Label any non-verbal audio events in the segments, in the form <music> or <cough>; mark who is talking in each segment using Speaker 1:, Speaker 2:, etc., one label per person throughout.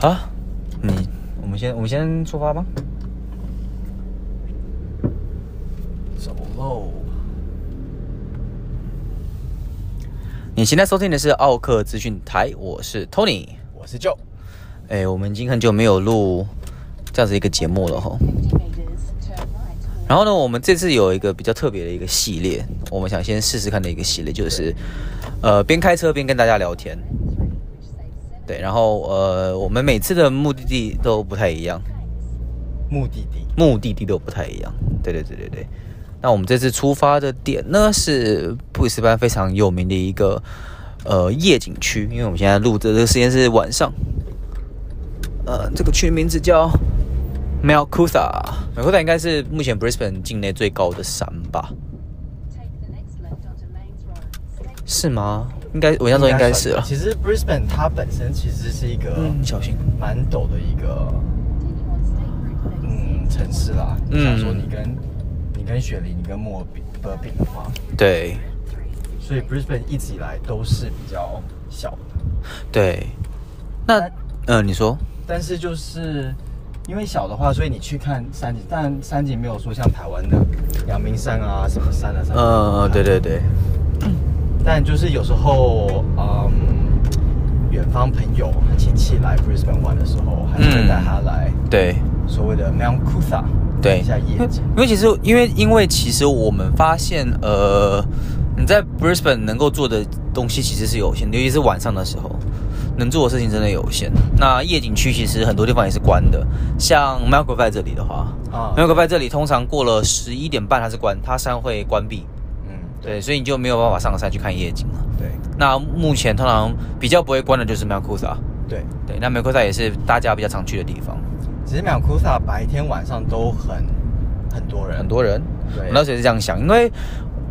Speaker 1: 啊，你，我们先，我们先出发吧。
Speaker 2: 走喽！
Speaker 1: 你现在收听的是奥克资讯台，我是 Tony。
Speaker 2: 我是 Joe，
Speaker 1: 哎、我们已经很久没有录这样子一个节目了哈。然后呢，我们这次有一个比较特别的一个系列，我们想先试试看的一个系列，就是呃边开车边跟大家聊天。对，然后呃，我们每次的目的地都不太一样，
Speaker 2: 目的地
Speaker 1: 目的地都不太一样。对对对对对。那我们这次出发的点呢是布里斯班非常有名的一个呃夜景区，因为我们现在录的这个时间是晚上。呃，这个区名字叫 Melkusa。Melkusa 应该是目前 Brisbane 境内最高的山吧？是吗？应该我那时候应该是了。啊
Speaker 2: 其实 Brisbane 它本身其实是一个
Speaker 1: 嗯，小心。
Speaker 2: 蛮陡的一个嗯城市啦。
Speaker 1: 嗯
Speaker 2: 你想说你跟你跟雪梨，你跟墨尔本比的话，
Speaker 1: 对
Speaker 2: 所以 Brisbane 一直以来都是比较小的，
Speaker 1: 对，那
Speaker 2: 那
Speaker 1: 呃，你说
Speaker 2: 但是就是。因为小的话，所以你去看山景，但山景没有说像台湾的阳明山啊、什么山啊什么。
Speaker 1: 呃，对对对，
Speaker 2: 但就是有时候，嗯，远方朋友和亲戚来 Brisbane 玩的时候，还是
Speaker 1: 嗯
Speaker 2: 会带他来
Speaker 1: 对。
Speaker 2: 所谓的 Mount Kusa
Speaker 1: 对，
Speaker 2: 一下夜景。
Speaker 1: 因为其实，因为因为其实我们发现，呃，你在 Brisbane 能够做的东西其实是有限的，尤其是晚上的时候，能做的事情真的有限。那夜景区其实很多地方也是关的，像 m e l g o v i 这里的话
Speaker 2: 啊
Speaker 1: m e l g o v i 这里通常过了十一点半它是关，它山会关闭，
Speaker 2: 嗯，
Speaker 1: 对，所以你就没有办法上山去看夜景了。
Speaker 2: 对
Speaker 1: 那目前通常比较不会关的就是 m e l g o v i
Speaker 2: 对，
Speaker 1: 对，那 m e l g o v i 也是大家比较常去的地方，
Speaker 2: 其实 Mount Kusa 白天晚上都很很多人，
Speaker 1: 很多人。
Speaker 2: 对
Speaker 1: 我那时候也是这样想，因为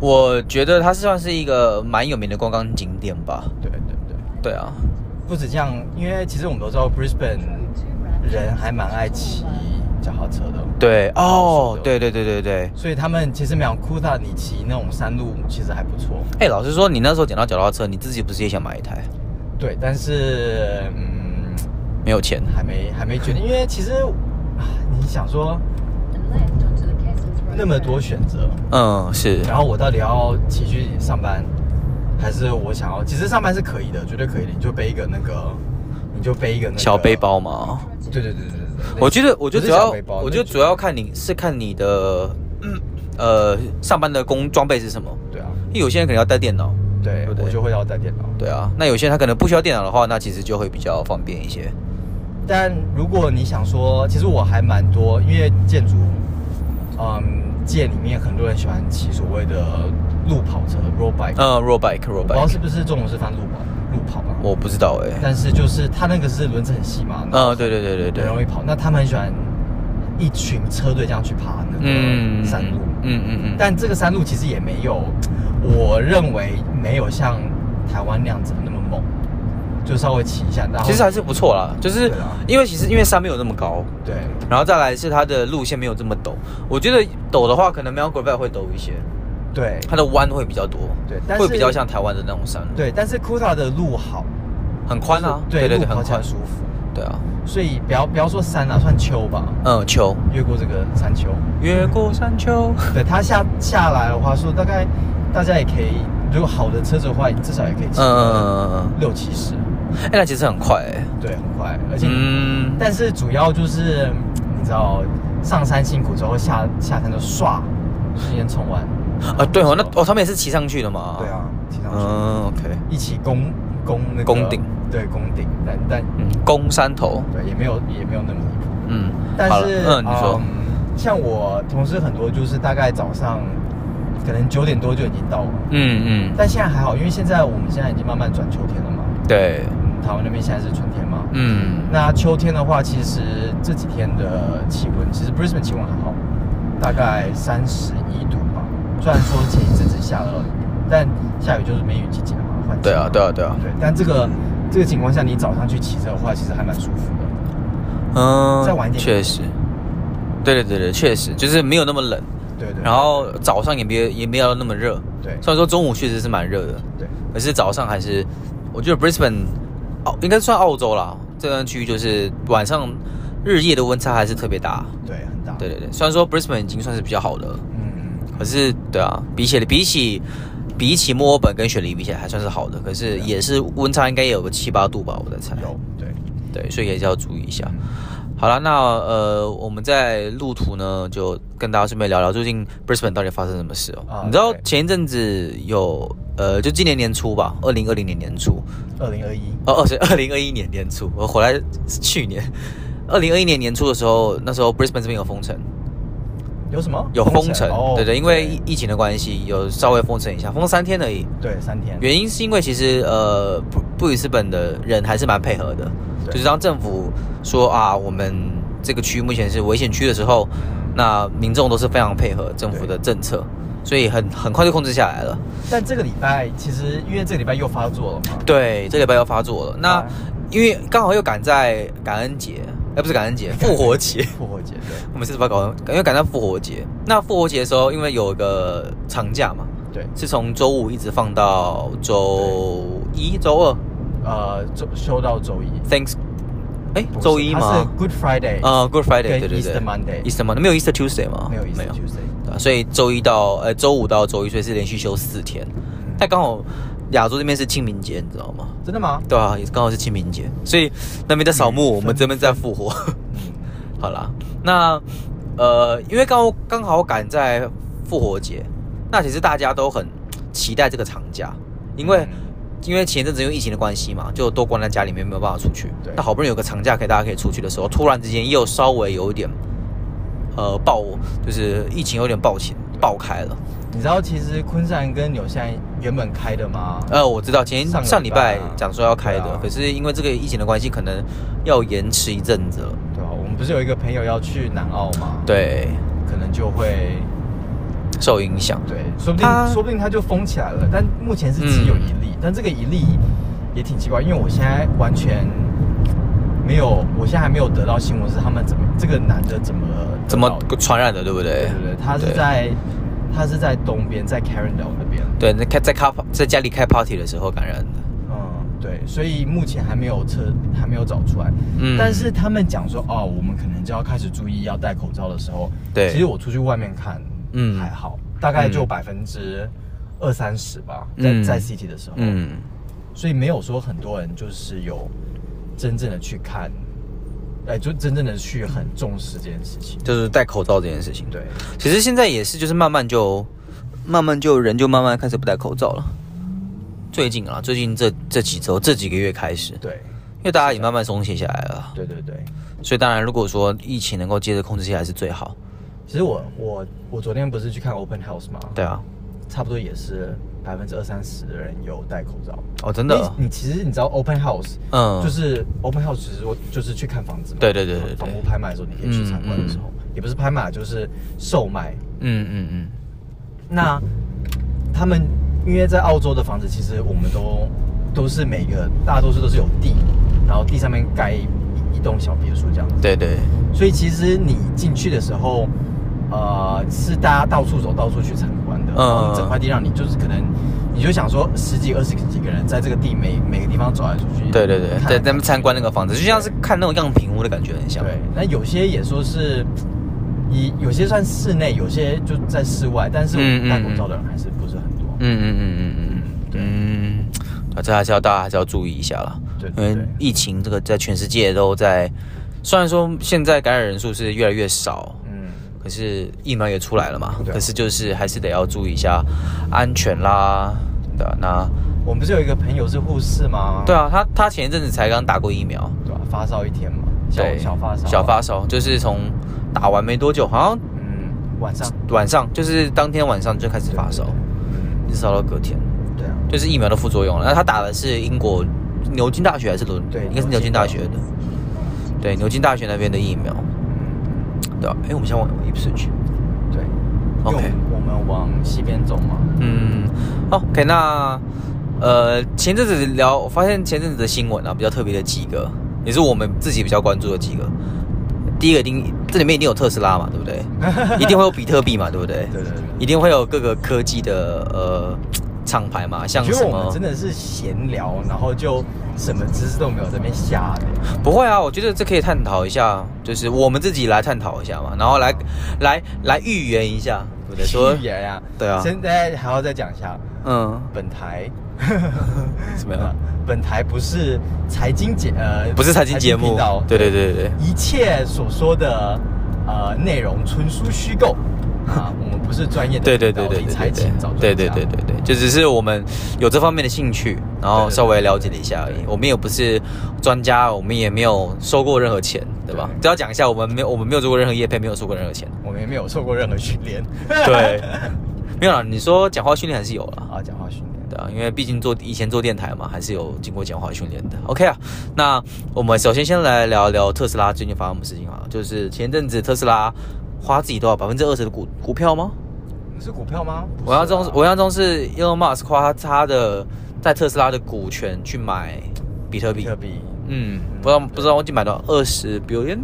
Speaker 1: 我觉得它是算是一个蛮有名的观光景点吧。
Speaker 2: 对对对，
Speaker 1: 对啊，
Speaker 2: 不止这样，因为其实我们都知道 Brisbane 人还蛮爱骑脚踏车的。
Speaker 1: 对哦
Speaker 2: 是，的
Speaker 1: 对对对对对。
Speaker 2: 所以他们其实 Mount Kusa 你骑那种山路其实还不错，
Speaker 1: 哎、老实说，你那时候捡到脚踏车，你自己不是也想买一台？
Speaker 2: 对，但是嗯，
Speaker 1: 没有钱。
Speaker 2: 还没还没决定，因为其实啊你想说那么多选择，
Speaker 1: 嗯，是，
Speaker 2: 然后我到底要骑去上班，还是我想要？其实上班是可以的，绝对可以的，你就背一个那个，你就背一个那个
Speaker 1: 小背。包嘛。
Speaker 2: 对对对对对对。
Speaker 1: 我觉得，我觉得主
Speaker 2: 不是
Speaker 1: 要
Speaker 2: 小背包，
Speaker 1: 我
Speaker 2: 那
Speaker 1: 觉得
Speaker 2: 就
Speaker 1: 主要看你是看你的，嗯呃，上班的工装备是什么。
Speaker 2: 对啊，
Speaker 1: 因为有些人可能要带电脑，
Speaker 2: 对
Speaker 1: 对不对
Speaker 2: 我就会要带电脑。
Speaker 1: 对啊。那有些人他可能不需要电脑的话，那其实就会比较方便一些。
Speaker 2: 但如果你想说，其实我还蛮多，因为建筑，嗯，界里面很多人喜欢骑所谓的路跑车 （road bike），、
Speaker 1: 嗯，road bike，road
Speaker 2: 我不知道
Speaker 1: bike，
Speaker 2: 是不是中文是翻路跑，路跑吧。
Speaker 1: 我不知道哎、
Speaker 2: 但是就是它那个是轮子很细嘛，然后
Speaker 1: 嗯，对对对对对，
Speaker 2: 很容易跑。那他们很喜欢一群车队这样去爬那
Speaker 1: 嗯
Speaker 2: 个山路，
Speaker 1: 嗯嗯嗯，
Speaker 2: 但这个山路其实也没有，我认为没有像台湾那样子那么猛，就稍微骑一下。然后
Speaker 1: 其实还是不错啦，就是
Speaker 2: 对啊
Speaker 1: 因为其实因为山没有那么高，
Speaker 2: 对
Speaker 1: 然后再来是它的路线没有这么陡，我觉得陡的话可能 Mount g r a v e 会陡一些，
Speaker 2: 对
Speaker 1: 它的弯会比较多，
Speaker 2: 对但是
Speaker 1: 会比较像台湾的那种山路，
Speaker 2: 对，但是 Kuta 的路好，
Speaker 1: 很宽啊，
Speaker 2: 就是
Speaker 1: 对
Speaker 2: 对
Speaker 1: 对，
Speaker 2: 路跑
Speaker 1: 很
Speaker 2: 起来
Speaker 1: 宽
Speaker 2: 很，舒服。
Speaker 1: 对啊，
Speaker 2: 所以不要不要说山啊，算丘吧，
Speaker 1: 嗯，丘，
Speaker 2: 越过这个山丘。
Speaker 1: 越过山
Speaker 2: <laughs>
Speaker 1: 丘，
Speaker 2: 对，它下下来的话，说大概大家也可以，如果好的车子的话，至少也可以骑
Speaker 1: 嗯嗯嗯嗯
Speaker 2: 六七十，
Speaker 1: 嗯，哎，那其实很快哎，
Speaker 2: 对，啊很快，而且你
Speaker 1: 嗯，
Speaker 2: 但是主要就是嗯你知道，上山辛苦之后下下山就唰，瞬间冲完。
Speaker 1: 啊对哦，那哦他们也是骑上去的嘛，
Speaker 2: 对，啊，骑上去、
Speaker 1: 嗯，OK，
Speaker 2: 一起攻攻那个
Speaker 1: 攻顶，
Speaker 2: 对攻顶，但但
Speaker 1: 嗯，攻山头，
Speaker 2: 对也没有也没有那么离谱。
Speaker 1: 嗯，
Speaker 2: 但
Speaker 1: 好了，
Speaker 2: 是
Speaker 1: 嗯，你说，
Speaker 2: 像我同事很多就是大概早上可能九点多就已经到了，
Speaker 1: 嗯嗯，
Speaker 2: 但现在还好，因为现在我们现在已经慢慢转秋天了嘛，
Speaker 1: 对，
Speaker 2: 嗯台湾那边现在是春天嘛。
Speaker 1: 嗯。
Speaker 2: 那秋天的话，其实这几天的气温，其实 Brisbane 气温还好，大概三十一度吧。虽然说前一阵子下了，但下雨就是梅雨季节嘛，换季
Speaker 1: 对啊，对啊，对啊，
Speaker 2: 对。但这个这个情况下，你早上去骑车的话，其实还蛮舒服的。
Speaker 1: 嗯，
Speaker 2: 再晚一点
Speaker 1: 确实，对对对对，确实就是没有那么冷，
Speaker 2: 对对。
Speaker 1: 然后早上也别也没有那么热，
Speaker 2: 对
Speaker 1: 虽然说中午确实是蛮热的，
Speaker 2: 对
Speaker 1: 可是早上还是，我觉得 Brisbane 澳应该算澳洲啦，这段区域就是晚上日夜的温差还是特别大。
Speaker 2: 对，很大。
Speaker 1: 对，对对，虽然说 Brisbane 已经算是比较好的，
Speaker 2: 嗯，
Speaker 1: 可是对啊，比起比起比起墨尔本跟雪梨比起来还算是好的，可是也是温差应该也有个七八度吧，我在猜。
Speaker 2: 啊有对，
Speaker 1: 对，所以也是要注意一下。好了，那呃，我们在路途呢，就跟大家顺便聊聊最近 Brisbane 到底发生什么事哦。
Speaker 2: 啊
Speaker 1: 你知道
Speaker 2: 对
Speaker 1: 前一阵子有呃，就今年年初吧，二零二零年年初，
Speaker 2: 二零二一，
Speaker 1: 哦，二是二零二一年年初，我回来是去年，二零二一年年初的时候，那时候 Brisbane 这边有封城，
Speaker 2: 有什么？
Speaker 1: 有封城，
Speaker 2: 哦
Speaker 1: 对对，嗯因为疫疫情的关系，有稍微封城一下，封三天而已。
Speaker 2: 对对三天，
Speaker 1: 原因是因为其实呃，布布里斯本的人还是蛮配合的，
Speaker 2: 对
Speaker 1: 就是当政府说啊，我们这个区目前是危险区的时候，那民众都是非常配合政府的政策，所以很很快就控制下来了。
Speaker 2: 但这个礼拜其实因为这个礼拜又发作了嘛，
Speaker 1: 对，这礼拜要发作了，那
Speaker 2: 啊
Speaker 1: 因为刚好又赶在感恩节，哎、不是感恩节， <laughs> 复活节。
Speaker 2: 复活节对
Speaker 1: 我们是把搞，因为赶到复活节。那复活节的时候，因为有个长假嘛，
Speaker 2: 对，
Speaker 1: 是从周五一直放到周一、周二
Speaker 2: 呃，周休到周一，
Speaker 1: ，Thanks，哎
Speaker 2: 不，是
Speaker 1: 周一
Speaker 2: 它是
Speaker 1: 吗？
Speaker 2: Good Friday，
Speaker 1: 呃，Good Friday，对
Speaker 2: 跟
Speaker 1: 对对
Speaker 2: Easter Monday
Speaker 1: Easter Monday 没有 Easter Tuesday 吗？
Speaker 2: 没有 Easter Tuesday，
Speaker 1: 对啊所以周一到呃周五到周一，所以是连续休四天。但刚好亚洲这边是清明节，你知道吗？
Speaker 2: 真的吗？
Speaker 1: 对啊，也刚好是清明节，所以那边在扫墓，
Speaker 2: 嗯
Speaker 1: 我们这边在复活。 <laughs>
Speaker 2: 嗯，
Speaker 1: 好啦，那呃，因为刚好刚好赶在复活节，那其实大家都很期待这个长假，因为、
Speaker 2: 嗯
Speaker 1: 因为前阵子因为疫情的关系嘛，就都关在家里面，没有办法出去
Speaker 2: 对。
Speaker 1: 那好不容易有个长假可以大家可以出去的时候，突然之间又稍微有一点呃爆，就是疫情有点爆起爆开了。
Speaker 2: 你知道其实昆山跟纽西兰原本开的吗？
Speaker 1: 呃，我知道前
Speaker 2: 上
Speaker 1: 上
Speaker 2: 个
Speaker 1: 礼拜
Speaker 2: 礼拜啊
Speaker 1: 讲说要开的，
Speaker 2: 对啊
Speaker 1: 可是因为这个疫情的关系，可能要延迟一阵子了。
Speaker 2: 对啊，我们不是有一个朋友要去南澳吗？，
Speaker 1: 对，
Speaker 2: 可能就会
Speaker 1: 受影响。
Speaker 2: 对，说不
Speaker 1: 他嗯
Speaker 2: 定说不定他就封起来了，但目前是只有一例，但这个一例也挺奇怪，因为我现在完全没有，我现在还没有得到新闻是他们怎么这个男的怎么得
Speaker 1: 怎么
Speaker 2: 到的
Speaker 1: 传染的，对不对？
Speaker 2: 对对对，他是在他是在东边，在 Carindale 那边，
Speaker 1: 对那开在开在家里开 party 的时候感染的。
Speaker 2: 嗯，对，所以目前还没有测，还没有找出来。
Speaker 1: 嗯
Speaker 2: 但是他们讲说，哦，我们可能就要开始注意要戴口罩的时候，
Speaker 1: 对
Speaker 2: 其实我出去外面看，
Speaker 1: 嗯
Speaker 2: 嗯，还好，大概就
Speaker 1: 嗯
Speaker 2: 百分之二三十吧，
Speaker 1: 嗯
Speaker 2: 在在 City 的时候，
Speaker 1: 嗯，
Speaker 2: 嗯，所以没有说很多人就是有真正的去看，哎，就真正的去很重视这件事情。
Speaker 1: 就是戴口罩这件事情。
Speaker 2: 对，
Speaker 1: 其实现在也是，就是慢慢就慢慢就人就慢慢开始不戴口罩了。最近啊，最近这这几周这几个月开始，
Speaker 2: 对，
Speaker 1: 因为大家也慢慢松懈下来了，
Speaker 2: 对对对。
Speaker 1: 所以当然如果说疫情能够接着控制下来是最好。
Speaker 2: 其实我我我昨天不是去看 Open House 吗？
Speaker 1: 对啊，
Speaker 2: 差不多也是百分之二三十的人有戴口罩。
Speaker 1: 哦，真的，
Speaker 2: 你你其实你知道 open house，、
Speaker 1: 嗯，
Speaker 2: 就是 open house，其实我就是去看房子嘛。
Speaker 1: 对对对对对
Speaker 2: 房屋拍卖的时候，你可以去参观的时候，也不是拍卖，就是售卖。
Speaker 1: 嗯嗯嗯，
Speaker 2: 那他们因为在澳洲的房子，其实我们都都是每个大多数都是有地，然后地上面盖一一栋小别墅这样子。
Speaker 1: 对对，
Speaker 2: 所以其实你进去的时候，呃，是大家到处走、到处去参观的。
Speaker 1: 嗯
Speaker 2: 然后整块地让你就是可能，你就想说十几、二十几个人在这个地每每个地方走来走去。
Speaker 1: 对对对，
Speaker 2: 看
Speaker 1: 在
Speaker 2: 来看去
Speaker 1: 咱们参观那个房子，就像是看那种样品屋的感觉很像。
Speaker 2: 对，那有些也说是，以有些算室内，有些就在室外，但是
Speaker 1: 嗯嗯
Speaker 2: 戴口罩的人还是不是很多。
Speaker 1: 嗯嗯嗯嗯嗯，嗯，啊，这还是要大家还是要注意一下啦。
Speaker 2: 对
Speaker 1: 因
Speaker 2: 对
Speaker 1: 为
Speaker 2: 对
Speaker 1: 疫情这个在全世界都在，虽然说现在感染人数是越来越少，
Speaker 2: 嗯，
Speaker 1: 可是疫苗也出来了嘛，
Speaker 2: 对啊
Speaker 1: 可是就是还是得要注意一下安全啦。对啊，那
Speaker 2: 我们不是有一个朋友是护士吗？
Speaker 1: 对啊，他他前一阵子才刚打过疫苗，
Speaker 2: 对吧？发烧一天嘛，小
Speaker 1: 对，
Speaker 2: 小发烧，
Speaker 1: 小发，烧，就是从打完没多久，好像
Speaker 2: 嗯，晚上
Speaker 1: 晚上就是当天晚上就开始发烧，一直烧到隔天。
Speaker 2: 嗯对啊，
Speaker 1: 就是疫苗的副作用了。那他打的是英国牛津大学还是伦？
Speaker 2: 对
Speaker 1: 应该是牛津大学的。对，牛津大学那边的疫苗。
Speaker 2: 嗯。
Speaker 1: 对、啊，哎，我们先往 Ipswich。
Speaker 2: 对
Speaker 1: OK
Speaker 2: 因为我们我们往西边走嘛，
Speaker 1: 嗯好，OK，那呃，前阵子聊，我发现前阵子的新闻啊，比较特别的几个，也是我们自己比较关注的几个。第一个一定，这里面一定有特斯拉嘛，对不 <laughs> 对？一定会有比特币嘛，对不对？
Speaker 2: 对对对
Speaker 1: 一定会有各个科技的呃厂牌嘛，像
Speaker 2: 觉
Speaker 1: 什
Speaker 2: 得我们
Speaker 1: 么
Speaker 2: 真的是闲聊，然后就什么知识都没有，这边瞎聊。
Speaker 1: 不会啊，我觉得这可以探讨一下，就是我们自己来探讨一下嘛，然后来来来预言一下，对不对？说
Speaker 2: 语言啊，
Speaker 1: 对啊
Speaker 2: 现在还要再讲一下，
Speaker 1: 嗯，
Speaker 2: 本
Speaker 1: <laughs>
Speaker 2: 台
Speaker 1: 怎么
Speaker 2: 呃
Speaker 1: 样？
Speaker 2: <laughs> 本台不是财经节呃，
Speaker 1: 不是财经节目
Speaker 2: 频道，
Speaker 1: 对对对对对
Speaker 2: 一切所说的呃内容纯属虚构
Speaker 1: <laughs>
Speaker 2: 啊，我们不是专业的
Speaker 1: 对
Speaker 2: 频道，
Speaker 1: 对对对
Speaker 2: 理
Speaker 1: 对
Speaker 2: 财
Speaker 1: 对
Speaker 2: 请找专
Speaker 1: 对对对
Speaker 2: 家
Speaker 1: 对对对，就只是我们有这方面的兴趣，然后稍微了解了一下而
Speaker 2: 对对
Speaker 1: 已
Speaker 2: 对。对
Speaker 1: 我们也不是专家，我们也没有收过任何钱，对吧？
Speaker 2: 对
Speaker 1: 只要讲一下，我们没有我们没有做过任何业配，没有收过任何钱。
Speaker 2: 我们也没有受过任何训练， <laughs>
Speaker 1: 对， <laughs> 没有啦，你说讲话训练还是有了。
Speaker 2: 啊，讲话训练，
Speaker 1: 对啊，因为毕竟做以前做电台嘛，还是有经过讲话训练的。OK 啊，那我们首先先来聊聊特斯拉最近发生什么事情啊？就是前阵子特斯拉花自己多少百分之二十的股股票吗？
Speaker 2: 是股票吗？不
Speaker 1: 我要中
Speaker 2: 是啊
Speaker 1: 我要中是 Elon Musk 花他的在特斯拉的股权去买比特
Speaker 2: 比
Speaker 1: 币，
Speaker 2: 特币，
Speaker 1: 嗯，
Speaker 2: 嗯
Speaker 1: 不知道
Speaker 2: 对
Speaker 1: 不知道忘记买到二十 billion，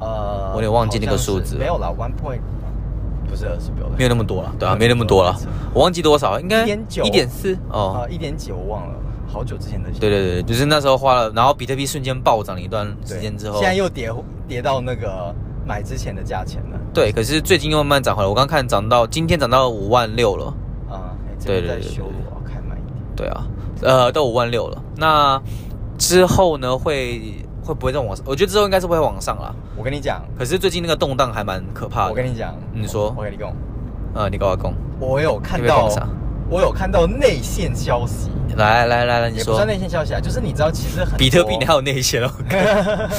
Speaker 2: 呃，
Speaker 1: 我有点忘记那个数
Speaker 2: 好像是
Speaker 1: 字了
Speaker 2: 没有啦，one point 不是二十秒了，
Speaker 1: 没有那么多了，对啊，
Speaker 2: 没
Speaker 1: 没
Speaker 2: 有
Speaker 1: 有那
Speaker 2: 那
Speaker 1: 么
Speaker 2: 么多
Speaker 1: 多了，我忘记多少，应该
Speaker 2: 1.9
Speaker 1: 一点四哦
Speaker 2: 啊，，一点几我忘了，好久之前的，
Speaker 1: 对对对，就是那时候花了，然后比特币瞬间暴涨了一段
Speaker 2: 对
Speaker 1: 时间之后，
Speaker 2: 现在又跌跌到那个买之前的价钱了。
Speaker 1: 对，可是最近又慢慢涨回来，我刚看涨到今天涨到五万六了，
Speaker 2: 啊、哎这
Speaker 1: 对
Speaker 2: 个
Speaker 1: 对
Speaker 2: 在
Speaker 1: 对对
Speaker 2: 修，
Speaker 1: 对
Speaker 2: 我要开慢一点。
Speaker 1: 对啊，呃，到五万六了。那之后呢，会会不会再往上？我觉得之后应该是会往上啦。
Speaker 2: 我跟你讲，
Speaker 1: 可是最近那个动荡还蛮可怕的。
Speaker 2: 我跟你讲，
Speaker 1: 你说
Speaker 2: 我我跟你讲，
Speaker 1: 呃，你跟我讲，
Speaker 2: 我有看
Speaker 1: 你被
Speaker 2: 到
Speaker 1: 封杀，
Speaker 2: 我有看到内线消息，
Speaker 1: 来来来来，你
Speaker 2: 也不
Speaker 1: 说
Speaker 2: 算，内线消息啊，就是你知道，其实很多
Speaker 1: 比特币你还有内线哦， <laughs>
Speaker 2: <laughs>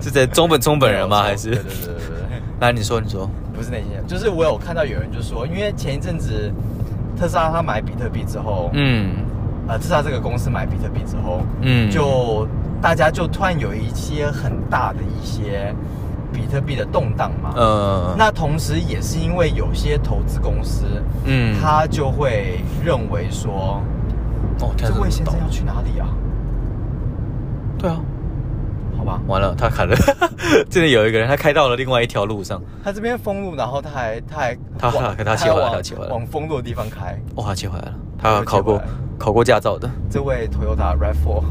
Speaker 1: 是在中本中本人吗？还是
Speaker 2: 对？对对对对对。
Speaker 1: 来，你说，你说，
Speaker 2: 不是内心，就是我有看到有人就说，因为前一阵子特斯拉他买比特币之后，
Speaker 1: 嗯
Speaker 2: 呃，特斯拉这个公司买比特币之后，
Speaker 1: 嗯，
Speaker 2: 就大家就突然有一些很大的一些比特币的动荡嘛。
Speaker 1: 呃，
Speaker 2: 那同时也是因为有些投资公司，
Speaker 1: 嗯
Speaker 2: 他就会认为说，
Speaker 1: 哦，他
Speaker 2: 这位先
Speaker 1: 懂
Speaker 2: 生，要去哪里啊？
Speaker 1: 对啊，
Speaker 2: 好吧，
Speaker 1: 完了，他砍了， <laughs> 真的有一个人，他开到了另外一条路上，
Speaker 2: 他这边封路，然后他还他还
Speaker 1: 他
Speaker 2: 往
Speaker 1: 他他切回来
Speaker 2: 还往
Speaker 1: 他切回来
Speaker 2: 往封路的地方开。
Speaker 1: 哇，他切回来了，
Speaker 2: 他
Speaker 1: 他
Speaker 2: 有
Speaker 1: 考
Speaker 2: 切回
Speaker 1: 过
Speaker 2: 来
Speaker 1: 考过驾照的，
Speaker 2: 这位 Toyota RAV4，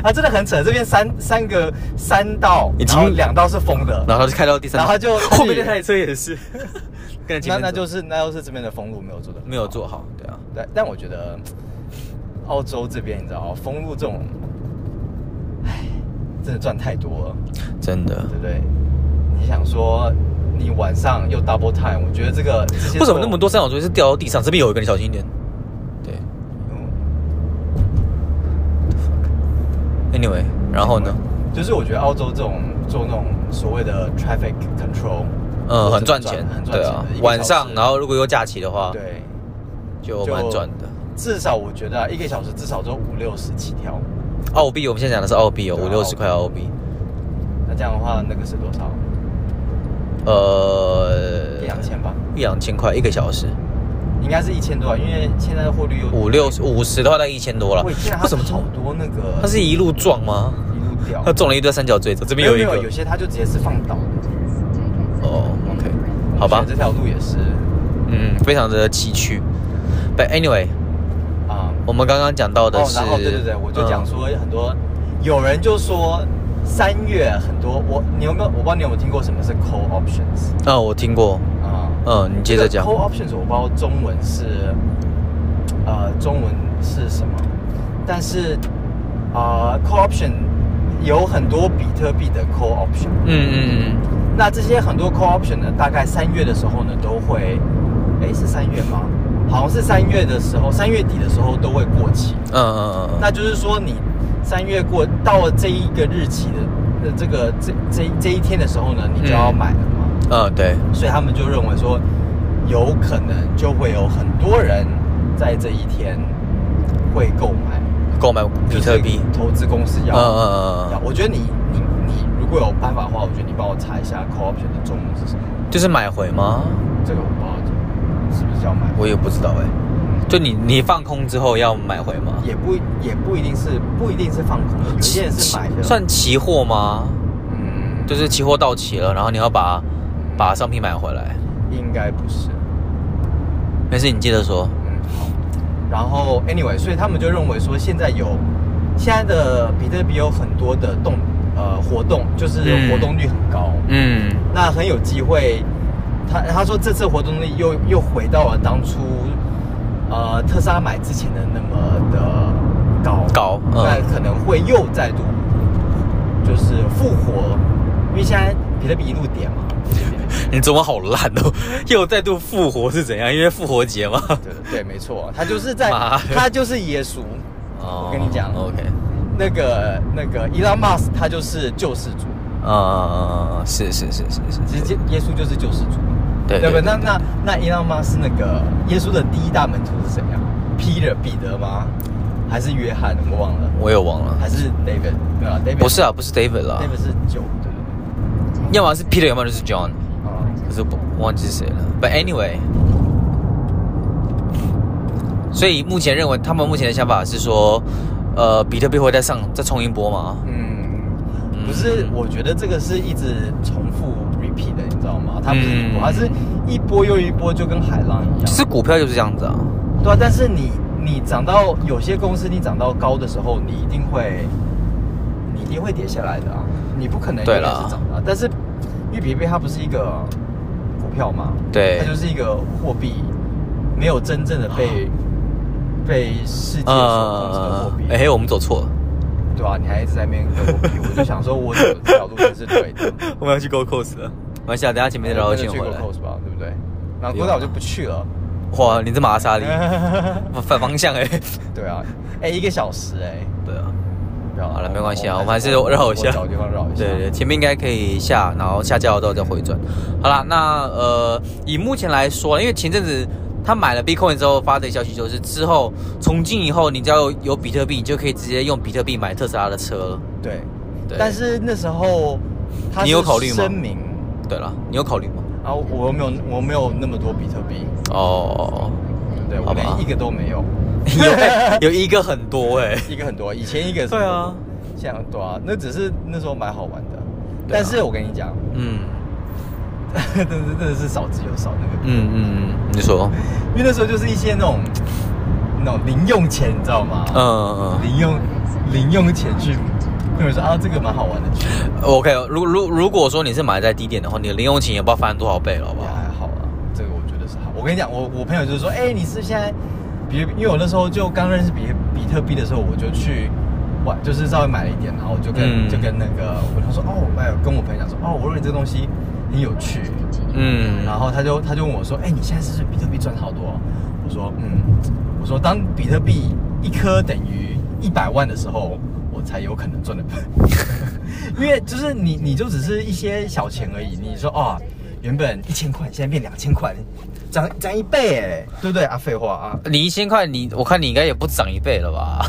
Speaker 2: 他真的很扯，这边三三个三道，
Speaker 1: 已
Speaker 2: 然
Speaker 1: 经
Speaker 2: 后两道是封的，
Speaker 1: 然后他就开到第三，
Speaker 2: 然后他就
Speaker 1: 后面那台车也
Speaker 2: <laughs>
Speaker 1: 是，跟着前
Speaker 2: 那
Speaker 1: 面
Speaker 2: 那就是是那就是这边的封路没有做的，
Speaker 1: 没有做好，对啊，
Speaker 2: 对，但我觉得嗯澳洲这边你知道封路这种，唉，真的赚太多了，
Speaker 1: 真的，
Speaker 2: 对不对？你想说你晚上又 double time，我觉得这个这些
Speaker 1: 为什么
Speaker 2: 都
Speaker 1: 那么多三角锥是掉到地上？这边有一个，你小心一点。对
Speaker 2: 嗯
Speaker 1: ，anyway，然后呢？
Speaker 2: 嗯就是我觉得澳洲这种做那种所谓的 traffic control，
Speaker 1: 嗯，
Speaker 2: 或
Speaker 1: 很
Speaker 2: 者
Speaker 1: 赚钱
Speaker 2: 很，赚
Speaker 1: 对
Speaker 2: 钱
Speaker 1: 啊
Speaker 2: 的一个小时。
Speaker 1: 晚上，然后如果有假期的话，，
Speaker 2: 对，
Speaker 1: 啊就蛮赚的。
Speaker 2: 至少我觉得、啊、一个小时至少都五六十起跳。
Speaker 1: 澳币，我们现在讲的是澳币哦，
Speaker 2: 对啊
Speaker 1: 五六十块澳币，
Speaker 2: 那这样的话，那个是多少？
Speaker 1: 呃，
Speaker 2: 一两千吧，
Speaker 1: 一两千块一个小时，
Speaker 2: 应该是一千多啊，因为现在的汇率又
Speaker 1: 五六十五十的话，大概一千多了。
Speaker 2: 我天啊，
Speaker 1: 为什么
Speaker 2: 它好多那个？
Speaker 1: 它是一路撞吗？
Speaker 2: 一路掉，
Speaker 1: 它中了一堆三角锥，这
Speaker 2: 没
Speaker 1: 边有
Speaker 2: 有没
Speaker 1: 一
Speaker 2: 有
Speaker 1: 个。
Speaker 2: 有些它就直接是放倒的。
Speaker 1: 哦，OK，好吧
Speaker 2: 我觉得，这条路也是
Speaker 1: 嗯，非常的崎岖。But anyway，
Speaker 2: 啊。
Speaker 1: 我们刚刚讲到的
Speaker 2: 哦，
Speaker 1: 是，
Speaker 2: 然后对对对，我就讲
Speaker 1: 嗯
Speaker 2: 说很多，有人就说三月很多，我你有没有？我不知道你有没有听过什么是 call options
Speaker 1: 啊，我听过，
Speaker 2: 啊？
Speaker 1: 嗯，你接着讲
Speaker 2: c o options 我不知道中文是，呃，中文是什么？但是啊、c o option 有很多比特币的 c o option。
Speaker 1: 嗯嗯嗯，
Speaker 2: 那这些很多 c o option 呢，大概三月的时候呢，都会，诶，是三月吗？好像是三月的时候，三月底的时候都会过期。
Speaker 1: 嗯嗯嗯嗯，
Speaker 2: 那就是说，你三月过到了这一个日期的，呃，这个这这这一天的时候呢，你就要买了嘛。
Speaker 1: 嗯，对，
Speaker 2: 所以他们就认为说，有可能就会有很多人在这一天会购买
Speaker 1: 购买比特币
Speaker 2: 就，是投资公司
Speaker 1: 嗯
Speaker 2: 要。
Speaker 1: 嗯嗯
Speaker 2: 要
Speaker 1: 嗯，
Speaker 2: 我觉得你你你如果有办法的话，我觉得你帮我查一下 call option 的中文是什么。
Speaker 1: 就是买回吗？
Speaker 2: 这个我不知道是不是叫买，
Speaker 1: 我也不知道哎，就你你放空之后要买回吗？
Speaker 2: 也不也不一定是不一定是放空的，有些人是买的，
Speaker 1: 算期货吗？
Speaker 2: 嗯，
Speaker 1: 就是期货到期了，然后你要把把商品买回来。
Speaker 2: 应该不是。
Speaker 1: 没事，你接着说。
Speaker 2: 嗯，好。然后 anyway，所以他们就认为说，现在有现在的比特币有很多的动呃活动，就是
Speaker 1: 嗯
Speaker 2: 活动率很高，
Speaker 1: 嗯
Speaker 2: 那很有机会。他他说这次活动力又又回到了当初，呃，特斯拉买之前的那么的高
Speaker 1: 高嗯
Speaker 2: 那可能会又再度就是复活，因为现在比特币一路跌嘛，
Speaker 1: 你中文好烂哦，又再度复活是怎样？因为复活节吗？
Speaker 2: 对对，没错，他就是在
Speaker 1: 妈的
Speaker 2: 他就是耶稣，
Speaker 1: 哦
Speaker 2: 我跟你讲
Speaker 1: ，OK，
Speaker 2: 那个那个伊朗马斯他就是救世主，
Speaker 1: 呃，是是是是是，
Speaker 2: 其实耶稣就是救世主，
Speaker 1: 对
Speaker 2: 对
Speaker 1: 对
Speaker 2: 不？那那那伊朗马斯那个耶稣的第一大门徒是谁啊？Peter 彼得吗？还是约翰？我忘了，
Speaker 1: 我也忘了，
Speaker 2: 还是 David 对吧？David
Speaker 1: 不是啊，不是 David 啦，
Speaker 2: ，David 是九对不
Speaker 1: 要么是 Peter，要么就是 John，
Speaker 2: 对？啊，
Speaker 1: 可是我忘记是谁了。But anyway，所以目前认为他们目前的想法是说，呃，比特币会再上再冲一波吗？
Speaker 2: 嗯，不是，我觉得这个是一直重复 repeat 的，你知道吗？它不是一
Speaker 1: 嗯
Speaker 2: 波，它是一波又一波，就跟海浪一样。
Speaker 1: 其实股票就是这样子啊，
Speaker 2: 对啊，但是你你涨到有些公司，你涨到高的时候，你一定会，你一定会跌下来的啊，你不可能
Speaker 1: 对
Speaker 2: 永远
Speaker 1: 啦
Speaker 2: 是涨的啊。但是因为比特币它不是一个股票嘛，
Speaker 1: 对
Speaker 2: 它就是一个货币，没有真正的
Speaker 1: 啊
Speaker 2: 被、被世界所控制的货
Speaker 1: 呃
Speaker 2: 币，，
Speaker 1: 哎、我们走错了，
Speaker 2: 对啊，你还一直在那边跟我比，我就想说我走的角度才是对的。
Speaker 1: 我们要去 Go Coast 了。 <laughs> 没关系啊，等一下前面再
Speaker 2: 然
Speaker 1: 聊
Speaker 2: 后
Speaker 1: 到钱
Speaker 2: 去
Speaker 1: 回
Speaker 2: 过
Speaker 1: 来。
Speaker 2: close 吧，对不对？然后那我就不去了。
Speaker 1: 哇，你这玛莎里反方向哎、
Speaker 2: <laughs> 对啊，哎、一个小时哎、
Speaker 1: <laughs> 对啊，
Speaker 2: 对啊
Speaker 1: 好了，没关系啊，我
Speaker 2: 我
Speaker 1: 们还是绕一下，
Speaker 2: 我找地方绕一下。
Speaker 1: 对对，前面应该可以下，然后下交流道再回转。好啦，那呃，以目前来说，因为前阵子他买了 Bitcoin 之后发的消息就是，之后从今以后，你只要有有比特币，你就可以直接用比特币买特斯拉的车了。
Speaker 2: 对
Speaker 1: 对
Speaker 2: 但是那时候他是
Speaker 1: 你有考虑吗
Speaker 2: 声明
Speaker 1: 对了，你有考虑吗？ <laughs>
Speaker 2: 啊，我又没有我没有那么多比特币，
Speaker 1: 哦，
Speaker 2: 对我
Speaker 1: 好吧
Speaker 2: 连一个都没有，
Speaker 1: <laughs> 有有一个很多哎、
Speaker 2: 一个很多，以前一个是
Speaker 1: 对啊，
Speaker 2: 现在对啊，那只是那时候蛮好玩的。
Speaker 1: 对啊
Speaker 2: 但是我跟你讲， <laughs>
Speaker 1: 嗯
Speaker 2: 真的是真的是少之又少那个，
Speaker 1: 嗯嗯，你说，
Speaker 2: 因为那时候就是一些那种那种零用钱，你知道吗？
Speaker 1: 嗯嗯
Speaker 2: 零用零用钱去，有人说啊，这个蛮好玩的，去
Speaker 1: 嗯，OK，如如如果说你是买在低点的话，你的零用钱也不知道翻多少倍了，好不
Speaker 2: 也
Speaker 1: 好？
Speaker 2: 还好啦，这个我觉得是好。我跟你讲，我我朋友就是说，哎、你是现在比，因为我那时候就刚认识比比特币的时候，我就去玩，就是稍微买了一点，然后我就跟、
Speaker 1: 嗯
Speaker 2: 就跟那个我就说，哦，哎，跟我朋友讲说，哦，我认为这个东西很有趣，
Speaker 1: 嗯，
Speaker 2: 然后他就他就问我说，哎、你现在是不是比特币赚好多？我说，嗯，我说当比特币一颗等于一百万的时候，我才有可能赚的。 <laughs> 因为就
Speaker 1: <laughs>
Speaker 2: 是你，你就只是一些小钱而已。你说哦，原本一千块，现在变两千块，涨涨一倍哎，对不对啊？废话啊，
Speaker 1: 你一千块，你我看你应该也不涨一倍了吧？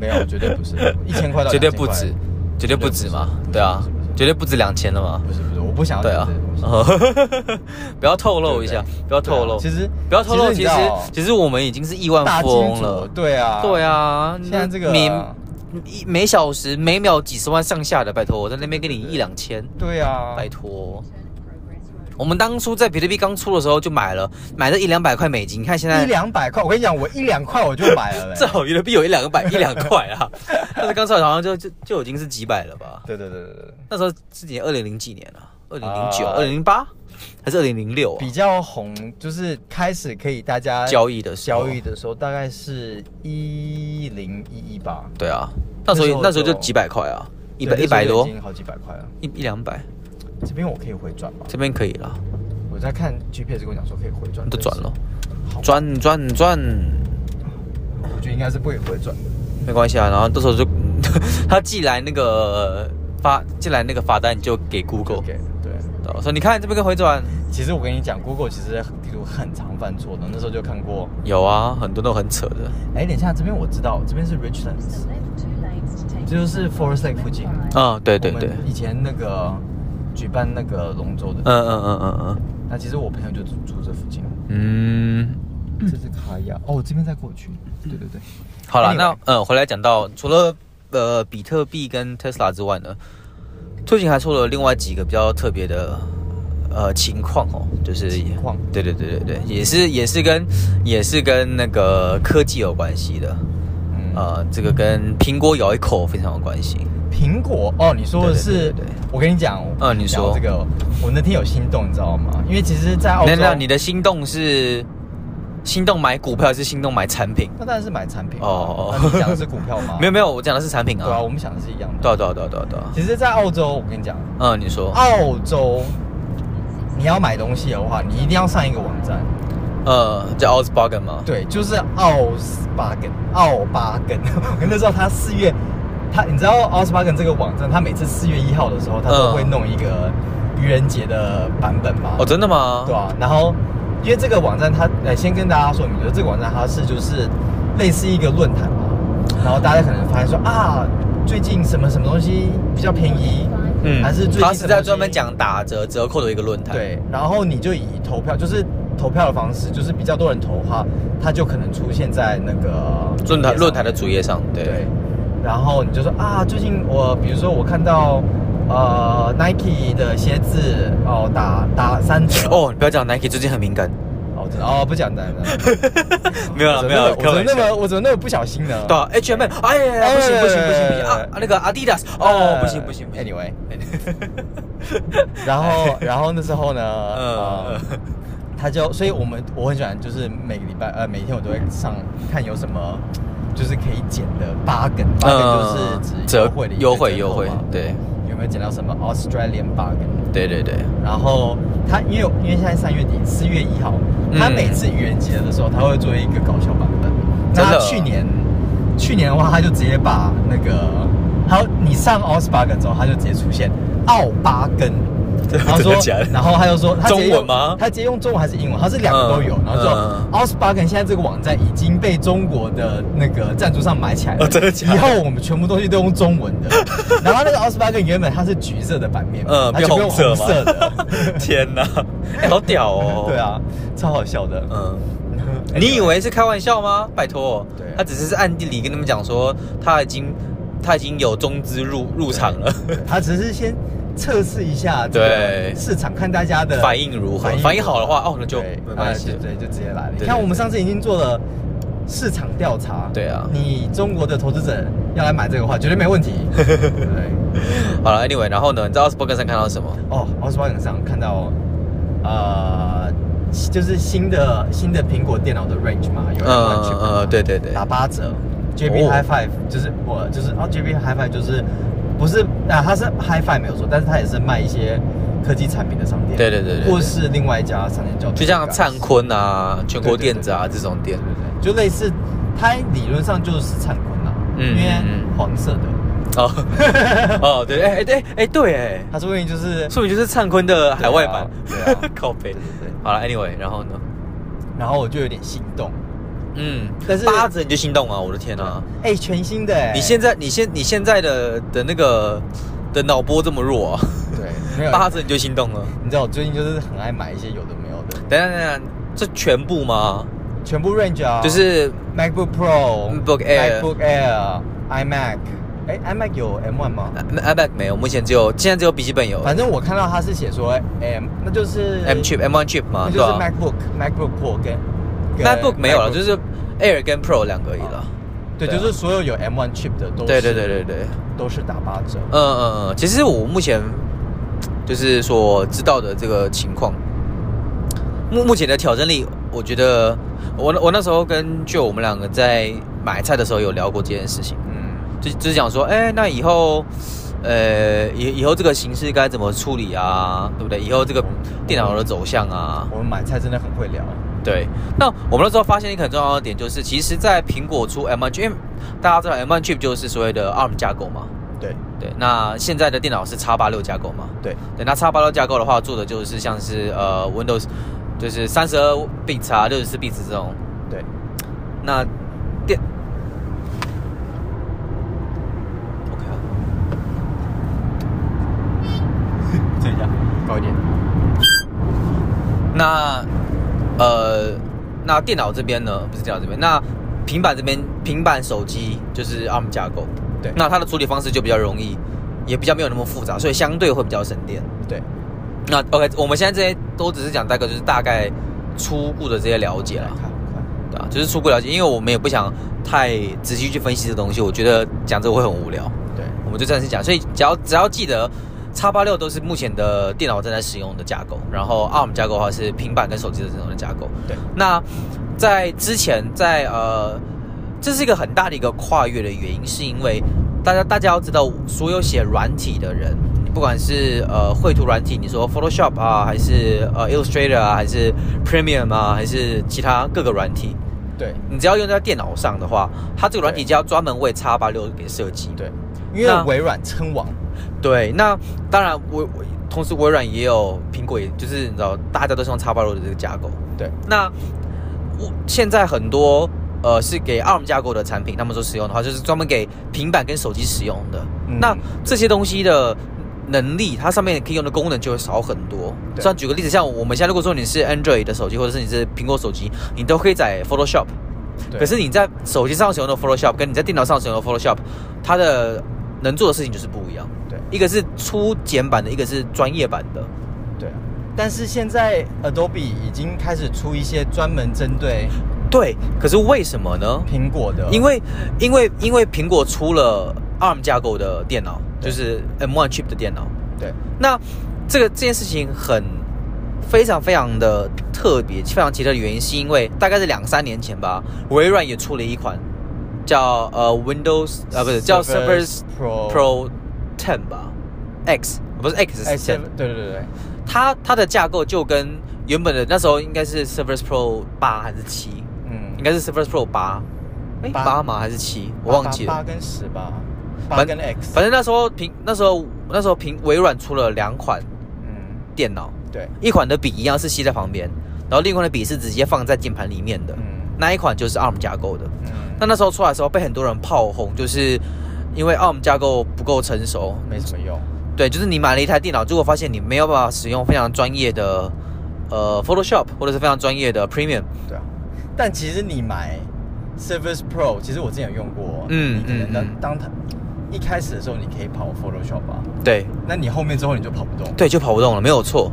Speaker 2: 没有，绝对不是一千块到
Speaker 1: 绝对
Speaker 2: 2000
Speaker 1: 不
Speaker 2: 块
Speaker 1: 止，绝对不止嘛
Speaker 2: 不是，
Speaker 1: 对啊
Speaker 2: 不是不是，
Speaker 1: 绝对不止两千了嘛，
Speaker 2: 不是不是，我不想要
Speaker 1: 对
Speaker 2: 讲
Speaker 1: 啊
Speaker 2: 这些东西，
Speaker 1: <laughs> 不要透露一下
Speaker 2: 对对，
Speaker 1: 不要透露，
Speaker 2: 对啊其实
Speaker 1: 不要透露，
Speaker 2: 其
Speaker 1: 其实
Speaker 2: 实你知道
Speaker 1: 其实我们已经是亿万
Speaker 2: 大
Speaker 1: 富
Speaker 2: 金
Speaker 1: 翁
Speaker 2: 主
Speaker 1: 了，
Speaker 2: 对啊，
Speaker 1: 对，啊，
Speaker 2: 现在这个
Speaker 1: 每一每小时每秒几十万上下的，拜托，我在那边给你一两千，
Speaker 2: 对啊，
Speaker 1: 拜托。我们当初在比特币刚出的时候就买了，买了一两百块美金，你看现在
Speaker 2: 一两百块，我跟你讲，我一两块我就
Speaker 1: <laughs>
Speaker 2: 买了嘞。
Speaker 1: 最好娱乐币有一两个
Speaker 2: <laughs>
Speaker 1: 百一两块啊，但是刚才好像就就就已经是几百了吧？
Speaker 2: 对对对对对，
Speaker 1: 那时候是几年？二零零几年啊？二零零九、
Speaker 2: 啊
Speaker 1: 二零零八还是二零零六啊
Speaker 2: 比？较红就是开始可以大家
Speaker 1: 交易的时候
Speaker 2: 交易的时候，大概是一零一一吧，
Speaker 1: 对啊，那时候那
Speaker 2: 那
Speaker 1: 时
Speaker 2: 时
Speaker 1: 候
Speaker 2: 候就
Speaker 1: 就几百块啊，一百
Speaker 2: 对
Speaker 1: 一百
Speaker 2: 那时候
Speaker 1: 多
Speaker 2: 就已，经好几百块了。
Speaker 1: 一一两百，
Speaker 2: 这边我可以回转吧？
Speaker 1: 这边可以了，
Speaker 2: 我在看 GPS 跟我讲说可以回转，
Speaker 1: 都转了，
Speaker 2: 好
Speaker 1: 转转转，
Speaker 2: 但是我觉得应该是不可以回转的。
Speaker 1: 没关系啊。然后到时候就 <laughs> 他寄来那个发寄来那个罚单，你就给 Google，
Speaker 2: OK，对。
Speaker 1: 对我说你看这边可以回转，
Speaker 2: 其实我跟你讲，Google 其实地图很常犯错的，那时候就看过。
Speaker 1: 有啊，很多都很扯的。
Speaker 2: 哎，等一下，这边我知道，这边是 Richlands，这就是 Forest Lake 附近。
Speaker 1: 啊、对对对
Speaker 2: 我，们以前那个举办那个龙舟的，
Speaker 1: 嗯嗯嗯嗯嗯
Speaker 2: 那其实我朋友就住住这附近。啊
Speaker 1: 嗯。
Speaker 2: 这是卡雅哦，这边再过去。对对对，
Speaker 1: 好了，
Speaker 2: Anyway
Speaker 1: 那呃，回来讲到除了呃比特币跟 Tesla 之外呢，最近还出了另外几个比较特别的呃情况哦，就是
Speaker 2: 情况
Speaker 1: 对对对对对，也是也是跟也是跟那个科技有关系的，
Speaker 2: 嗯
Speaker 1: 呃，这个跟苹果咬一口非常有关系。
Speaker 2: 苹果哦，你说的是？
Speaker 1: 对对对对对
Speaker 2: 我跟你讲，我
Speaker 1: 嗯你说
Speaker 2: 聊这个，我那天有心动，你知道吗？因为其实，在澳洲，
Speaker 1: 那那你的心动是心动买股票，还是心动买产品？
Speaker 2: 那当然是买产品
Speaker 1: 哦
Speaker 2: 哦
Speaker 1: 哦。？
Speaker 2: 那你讲的是股票吗
Speaker 1: 没有没有，我讲的是产品
Speaker 2: 对啊，啊
Speaker 1: 啊。
Speaker 2: 我们想的是一样的。
Speaker 1: 对啊对啊对啊对啊对啊。
Speaker 2: 其实，在澳洲，我跟你讲，
Speaker 1: 嗯，你说，
Speaker 2: 澳洲你要买东西的话，你一定要上一个网站，
Speaker 1: 呃，叫 o s b a r g e n 吗？
Speaker 2: 对，就是奥斯巴根，奥巴根。 <laughs> 我那时候他四月，他你知道奥斯巴根这个网站，他每次四月一号的时候，他都
Speaker 1: 嗯
Speaker 2: 会弄一个愚人节的版本嘛。
Speaker 1: 哦，真的吗？
Speaker 2: 对啊，然后因为这个网站它，呃，先跟大家说明，就是这个网站它是就是类似一个论坛嘛，然后大家可能发现说啊，最近什么什么东西比较便宜，
Speaker 1: 嗯，
Speaker 2: 还是最近
Speaker 1: 他是
Speaker 2: 什么
Speaker 1: 在
Speaker 2: 东西
Speaker 1: 专门讲打折折扣的一个论坛。，
Speaker 2: 对，然后你就以投票，就是投票的方式，就是比较多人投的话，它就可能出现在那个
Speaker 1: 论坛论坛的
Speaker 2: 主
Speaker 1: 主页上，对。
Speaker 2: 对，然后你就说啊，最近我比如说我看到呃 Nike 的鞋子哦打打三折
Speaker 1: 哦，你不要讲 Nike 最近很敏
Speaker 2: <laughs>
Speaker 1: 感。
Speaker 2: 哦真的哦不讲的，
Speaker 1: <laughs> 没有了，没有了，
Speaker 2: 我
Speaker 1: 开
Speaker 2: 怎么
Speaker 1: 玩
Speaker 2: 那
Speaker 1: 笑。
Speaker 2: 么我怎么那么不小心呢？
Speaker 1: 对啊，H&M，哎呀呀，不行不行不行不
Speaker 2: 哎
Speaker 1: 行啊！啊那个 Adidas，哦，
Speaker 2: 呃
Speaker 1: 不行不行不行。 <laughs>
Speaker 2: ，anyway，然后然后那时候呢，
Speaker 1: 呃
Speaker 2: 呃，他就，所以我们我很喜欢，就是每个礼拜呃每天我都会上看有什么。就是可以减的八根，八根就是指
Speaker 1: 嗯折
Speaker 2: 优惠的一个
Speaker 1: 优惠
Speaker 2: 折
Speaker 1: 优
Speaker 2: 扣
Speaker 1: 惠
Speaker 2: 嘛，
Speaker 1: 对
Speaker 2: 有没有减到什么 Australian bargain？
Speaker 1: 对对对，
Speaker 2: 然后他因为因为现在三月底，四月一号，他
Speaker 1: 嗯
Speaker 2: 每次愚人节的时候，他会做一个搞笑版本。
Speaker 1: 真的
Speaker 2: 那他去年去年的话，他就直接把那个，他你上 o s b a g e n 之后，他就直接出现奥巴
Speaker 1: <laughs>
Speaker 2: 根。然后
Speaker 1: 真
Speaker 2: 说
Speaker 1: 的假的，
Speaker 2: 然后他就说，他直接用
Speaker 1: 中文吗
Speaker 2: 他直接用中文还是英文？他是两个都有。
Speaker 1: 嗯
Speaker 2: 然后就
Speaker 1: 嗯
Speaker 2: o s b a g e n 现在这个网站已经被中国的那个赞助商买起来了。
Speaker 1: 哦真的假的
Speaker 2: 以后我们全部东西都用中文
Speaker 1: <laughs>
Speaker 2: 的。然后那个 o s b a g e n 原本它是橘色的版面嘛，
Speaker 1: 嗯，
Speaker 2: 它就
Speaker 1: 变
Speaker 2: 用
Speaker 1: 色
Speaker 2: 红
Speaker 1: 吗
Speaker 2: 色的。？
Speaker 1: 天哪，哎好屌 <laughs> 哦！
Speaker 2: <laughs> 对，啊，超好
Speaker 1: <laughs>
Speaker 2: 笑的。哎
Speaker 1: 嗯。你以为是开玩笑吗？拜托
Speaker 2: 对，
Speaker 1: 他只是暗地里跟他们讲说他已经他已经有中资入入场了，
Speaker 2: 他只是先测试一下这个
Speaker 1: 对
Speaker 2: 市场，看大家的
Speaker 1: 反应如何？反应好的话，哦，那就
Speaker 2: 对
Speaker 1: 没关系
Speaker 2: 啊。对，对就直接来了。
Speaker 1: 对
Speaker 2: 你看，
Speaker 1: 对
Speaker 2: 我们上次已经做了市场调查，
Speaker 1: 对啊
Speaker 2: 你中国的投资者要来买这个话，绝对没
Speaker 1: <laughs>
Speaker 2: 问题。对，
Speaker 1: 好了，Anyway，然后呢？你知道 s p o k e n 上看到什么？
Speaker 2: 哦，我是网上看到，呃。就是新的新的苹果电脑的 range 嘛，有
Speaker 1: 嗯
Speaker 2: M1 chip 嘛
Speaker 1: 嗯对对对
Speaker 2: 打八折
Speaker 1: 哦
Speaker 2: ，JB Hi Five 就是我就是哦，JB Hi Five 就是不是啊，它是 Hi Five 没有错，但是它也是卖一些科技产品的商店，
Speaker 1: 对对对对对
Speaker 2: 或是另外一家商店叫
Speaker 1: 就像
Speaker 2: Trigger
Speaker 1: 灿坤啊、全国
Speaker 2: 对对
Speaker 1: 电子啊这种店
Speaker 2: 对，对对，就类似它理论上就是灿坤啦，
Speaker 1: 嗯
Speaker 2: 因为
Speaker 1: 嗯嗯
Speaker 2: 黄色的，
Speaker 1: 哦哦， <laughs> 对，哎哎对哎对哎，
Speaker 2: 它说不定就是
Speaker 1: 说明就是灿坤的海外版，
Speaker 2: 对啊对啊
Speaker 1: <laughs> 靠背
Speaker 2: 对对对。
Speaker 1: 好了，Anyway，然后呢？
Speaker 2: 然后我就有点心动，
Speaker 1: 嗯，
Speaker 2: 但是
Speaker 1: 八折你就心动啊！我的天啊！
Speaker 2: 哎，全新的哎，
Speaker 1: 你现在你现你现在的的那个的脑波这么弱啊，
Speaker 2: 对没有
Speaker 1: 八折你就心动了？
Speaker 2: 你知道我最近就是很爱买一些有的没有的，
Speaker 1: 等一下等一下，这全部吗？
Speaker 2: 全部 range 啊，
Speaker 1: 就是
Speaker 2: MacBook Pro、
Speaker 1: MacBook Air
Speaker 2: MacBook Air、iMac，哎，iMac 有 M1 吗？
Speaker 1: i b a c 没有，目前只有现在只有笔记本有
Speaker 2: 反正我看到它是写说 M，那就是
Speaker 1: M chip M one chip 嘛，
Speaker 2: 那
Speaker 1: 对
Speaker 2: 就是
Speaker 1: 吧
Speaker 2: MacBook、MacBook Pro 跟跟
Speaker 1: MacBook 没有了，
Speaker 2: MacBook-
Speaker 1: 就是 Air 跟 Pro 两个而已了。
Speaker 2: 对，
Speaker 1: 对啊
Speaker 2: 就是所有有 M1 chip 的都是
Speaker 1: 对对对对对。
Speaker 2: 都是打八折。
Speaker 1: 嗯嗯嗯，其实我目前就是所知道的这个情况，目目前的挑战力，我觉得我那我那时候跟就我们两个在买菜的时候有聊过这件事情，
Speaker 2: 嗯，
Speaker 1: 就就是讲说，哎、那以后。呃，以以后这个形式该怎么处理啊？对不对？以后这个电脑的走向啊，
Speaker 2: 我们买菜真的很会聊。
Speaker 1: 对，那我们那时候发现一个很重要的点，就是其实，在苹果出 M1 chip，因为大家知道 M1 chip 就是所谓的 ARM 架构嘛。
Speaker 2: 对
Speaker 1: 对，那现在的电脑是 x 八六架构嘛？
Speaker 2: 对，
Speaker 1: 对，那 x 八六架构的话，做的就是像是呃 Windows，就是三十二 bit 啊，六十四 bit 这种。
Speaker 2: 对，
Speaker 1: 那电 OK 啊，
Speaker 2: 这样高一点。
Speaker 1: 那呃，那电脑这边呢，不是电脑这边，那平板这边，平板手机就是 ARM 架构，
Speaker 2: 对
Speaker 1: 那它的处理方式就比较容易，也比较没有那么复杂，所以相对会比较省电。
Speaker 2: 对，
Speaker 1: 那 OK，我们现在这些都只是讲大概就是大概初步的这些了解
Speaker 2: 来
Speaker 1: 了，
Speaker 2: 看看。
Speaker 1: 对啊，就是初步了解，因为我们也不想太仔细去分析这东西，我觉得讲这个会很无聊，
Speaker 2: 对，
Speaker 1: 我们就暂时讲。所以只要只要记得，x 八六都是目前的电脑正在使用的架构，然后 ARM 架构的话是平板跟手机的这种的架构。
Speaker 2: 对，
Speaker 1: 那在之前在呃，这是一个很大的一个跨越的原因，是因为大家大家要知道，所有写软体的人，你不管是呃绘图软体，你说 Photoshop 啊，还是呃 Illustrator 啊，还是 Premium 啊，还是其他各个软体，
Speaker 2: 对，
Speaker 1: 你只要用在电脑上的话，它这个软体
Speaker 2: 对
Speaker 1: 就要专门为 x 八六给设计。
Speaker 2: 对，因为
Speaker 1: 那
Speaker 2: 微软称王，
Speaker 1: 对，那当然微微同时微软也有苹果也，就是你知道大家都是用 x 八六的这个架构。
Speaker 2: 对，
Speaker 1: 那我现在很多呃是给 ARM 架构的产品，他们所使用的话，就是专门给平板跟手机使用的。
Speaker 2: 嗯
Speaker 1: 那这些东西的能力，它上面可以用的功能就会少很多。
Speaker 2: 对
Speaker 1: 像举个例子，像我们现在如果说你是 Android 的手机，或者是你是苹果手机，你都可以载 Photoshop。
Speaker 2: 对
Speaker 1: 可是你在手机上使用的 Photoshop 跟你在电脑上使用的 Photoshop，它的能做的事情就是不一样。
Speaker 2: 对
Speaker 1: 一个是初简版的，一个是专业版的。
Speaker 2: 对啊，但是现在 Adobe 已经开始出一些专门针对
Speaker 1: 对，可是为什么呢？
Speaker 2: 苹果的，
Speaker 1: 因为因为因为苹果出了 ARM 架构的电脑，就
Speaker 2: 对
Speaker 1: 是 M1 chip 的电脑。
Speaker 2: 对
Speaker 1: 那这个这件事情很非常非常的特别，非常奇特的原因是因为大概是两三年前吧，微软也出了一款叫呃 Windows 啊不是叫 Surface
Speaker 2: Surface Pro
Speaker 1: Pro Ten 吧，X 不是 X
Speaker 2: 哎，
Speaker 1: 是 Ten，
Speaker 2: 现对对对对，
Speaker 1: 它它的架构就跟原本的那时候应该是 Surface Pro 八还是七，
Speaker 2: 嗯
Speaker 1: 应该是 Surface Pro 八，哎
Speaker 2: 八
Speaker 1: 八吗还是七？我忘记了。
Speaker 2: 八跟十吧，八
Speaker 1: 反
Speaker 2: 跟 X，
Speaker 1: 反正那时候苹那时候那时候苹微软出了两款
Speaker 2: 嗯，
Speaker 1: 电脑，
Speaker 2: 对，
Speaker 1: 一款的笔一样是吸在旁边，然后另一款的笔是直接放在键盘里面的，
Speaker 2: 嗯
Speaker 1: 那一款就是 ARM 架构的。
Speaker 2: 嗯，
Speaker 1: 那那时候出来的时候被很多人炮轰，就是因为 ARM 架构不够成熟，
Speaker 2: 没什么用，
Speaker 1: 对，就是你买了一台电脑，结果发现你没有办法使用非常专业的呃 Photoshop 或者是非常专业的 Premium，
Speaker 2: 对啊，但其实你买 Surface Pro，其实我之前有用过，
Speaker 1: 嗯
Speaker 2: 你可能
Speaker 1: 嗯嗯
Speaker 2: 当当它一开始的时候，你可以跑 Photoshop 吧，
Speaker 1: 对
Speaker 2: 那你后面之后你就跑不动。
Speaker 1: 对，就跑不动了，没有错。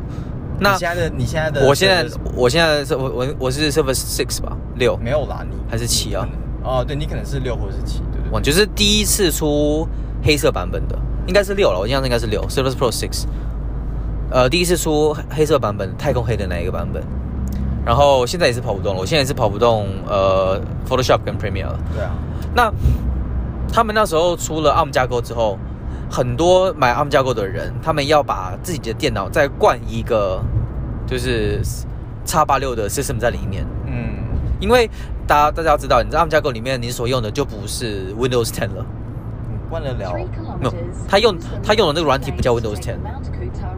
Speaker 1: 那
Speaker 2: 你现在的你现在的
Speaker 1: 我现在
Speaker 2: Surface
Speaker 1: 我现在是我我我是 Surface Six 吧，六
Speaker 2: 没有啦，你
Speaker 1: 还是七啊？
Speaker 2: 哦，对你可能是六或是七，对对
Speaker 1: 我就是第一次出黑色版本的，应该是六了，我印象中应该是六，Surface Pro Six，呃，第一次出黑色版本，太空黑的那一个版本。然后现在也是跑不动了，我现在也是跑不动呃 Photoshop 跟 Premiere 了。
Speaker 2: 对，对啊，
Speaker 1: 那他们那时候出了 ARM 架构之后，很多买 ARM 架构的人，他们要把自己的电脑再灌一个就是叉八六的 system 在里面，
Speaker 2: 嗯，
Speaker 1: 因为大家大家要知道，你在 ARM 架构里面你所用的就不是 Windows 10了。
Speaker 2: 你关得了，
Speaker 1: 没
Speaker 3: 没
Speaker 1: 有
Speaker 3: 有，
Speaker 1: 他
Speaker 3: 他
Speaker 1: 用
Speaker 3: 用
Speaker 1: 他
Speaker 3: 他
Speaker 1: 用
Speaker 3: 用
Speaker 1: 的
Speaker 3: 的
Speaker 1: 那个软
Speaker 3: 那个软
Speaker 1: 体
Speaker 3: 体
Speaker 1: 不
Speaker 3: 不
Speaker 1: 叫
Speaker 3: 叫
Speaker 1: Windows
Speaker 3: Windows
Speaker 1: 10
Speaker 3: Ten。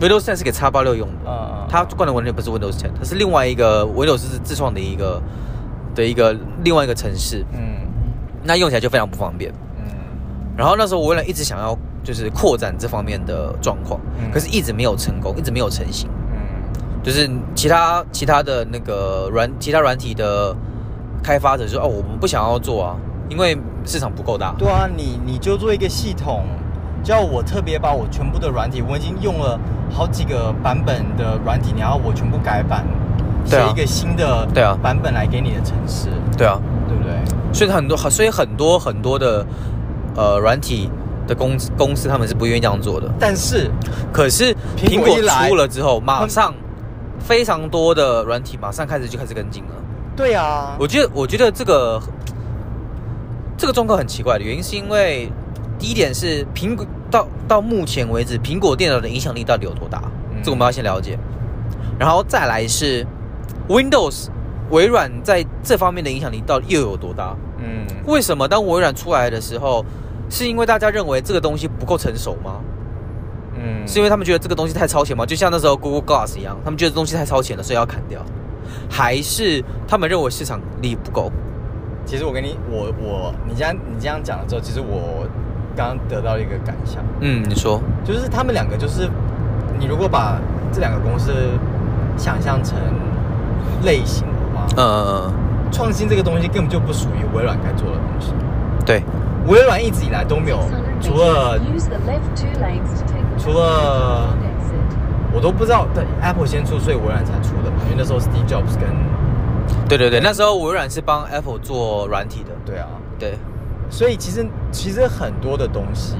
Speaker 1: Windows 10是给叉八六用的，
Speaker 2: 嗯
Speaker 1: 它灌的文件不是 Windows 10，它是另外一个 Windows 是自创的一个的一个另外一个程式，
Speaker 2: 嗯
Speaker 1: 那用起来就非常不方便。
Speaker 2: 嗯，
Speaker 1: 然后那时候我为了一直想要就是扩展这方面的状况，
Speaker 2: 嗯
Speaker 1: 可是一直没有成功，一直没有成型。
Speaker 2: 嗯，
Speaker 1: 就是其他其他的那个软其他软体的开发者就说哦，我们不想要做啊，因为市场不够大。
Speaker 2: 对啊，你你就做一个系统，叫我特别把我全部的软体，我已经用了好几个版本的软体，你要我全部改版，
Speaker 1: 对
Speaker 2: 写
Speaker 1: 啊
Speaker 2: 一个新的
Speaker 1: 对啊
Speaker 2: 版本来给你的城市，
Speaker 1: 对啊，
Speaker 2: 对不对？
Speaker 1: 所以很多，所以很多很多的呃软体的公司公司他们是不愿意这样做的。
Speaker 2: 但是
Speaker 1: 可是
Speaker 2: 苹
Speaker 1: 苹
Speaker 2: 果
Speaker 1: 果
Speaker 2: 一来
Speaker 1: 出了之后，马
Speaker 2: 们
Speaker 1: 上非常多的软体马上开始就开始跟进了。
Speaker 2: 对啊，
Speaker 1: 我觉得，我觉得这个这个状况很奇怪的原因是因为第一点是苹果到到目前为止，苹果电脑的影响力到底有多大？
Speaker 2: 嗯
Speaker 1: 这个我们要先了解，然后再来是 Windows 微软在这方面的影响力到底又有多大？
Speaker 2: 嗯，
Speaker 1: 为什么当微软出来的时候，是因为大家认为这个东西不够成熟吗？
Speaker 2: 嗯
Speaker 1: 是因为他们觉得这个东西太超前吗？就像那时候 Google Glass 一样，他们觉得这东西太超前了，所以要砍掉，还是他们认为市场力不够？
Speaker 2: 其实我跟你，我我你这样你这样讲了之后，其实我刚刚得到一个感想，
Speaker 1: 嗯，你说，
Speaker 2: 就是他们两个就是，你如果把这两个公司想象成类型的话，
Speaker 1: 嗯嗯
Speaker 2: 创新这个东西根本就不属于微软该做的东西。
Speaker 1: 嗯，对，
Speaker 2: 微软一直以来都没有，除了除了我都不知道，对 Apple 先出，所以微软才出的嘛，因为那时候 Steve Jobs 跟
Speaker 1: 对对对，那时候微软是帮 Apple 做软体的，
Speaker 2: 对啊，
Speaker 1: 对，
Speaker 2: 所以其实其实很多的东西，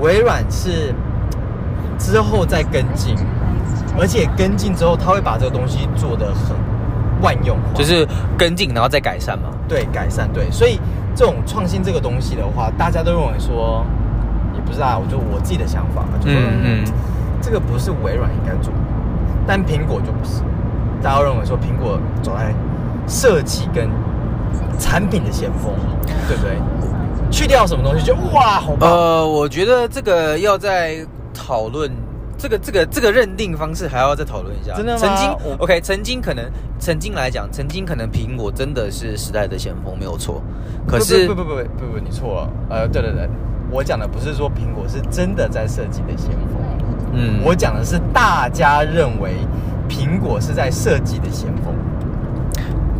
Speaker 2: 微软是之后再跟进，而且跟进之后，它会把这个东西做得很万用化，
Speaker 1: 就是跟进然后再改善嘛。
Speaker 2: 对改善对，所以这种创新这个东西的话，大家都认为说，也不是啊，我就我自己的想法嘛，就说
Speaker 1: 嗯嗯，
Speaker 2: 这个不是微软应该做的，但苹果就不是，大家都认为说苹果走在设计跟产品的先锋，对不对？去掉什么东西就哇好棒，
Speaker 1: 呃，我觉得这个要在讨论。这个这个这个认定方式还要再讨论一下。
Speaker 2: 真的吗
Speaker 1: 曾经
Speaker 2: 我
Speaker 1: ，OK，曾经可能，曾经来讲，曾经可能苹果真的是时代的先锋，没有错。可是
Speaker 2: 不不不不不不不，你错了，呃，对对对，我讲的不是说苹果是真的在设计的先锋。
Speaker 1: 嗯，
Speaker 2: 我讲的是大家认为苹果是在设计的先锋。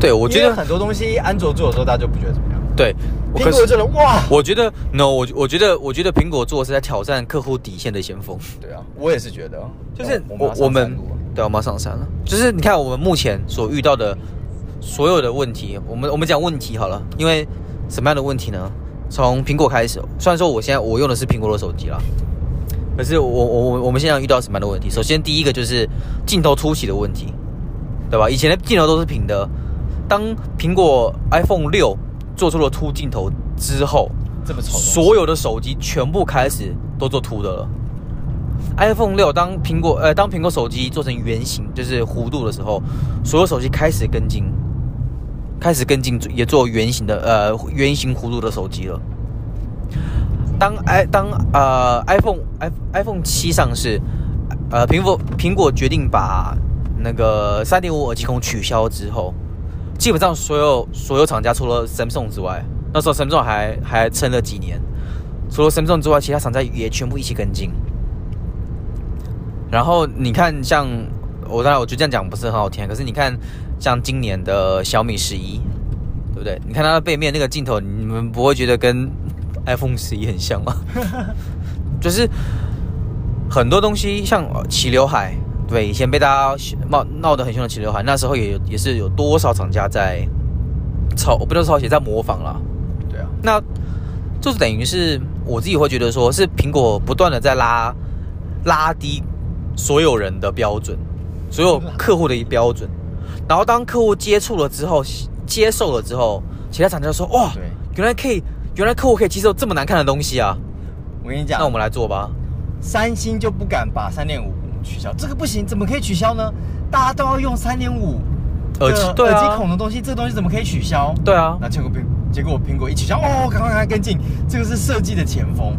Speaker 1: 对我觉
Speaker 2: 因为
Speaker 1: 得
Speaker 2: 很多东西安卓做的时候，大家就不觉得怎么样。
Speaker 1: 对，我可
Speaker 2: 苹果
Speaker 1: 是
Speaker 2: 做的哇，
Speaker 1: 我觉得 no，我我觉得我觉得苹果做的是在挑战客户底线的先锋。
Speaker 2: 对啊，我也是觉得，
Speaker 1: 就是
Speaker 2: 哦我
Speaker 1: 我
Speaker 2: 要
Speaker 1: 我
Speaker 2: 上山
Speaker 1: 们
Speaker 2: 路啊
Speaker 1: 对，我们要上山了。就是你看我们目前所遇到的所有的问题，我们我们讲问题好了，因为什么样的问题呢？从苹果开始，虽然说我现在我用的是苹果的手机啦，可是我我我我们现在遇到什么样的问题？首先第一个就是镜头凸起的问题，对吧？以前的镜头都是平的，当苹果 iPhone 六做出了凸镜头之后，
Speaker 2: 这么丑的东西，
Speaker 1: 所有的手机全部开始都做凸的了。iPhone 六当苹果呃当苹果手机做成圆形就是弧度的时候，所有手机开始跟进，开始跟进也做圆形的呃圆形弧度的手机了。当 i 当呃 iPhone i iPhone 七上市，呃苹果苹果决定把那个三点五耳机孔取消之后，基本上所有所有厂家除了 Samsung 之外，那时候 Samsung 还还撑了几年，除了 Samsung 之外，其他厂家也全部一起跟进。然后你看像，我当然我觉得这样讲不是很好听，啊可是你看像今年的小米十一，对不对？你看它的背面那个镜头，你们不会觉得跟 iPhone 十一很像吗？就是很多东西像呃齐刘海，对，以前被大家闹闹得很凶的齐刘海，那时候也有也是有多少厂家在抄，我不知道抄袭，在模仿啦。
Speaker 2: 对啊，
Speaker 1: 那就是等于是我自己会觉得说，是苹果不断的在拉拉低所有人的标准，所有客户的标准。然后当客户接触了之后，接受了之后，其他厂家就说：“哇
Speaker 2: 对，
Speaker 1: 原来可以，原来客户可以接受这么难看的东西啊！”
Speaker 2: 我跟你讲，
Speaker 1: 那我们来做吧。
Speaker 2: 三星就不敢把三点五取消，这个不行，怎么可以取消呢？大家都要用三点五
Speaker 1: 耳机对啊
Speaker 2: 耳机孔的东西，这个东西怎么可以取消？
Speaker 1: 对啊，
Speaker 2: 那结果苹结果苹果一取消，哦，赶快赶快跟进，这个是设计的前锋。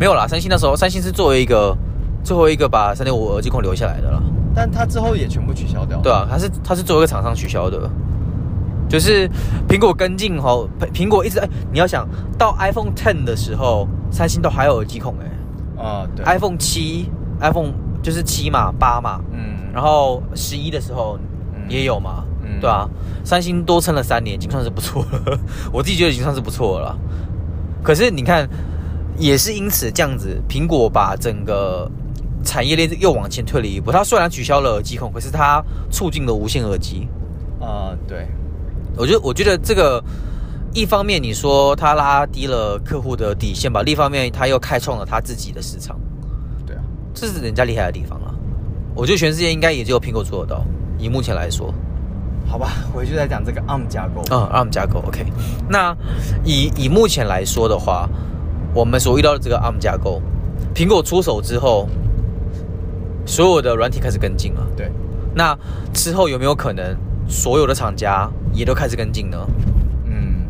Speaker 1: 没有啦，三星那时候，三星是作为一个最后一个把三点五耳机孔留下来的了。
Speaker 2: 但它之后也全部取消掉了。
Speaker 1: 对啊，它是它是作为一个厂商取消的，就是苹果跟进吼，苹苹果一直哎、你要想到 iPhone Ten 的时候，三星都还有耳机孔哎、
Speaker 2: 啊、对
Speaker 1: i p h o n e 七、iPhone 就是七嘛、八嘛，
Speaker 2: 嗯，
Speaker 1: 然后十一的时候
Speaker 2: 嗯
Speaker 1: 也有嘛，
Speaker 2: 嗯
Speaker 1: 对啊，三星多撑了三年，已经算是不错了， <laughs> 我自己觉得已经算是不错了啦。可是你看，也是因此这样子，苹果把整个产业链又往前推了一步。它虽然取消了耳机孔，可是它促进了无线耳机。
Speaker 2: 啊、对，
Speaker 1: 我觉得，我觉得这个一方面你说它拉低了客户的底线吧，另一方面它又开创了它自己的市场，
Speaker 2: 对啊，
Speaker 1: 这是人家厉害的地方啊。我觉得全世界应该也只有苹果做得到，以目前来说。
Speaker 2: 好吧，回去再讲这个 ARM 架构。
Speaker 1: 嗯，ARM 架构，OK。那以以目前来说的话，我们所遇到的这个 ARM 架构，苹果出手之后，所有的软体开始跟进了。
Speaker 2: 对，
Speaker 1: 那之后有没有可能所有的厂家也都开始跟进呢？
Speaker 2: 嗯，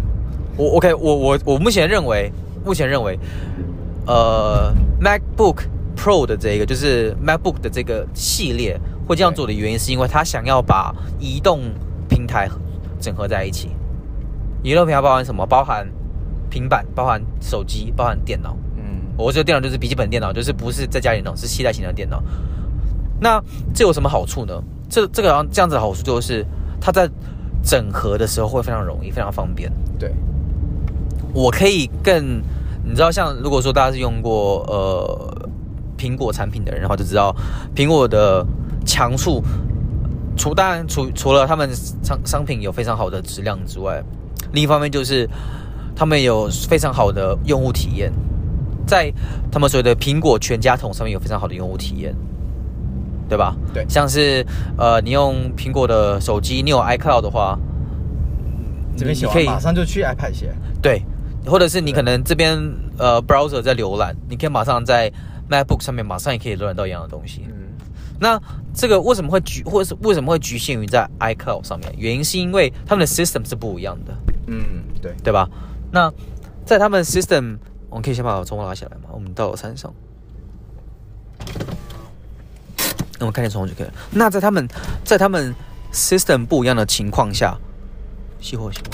Speaker 1: 我 OK，我我我目前认为，目前认为，呃，MacBook Pro 的这一个就是 MacBook 的这个系列会这样做的原因，是因为它想要把移动平台整合在一起。移动平台包含什么？包含平板，包含手机，包含电脑。
Speaker 2: 嗯，
Speaker 1: 我这个电脑就是笔记本电脑，就是不是在家里弄，是携带型的电脑。那这有什么好处呢？这这个这样子的好处就是，它在整合的时候会非常容易，非常方便。
Speaker 2: 对，
Speaker 1: 我可以更，你知道，像如果说大家是用过呃苹果产品的人的话，就知道苹果的强处，除当然除除了他们商商品有非常好的质量之外，另一方面就是他们有非常好的用户体验，在他们所谓的苹果全家桶上面有非常好的用户体验。对吧？
Speaker 2: 对
Speaker 1: 像是呃，你用苹果的手机，你有 iCloud 的话，
Speaker 2: 这边
Speaker 1: 嗯你
Speaker 2: 写
Speaker 1: 可
Speaker 2: 完
Speaker 1: 以
Speaker 2: 马上就去 iPad 写，
Speaker 1: 对，或者是你
Speaker 2: 对
Speaker 1: 可能这边呃 browser 在浏览，你可以马上在 MacBook 上面马上也可以浏览到一样的东西。
Speaker 2: 嗯，
Speaker 1: 那这个为什么会局，或者是为什么会局限于在 iCloud 上面？原因是因为他们的 system 是不一样的，
Speaker 2: 嗯，对，
Speaker 1: 对吧？那在他们 system，我们可以先把我中文拉下来嘛，我们到了山上。那我们看见窗户就可以了。那在他们在他们 system 不一样的情况下，熄火熄火，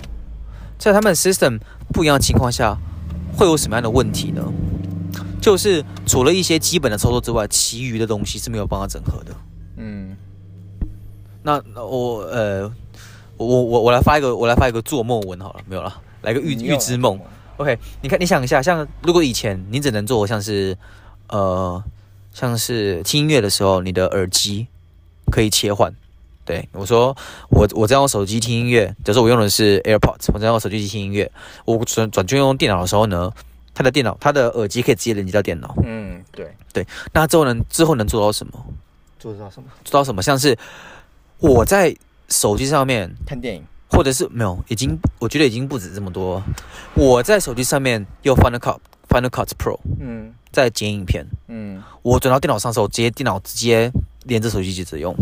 Speaker 1: 在他们 system 不一样的情况下，会有什么样的问题呢？就是除了一些基本的操作之外，其余的东西是没有办法整合的。
Speaker 2: 嗯，
Speaker 1: 那那我呃，我我我来发一个，我来发一个做梦文好了，没有了，来个预
Speaker 2: 你
Speaker 1: 预
Speaker 2: 又
Speaker 1: 知梦。OK，你看你想一下，像如果以前你只能做像是呃，像是听音乐的时候，你的耳机可以切换。对我说，我我这样用手机听音乐，假设我用的是 AirPods，我这样用手机听音乐，我转转去用电脑的时候呢，它的电脑它的耳机可以直接连接到电脑。
Speaker 2: 嗯，对，
Speaker 1: 那之后能之后能做到什么？
Speaker 2: 做得到什么？
Speaker 1: 做到什么？像是我在手机上面
Speaker 2: 看电影，
Speaker 1: 或者是没有，已经我觉得已经不止这么多。我在手机上面用 Final Cut Final Cut Pro
Speaker 2: 嗯
Speaker 1: 在剪影片，
Speaker 2: 嗯，
Speaker 1: 我转到电脑上的时候，直接电脑直接连着手机机子用。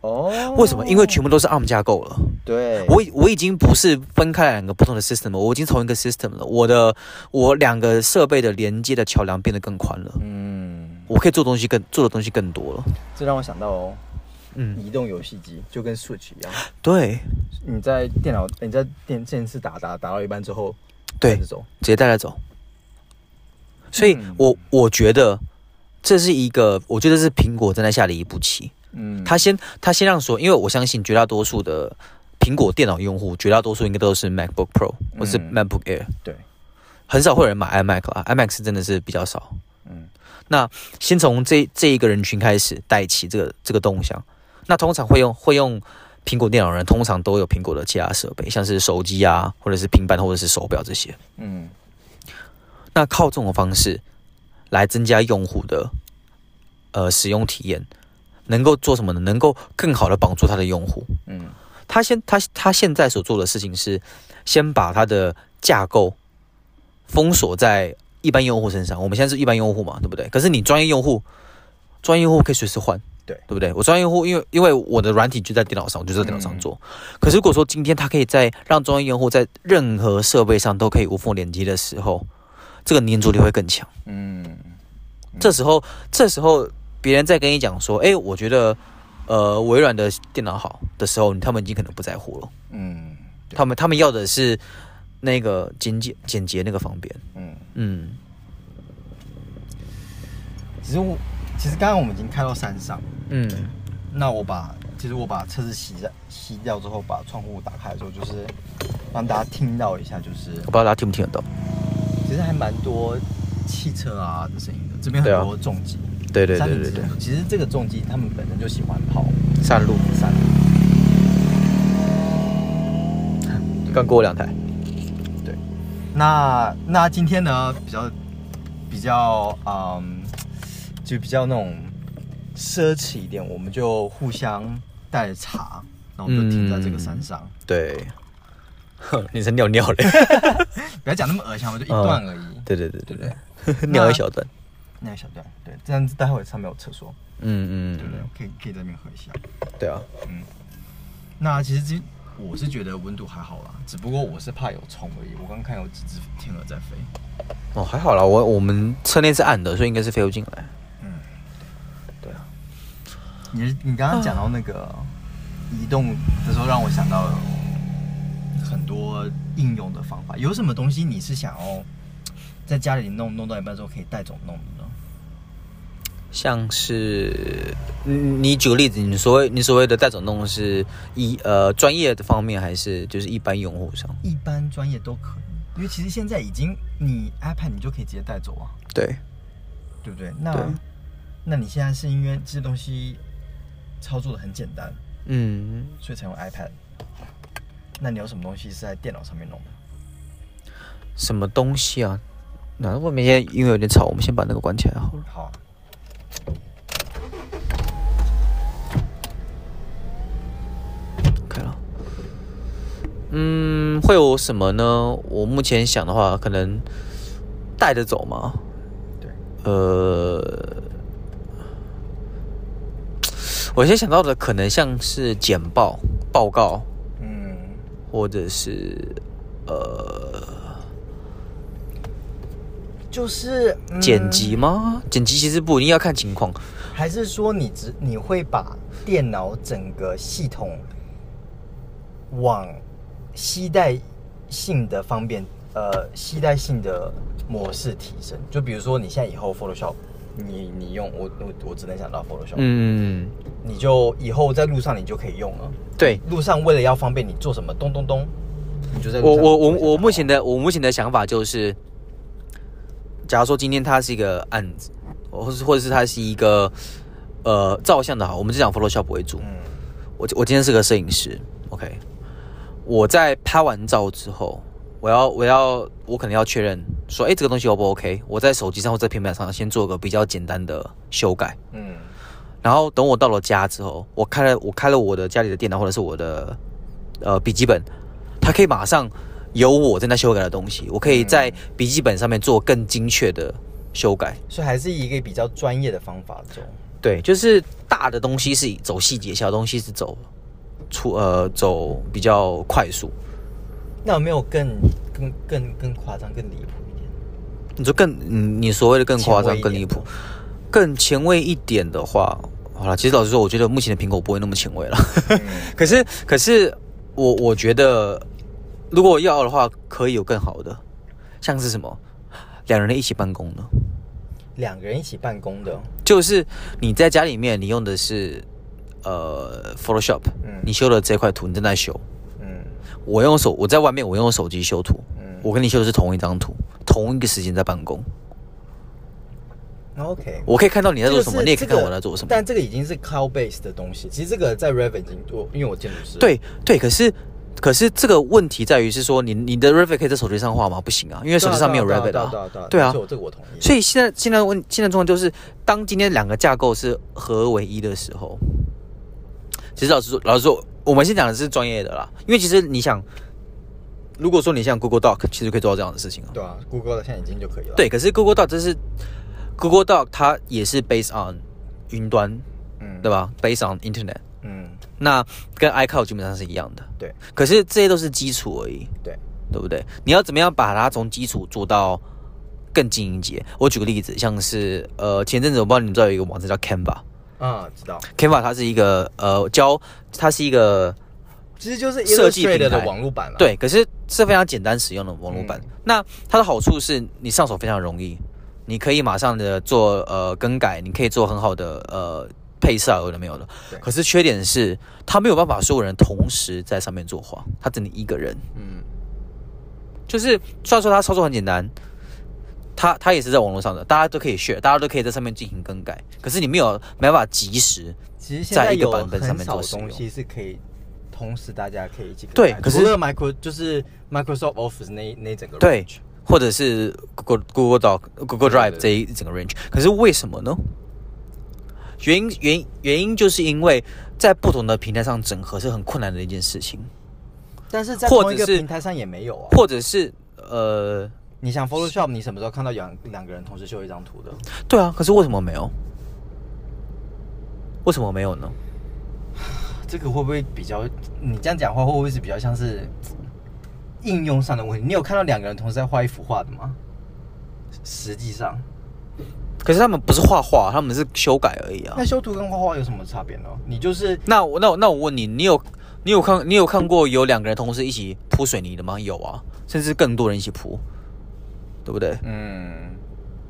Speaker 2: 哦，
Speaker 1: 为什么？因为全部都是 ARM 架构了。
Speaker 2: 对，
Speaker 1: 我已我已经不是分开两个不同的 system 了，我已经同一个 system 了。我的我两个设备的连接的桥梁变得更宽了，
Speaker 2: 嗯，
Speaker 1: 我可以做东西更做的东西更多了。
Speaker 2: 这让我想到哦，
Speaker 1: 嗯，
Speaker 2: 移动游戏机就跟 Switch 一样，
Speaker 1: 对，
Speaker 2: 你在电脑你在电电视打打打到一半之后，
Speaker 1: 对
Speaker 2: 这种，
Speaker 1: 直接带来走。所以
Speaker 2: 嗯
Speaker 1: 我我觉得这是一个，我觉得是苹果正在下的一步棋。
Speaker 2: 嗯，
Speaker 1: 他先他先让说，因为我相信绝大多数的苹果电脑用户，绝大多数应该都是 MacBook Pro 或是
Speaker 2: 嗯
Speaker 1: MacBook Air，
Speaker 2: 对，
Speaker 1: 很少会有人买 iMac 啦，iMac 是真的是比较少。
Speaker 2: 嗯
Speaker 1: 先从这这一个人群开始带起这个这个动向。那通常会用会用苹果电脑的人，通常都有苹果的其他设备，像是手机啊，或者是平板或者是手表这些。
Speaker 2: 嗯
Speaker 1: 那靠这种方式来增加用户的呃使用体验，能够做什么呢？能够更好的绑住他的用户。
Speaker 2: 嗯
Speaker 1: 他先他他现在所做的事情是，先把他的架构封锁在一般用户身上。我们现在是一般用户嘛，对不对？可是你专业用户，专业用户可以随时换，
Speaker 2: 对
Speaker 1: 对不对？我专业用户，因为因为我的软体就在电脑上，我就在电脑上
Speaker 2: 嗯
Speaker 1: 做。可是如果说今天他可以在让专业用户在任何设备上都可以无缝连接的时候，这个粘着力会更强。
Speaker 2: 嗯，
Speaker 1: 这时候，这时候别人在跟你讲说，哎，我觉得。呃，微软的电脑好的时候，他们已经可能不在乎了。
Speaker 2: 嗯
Speaker 1: 他们他们要的是那个简洁简洁那个方便。
Speaker 2: 嗯，
Speaker 1: 嗯，
Speaker 2: 其实我其实刚刚我们已经开到山上，
Speaker 1: 嗯，
Speaker 2: 那我把其实我把车子熄掉熄掉之后，把窗户打开的时候，就是让大家听到一下，就是
Speaker 1: 我不知道大家听不听得到。
Speaker 2: 其实还蛮多汽车啊的声音的，这边很
Speaker 1: 对啊
Speaker 2: 多重机，
Speaker 1: 对对
Speaker 2: 山
Speaker 1: 对
Speaker 2: 林
Speaker 1: 对
Speaker 2: 之
Speaker 1: 对，
Speaker 2: 旅其实这个重机他们本身就喜欢跑
Speaker 1: 山路
Speaker 2: 山，
Speaker 1: 刚过两台。
Speaker 2: 那那今天呢，比较比较嗯，就比较那种奢侈一点，我们就互相带着茶，然后我们就停在这个山上，
Speaker 1: 对，哼 <laughs> 你才尿尿嘞。
Speaker 2: 不要讲那么恶心，我们就一段而已。
Speaker 1: <laughs> 对对对对
Speaker 2: 对不对？
Speaker 1: 对， <laughs> 尿一小段。
Speaker 2: 那个小段，对，这样子待会上面有厕所，
Speaker 1: 嗯
Speaker 2: 对不对
Speaker 1: 嗯，？
Speaker 2: 可以可以在那边喝一下。
Speaker 1: 对啊，
Speaker 2: 那其实今我是觉得温度还好啦，只不过我是怕有虫而已。我刚看有几只天鹅在飞。
Speaker 1: 哦还好啦，我我们车内是暗的，所以应该是飞不进来。
Speaker 2: 嗯，对啊。你你刚刚讲到那个移动的时候，让我想到很多应用的方法。有什么东西你是想要在家里弄弄到一半之后可以带走弄的呢？
Speaker 1: 像是你你举个例子，你所谓你所谓的带走弄是一呃专业的方面，还是就是一般用户上？
Speaker 2: 一般专业都可以，因为其实现在已经你 iPad 你就可以直接带走啊，
Speaker 1: 对，
Speaker 2: 对不对？那
Speaker 1: 对
Speaker 2: 那你现在是因为这些东西操作的很简单，
Speaker 1: 嗯，
Speaker 2: 所以才用 iPad。那你有什么东西是在电脑上面弄的？
Speaker 1: 什么东西啊？那外面现在因为有点吵，我们先把那个关起来好了。
Speaker 2: 好啊，
Speaker 1: OK 了。嗯，会有什么呢？我目前想的话，可能带着走嘛。
Speaker 2: 对，
Speaker 1: 呃，我先想到的可能像是简报、报告，
Speaker 2: 嗯，
Speaker 1: 或者是
Speaker 2: 就是、嗯
Speaker 1: 剪辑吗？剪辑其实不一定要看情况。
Speaker 2: 还是说你只你会把电脑整个系统往携带性的方便，呃，携带性的模式提升？就比如说你现在以后 Photoshop，你你用我我我只能想到 Photoshop，、
Speaker 1: 嗯，
Speaker 2: 你就以后在路上你就可以用了。
Speaker 1: 对
Speaker 2: 路上为了要方便你做什么，咚咚咚，你就在
Speaker 1: 我
Speaker 2: 路上
Speaker 1: 我我
Speaker 2: 就会想
Speaker 1: 我
Speaker 2: 到
Speaker 1: 目前的我目前的想法就是，假如说今天它是一个案子，或是或者是它是一个呃照相的好，我们就讲 Photoshop 为主。
Speaker 2: 嗯
Speaker 1: 我我今天是个摄影师，OK，我在拍完照之后，我要我要我可能要确认说，哎、这个东西 O 不 OK？我在手机上或在平板上先做个比较简单的修改，
Speaker 2: 嗯
Speaker 1: 然后等我到了家之后，我开了我开了我的家里的电脑或者是我的呃笔记本，它可以马上有我正在修改的东西，我可以在笔记本上面做更精确的修改。
Speaker 2: 所以还是以一个比较专业的方法走。
Speaker 1: 对，就是大的东西是走细节，小东西是走出呃走比较快速。
Speaker 2: 那有没有更更更更夸张、更离谱一点？
Speaker 1: 你说更嗯你所谓的更夸张、
Speaker 2: 前
Speaker 1: 更
Speaker 2: 卫一
Speaker 1: 离
Speaker 2: 点
Speaker 1: 谱、更前卫一点的话，好了，其实老实说，我觉得目前的苹果不会那么前卫了。
Speaker 2: 嗯
Speaker 1: <laughs> 可是，可是我我觉得，如果要的话，可以有更好的，像是什么两人一起办公的，
Speaker 2: 两个人一起办公的，
Speaker 1: 就是你在家里面，你用的是呃 Photoshop，
Speaker 2: 嗯
Speaker 1: 你修了这块图，你正在修，
Speaker 2: 嗯
Speaker 1: 我用手，我在外面，我用手机修图，
Speaker 2: 嗯
Speaker 1: 我跟你修的是同一张图，同一个时间在办公，
Speaker 2: ，OK。
Speaker 1: 我可以看到你在
Speaker 2: 这
Speaker 1: 做
Speaker 2: 个
Speaker 1: 什
Speaker 2: 是
Speaker 1: 么，你也可以
Speaker 2: 这
Speaker 1: 看
Speaker 2: 个
Speaker 1: 我在做什么。
Speaker 2: 但这个已经是 cloud base 的东西。其实这个在 Revit 已经多，因为我建筑师。，
Speaker 1: 对对，可是可是这个问题在于是说，你你的 Revit 可以在手机上画吗？不行啊，因为手机上没有 Revit
Speaker 2: 对啊
Speaker 1: 啊
Speaker 2: 对啊对啊，
Speaker 1: 对啊
Speaker 2: 所以我这个我同意。
Speaker 1: 所以现在现在问现在状况就是，当今天两个架构是合而为一的时候，其实老实说，老实说，我们先讲的是专业的啦，因为其实你想，如果说你像 Google Doc，其实可以做到这样的事情啊。
Speaker 2: 对啊，Google 的现在已经就可以了。，
Speaker 1: 对，可是 Google Doc 这是 Google Doc，它也是 based on 云端，
Speaker 2: 嗯
Speaker 1: 对吧？based on Internet，
Speaker 2: 嗯，
Speaker 1: 那跟 iCloud 基本上是一样的。
Speaker 2: 对
Speaker 1: 可是这些都是基础而已，
Speaker 2: 对，
Speaker 1: 对不对？你要怎么样把它从基础做到更精英节？我举个例子，像是呃前阵子我不知道你们知道有一个网站叫 Canva，Canva
Speaker 2: 啊，知道。
Speaker 1: 它是一个呃教它是一个
Speaker 2: 其实就是
Speaker 1: 设计
Speaker 2: Illustrator
Speaker 1: 平台
Speaker 2: 的网络版了。，啊
Speaker 1: 对，可是是非常简单使用的网络版。那它的好处是你上手非常容易，你可以马上的做呃更改，你可以做很好的呃配色啊，有的没有的
Speaker 2: 对。
Speaker 1: 可是缺点是它没有办法所有人同时在上面作画，它只能一个人。
Speaker 2: 嗯
Speaker 1: 就是虽然说它操作很简单，它它也是在网络上的，大家都可以 share，大家都可以在上面进行更改。可是你没有没办法及时，
Speaker 2: 其实现在
Speaker 1: 在一个
Speaker 2: 有
Speaker 1: 版本上
Speaker 2: 很
Speaker 1: 面
Speaker 2: 少
Speaker 1: 做使用
Speaker 2: 东西是可以同时大家可以一起
Speaker 1: 对
Speaker 2: 看
Speaker 1: 可是
Speaker 2: 除了 Micro 就是 Microsoft Office 那那整个
Speaker 1: 对
Speaker 2: range
Speaker 1: 或者是 Google Google Doc、Google
Speaker 2: 对对
Speaker 1: Drive
Speaker 2: 对
Speaker 1: 这一整个 range。可是为什么呢？原因原因原因就是因为在不同的平台上整合是很困难的一件事情，
Speaker 2: 但是在
Speaker 1: 或
Speaker 2: 同一
Speaker 1: 者
Speaker 2: 个
Speaker 1: 是
Speaker 2: 平台上也没有啊。
Speaker 1: 或者是呃，
Speaker 2: 你想 Photoshop，你什么时候看到两两个人同时修一张图的？
Speaker 1: 对啊，可是为什么没有？为什么没有呢？
Speaker 2: 这个会不会比较？你这样讲话会不会是比较像是应用上的问题？你有看到两个人同时在画一幅画的吗？实际上，
Speaker 1: 可是他们不是画画，他们是修改而已啊。
Speaker 2: 那修图跟画画有什么差别呢？你就是
Speaker 1: 那我那我那我问你，你有你有看你有看过有两个人同时一起铺水泥的吗？有啊，甚至更多人一起铺，对不对？
Speaker 2: 嗯，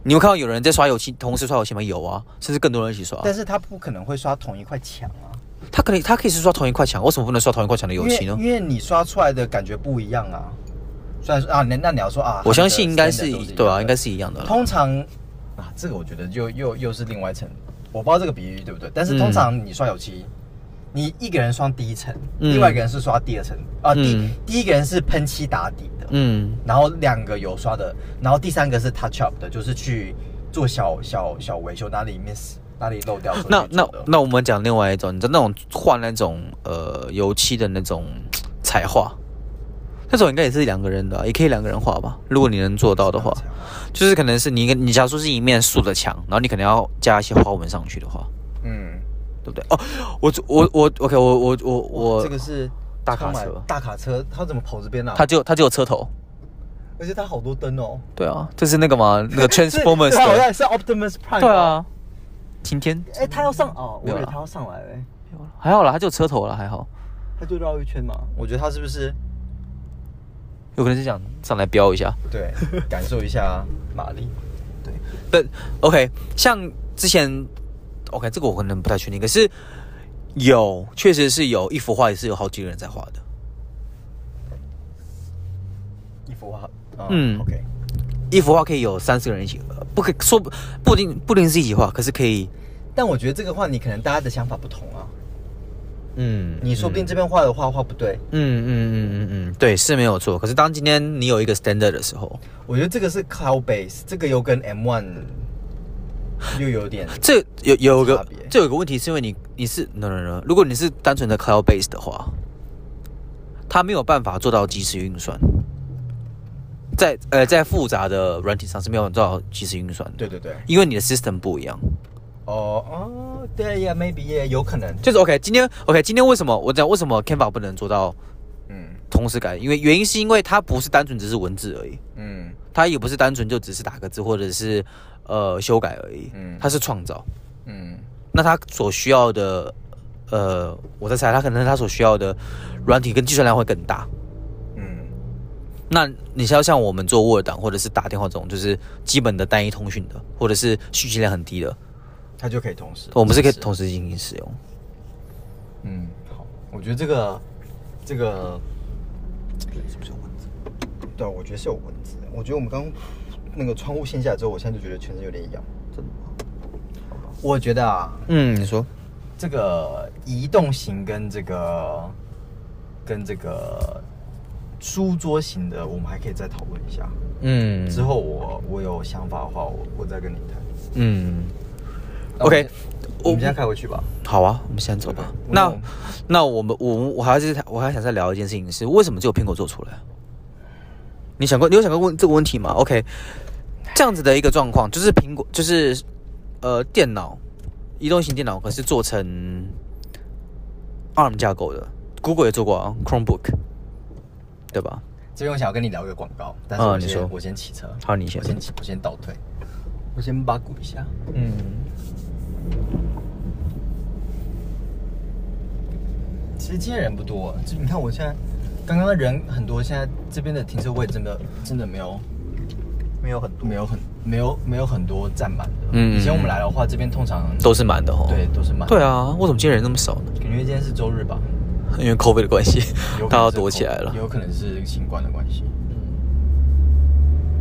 Speaker 1: 你有看到有人在刷油漆，同时刷油漆吗？有啊，甚至更多人一起刷。
Speaker 2: 但是他不可能会刷同一块墙啊，
Speaker 1: 他可能他可以是刷同一块墙，为什么不能刷同一块墙的油漆
Speaker 2: 因
Speaker 1: 呢
Speaker 2: 为？因为你刷出来的感觉不一样啊。虽然说啊，那那你要说啊，
Speaker 1: 我相信应该是
Speaker 2: 他们的 standard 都是一样
Speaker 1: 对啊，
Speaker 2: 的
Speaker 1: 应该是一样的啦。
Speaker 2: 通常啊，这个我觉得又又又是另外一层我不知道这个比喻对不对，但是通常你刷油漆，你一个人刷第一层，
Speaker 1: 嗯
Speaker 2: 另外一个人是刷第二层，啊、第、
Speaker 1: 嗯
Speaker 2: 第一个人是喷漆打底的，
Speaker 1: 嗯
Speaker 2: 然后两个油刷的，然后第三个是 touch up 的，就是去做小小小维修，哪里 miss 哪里漏掉所以
Speaker 1: 那
Speaker 2: 去
Speaker 1: 那
Speaker 2: 做的
Speaker 1: 那我们讲另外一种，你知道那种换那种呃油漆的那种彩画，那种应该也是两个人的啊、也可以两个人画吧。如果你能做到的话，就是可能是你跟你假如说是一面素的墙，然后你可能要加一些花纹上去的话，
Speaker 2: 嗯，
Speaker 1: 对不对？哦，我我我 OK，我我我我，
Speaker 2: 这个是
Speaker 1: 大卡车
Speaker 2: 充满大卡车，它怎么跑这边呢、啊？
Speaker 1: 它只有它只有车头，
Speaker 2: 而且它好多灯哦。
Speaker 1: 对啊，这是那个
Speaker 2: <laughs>
Speaker 1: 嘛，那个 Transformers
Speaker 2: 是它好
Speaker 1: 的，
Speaker 2: 像是 Optimus Prime。
Speaker 1: 对。啊，晴天
Speaker 2: 哎、它要上哦，我以
Speaker 1: 没有
Speaker 2: 为
Speaker 1: 啦
Speaker 2: 它要上来嘞、
Speaker 1: 还好啦，它只有车头了，还好，
Speaker 2: 它就绕一圈嘛。我觉得它是不是
Speaker 1: 有可能是想上来飙一下。
Speaker 2: <laughs> 对感受一下马力？
Speaker 1: 不，OK，像之前，OK，这个我可能不太确定，可是有，确实是有一幅画也是有好几个人在画的，
Speaker 2: 一幅画。哦
Speaker 1: 嗯
Speaker 2: OK。
Speaker 1: 一幅画可以有三四个人一起，呃不可说不不一定不一定是一起画，可是可以，
Speaker 2: 但我觉得这个画你可能大家的想法不同啊。
Speaker 1: 嗯，
Speaker 2: 你说不定
Speaker 1: 嗯
Speaker 2: 这边画的画画不对，
Speaker 1: 嗯嗯嗯嗯嗯，对，是没有错。可是当今天你有一个 standard 的时候，
Speaker 2: 我觉得这个是 cloud base，这个又跟 M1 又有 <laughs> 点
Speaker 1: 这有有个
Speaker 2: 差别
Speaker 1: 这有个问题是因为你你是 no no no，如果你是单纯的 cloud base 的话，它没有办法做到即时运算，在呃在复杂的软体上是没有办法做到即时运算的，
Speaker 2: 对对对，
Speaker 1: 因为你的 system 不一样。
Speaker 2: 哦哦，对呀，maybe 耶，有可能，
Speaker 1: 就是 OK，今天 OK，今天为什么我讲为什么 Canva 不能做到
Speaker 2: 嗯
Speaker 1: 同时改？因为原因是因为它不是单纯只是文字而已，
Speaker 2: 嗯
Speaker 1: 它也不是单纯就只是打个字或者是呃修改而已，
Speaker 2: 嗯
Speaker 1: 它是创造。
Speaker 2: 嗯，
Speaker 1: 那他所需要的，呃，我在猜，他可能他所需要的软体跟计算量会更大。
Speaker 2: 嗯，
Speaker 1: 那你像像我们做 Word 档或者是打电话这种，就是基本的单一通讯的，或者是讯息量很低的，
Speaker 2: 它就可以同时，
Speaker 1: 我们是可以
Speaker 2: 同时，
Speaker 1: 同时进行使用。
Speaker 2: 嗯，好，我觉得这个这个
Speaker 1: 是不是有蚊子？
Speaker 2: 对啊，我觉得是有蚊子的，我觉得我们刚那个窗户掀下来之后，我现在就觉得全身有点痒，
Speaker 1: 真的吗？
Speaker 2: 我觉得啊，
Speaker 1: 嗯，你说，
Speaker 2: 这个移动型跟这个跟这个书桌型的，我们还可以再讨论一下。
Speaker 1: 嗯
Speaker 2: 之后我我有想法的话，我我再跟你谈。
Speaker 1: 嗯，OK，我
Speaker 2: 我们现在开回去吧。
Speaker 1: 好啊，我们先走吧
Speaker 2: OK，。
Speaker 1: 那
Speaker 2: 我
Speaker 1: 那我们我我还是我还想再聊一件事情是，为什么只有苹果做出来？你想过你有想过问这个问题吗？OK，这样子的一个状况就是苹果就是呃电脑移动型电脑可是做成 ARM 架构的，Google 也做过啊 Chromebook，对吧？
Speaker 2: 这边我想要跟你聊一个广告，但是
Speaker 1: 嗯
Speaker 2: 我
Speaker 1: 你说
Speaker 2: 先我先骑车。
Speaker 1: 好你先
Speaker 2: 我先骑我先倒退，我先八股一下。
Speaker 1: 嗯，
Speaker 2: 其实今天人不多，就你看我现在刚刚人很多，现在这边的停车位真的真的没有
Speaker 1: 没有很
Speaker 2: 没有很没有没有很多占满的。
Speaker 1: 嗯
Speaker 2: 以前我们来的话，这边通常
Speaker 1: 都是满的哦。
Speaker 2: 对都是满。
Speaker 1: 对啊，为什么今天人那么少呢？
Speaker 2: 感觉今天是周日吧，
Speaker 1: 因为 COVID 的关系
Speaker 2: 有，可能是
Speaker 1: 大家躲起来了。
Speaker 2: 有可能是新冠的关系。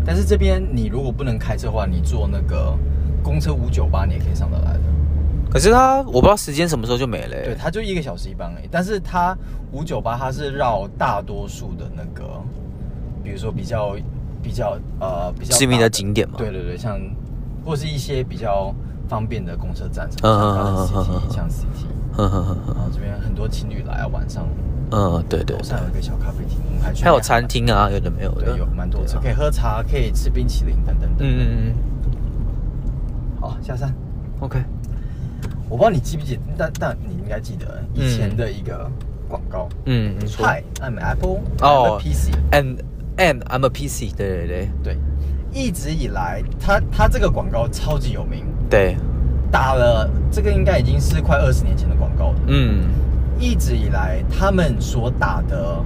Speaker 2: 但是这边你如果不能开车的话，你坐那个公车五九八，你也可以上得来的。
Speaker 1: 可是它我不知道时间什么时候就没了欸、
Speaker 2: 对，它就一个小时一班而已。但是它五九八它是绕大多数的那个，比如说比较比较呃比较
Speaker 1: 知名
Speaker 2: 大
Speaker 1: 的景点嘛
Speaker 2: 对对对，像或是一些比较方便的公车站，
Speaker 1: 嗯嗯
Speaker 2: 像
Speaker 1: 嗯嗯嗯
Speaker 2: CT，
Speaker 1: 嗯
Speaker 2: 像 CT，
Speaker 1: <laughs> 哼哼哼
Speaker 2: 然后这边很多情侣来啊，晚上
Speaker 1: 嗯，对对
Speaker 2: 楼
Speaker 1: 对，
Speaker 2: 上有一个小咖啡厅，我们还去
Speaker 1: 还有
Speaker 2: 买
Speaker 1: 餐厅啊，有的没有的，
Speaker 2: 对，有蛮多
Speaker 1: 对
Speaker 2: 车，
Speaker 1: 啊
Speaker 2: 可以喝茶，可以吃冰淇淋等等等。
Speaker 1: 嗯嗯嗯
Speaker 2: 好，下山。
Speaker 1: 嗯，OK，
Speaker 2: 我不知道你记不记得，但但你应该记得以前的一个广告。
Speaker 1: 嗯，你说
Speaker 2: Hi, I'm Apple. I'm
Speaker 1: 哦
Speaker 2: a PC.
Speaker 1: ，and and I'm a PC，对对对
Speaker 2: 对，一直以来，它它这个广告超级有名，
Speaker 1: 对，
Speaker 2: 打了这个应该已经是快二十年前的广告了。
Speaker 1: 嗯
Speaker 2: 一直以来，他们所打的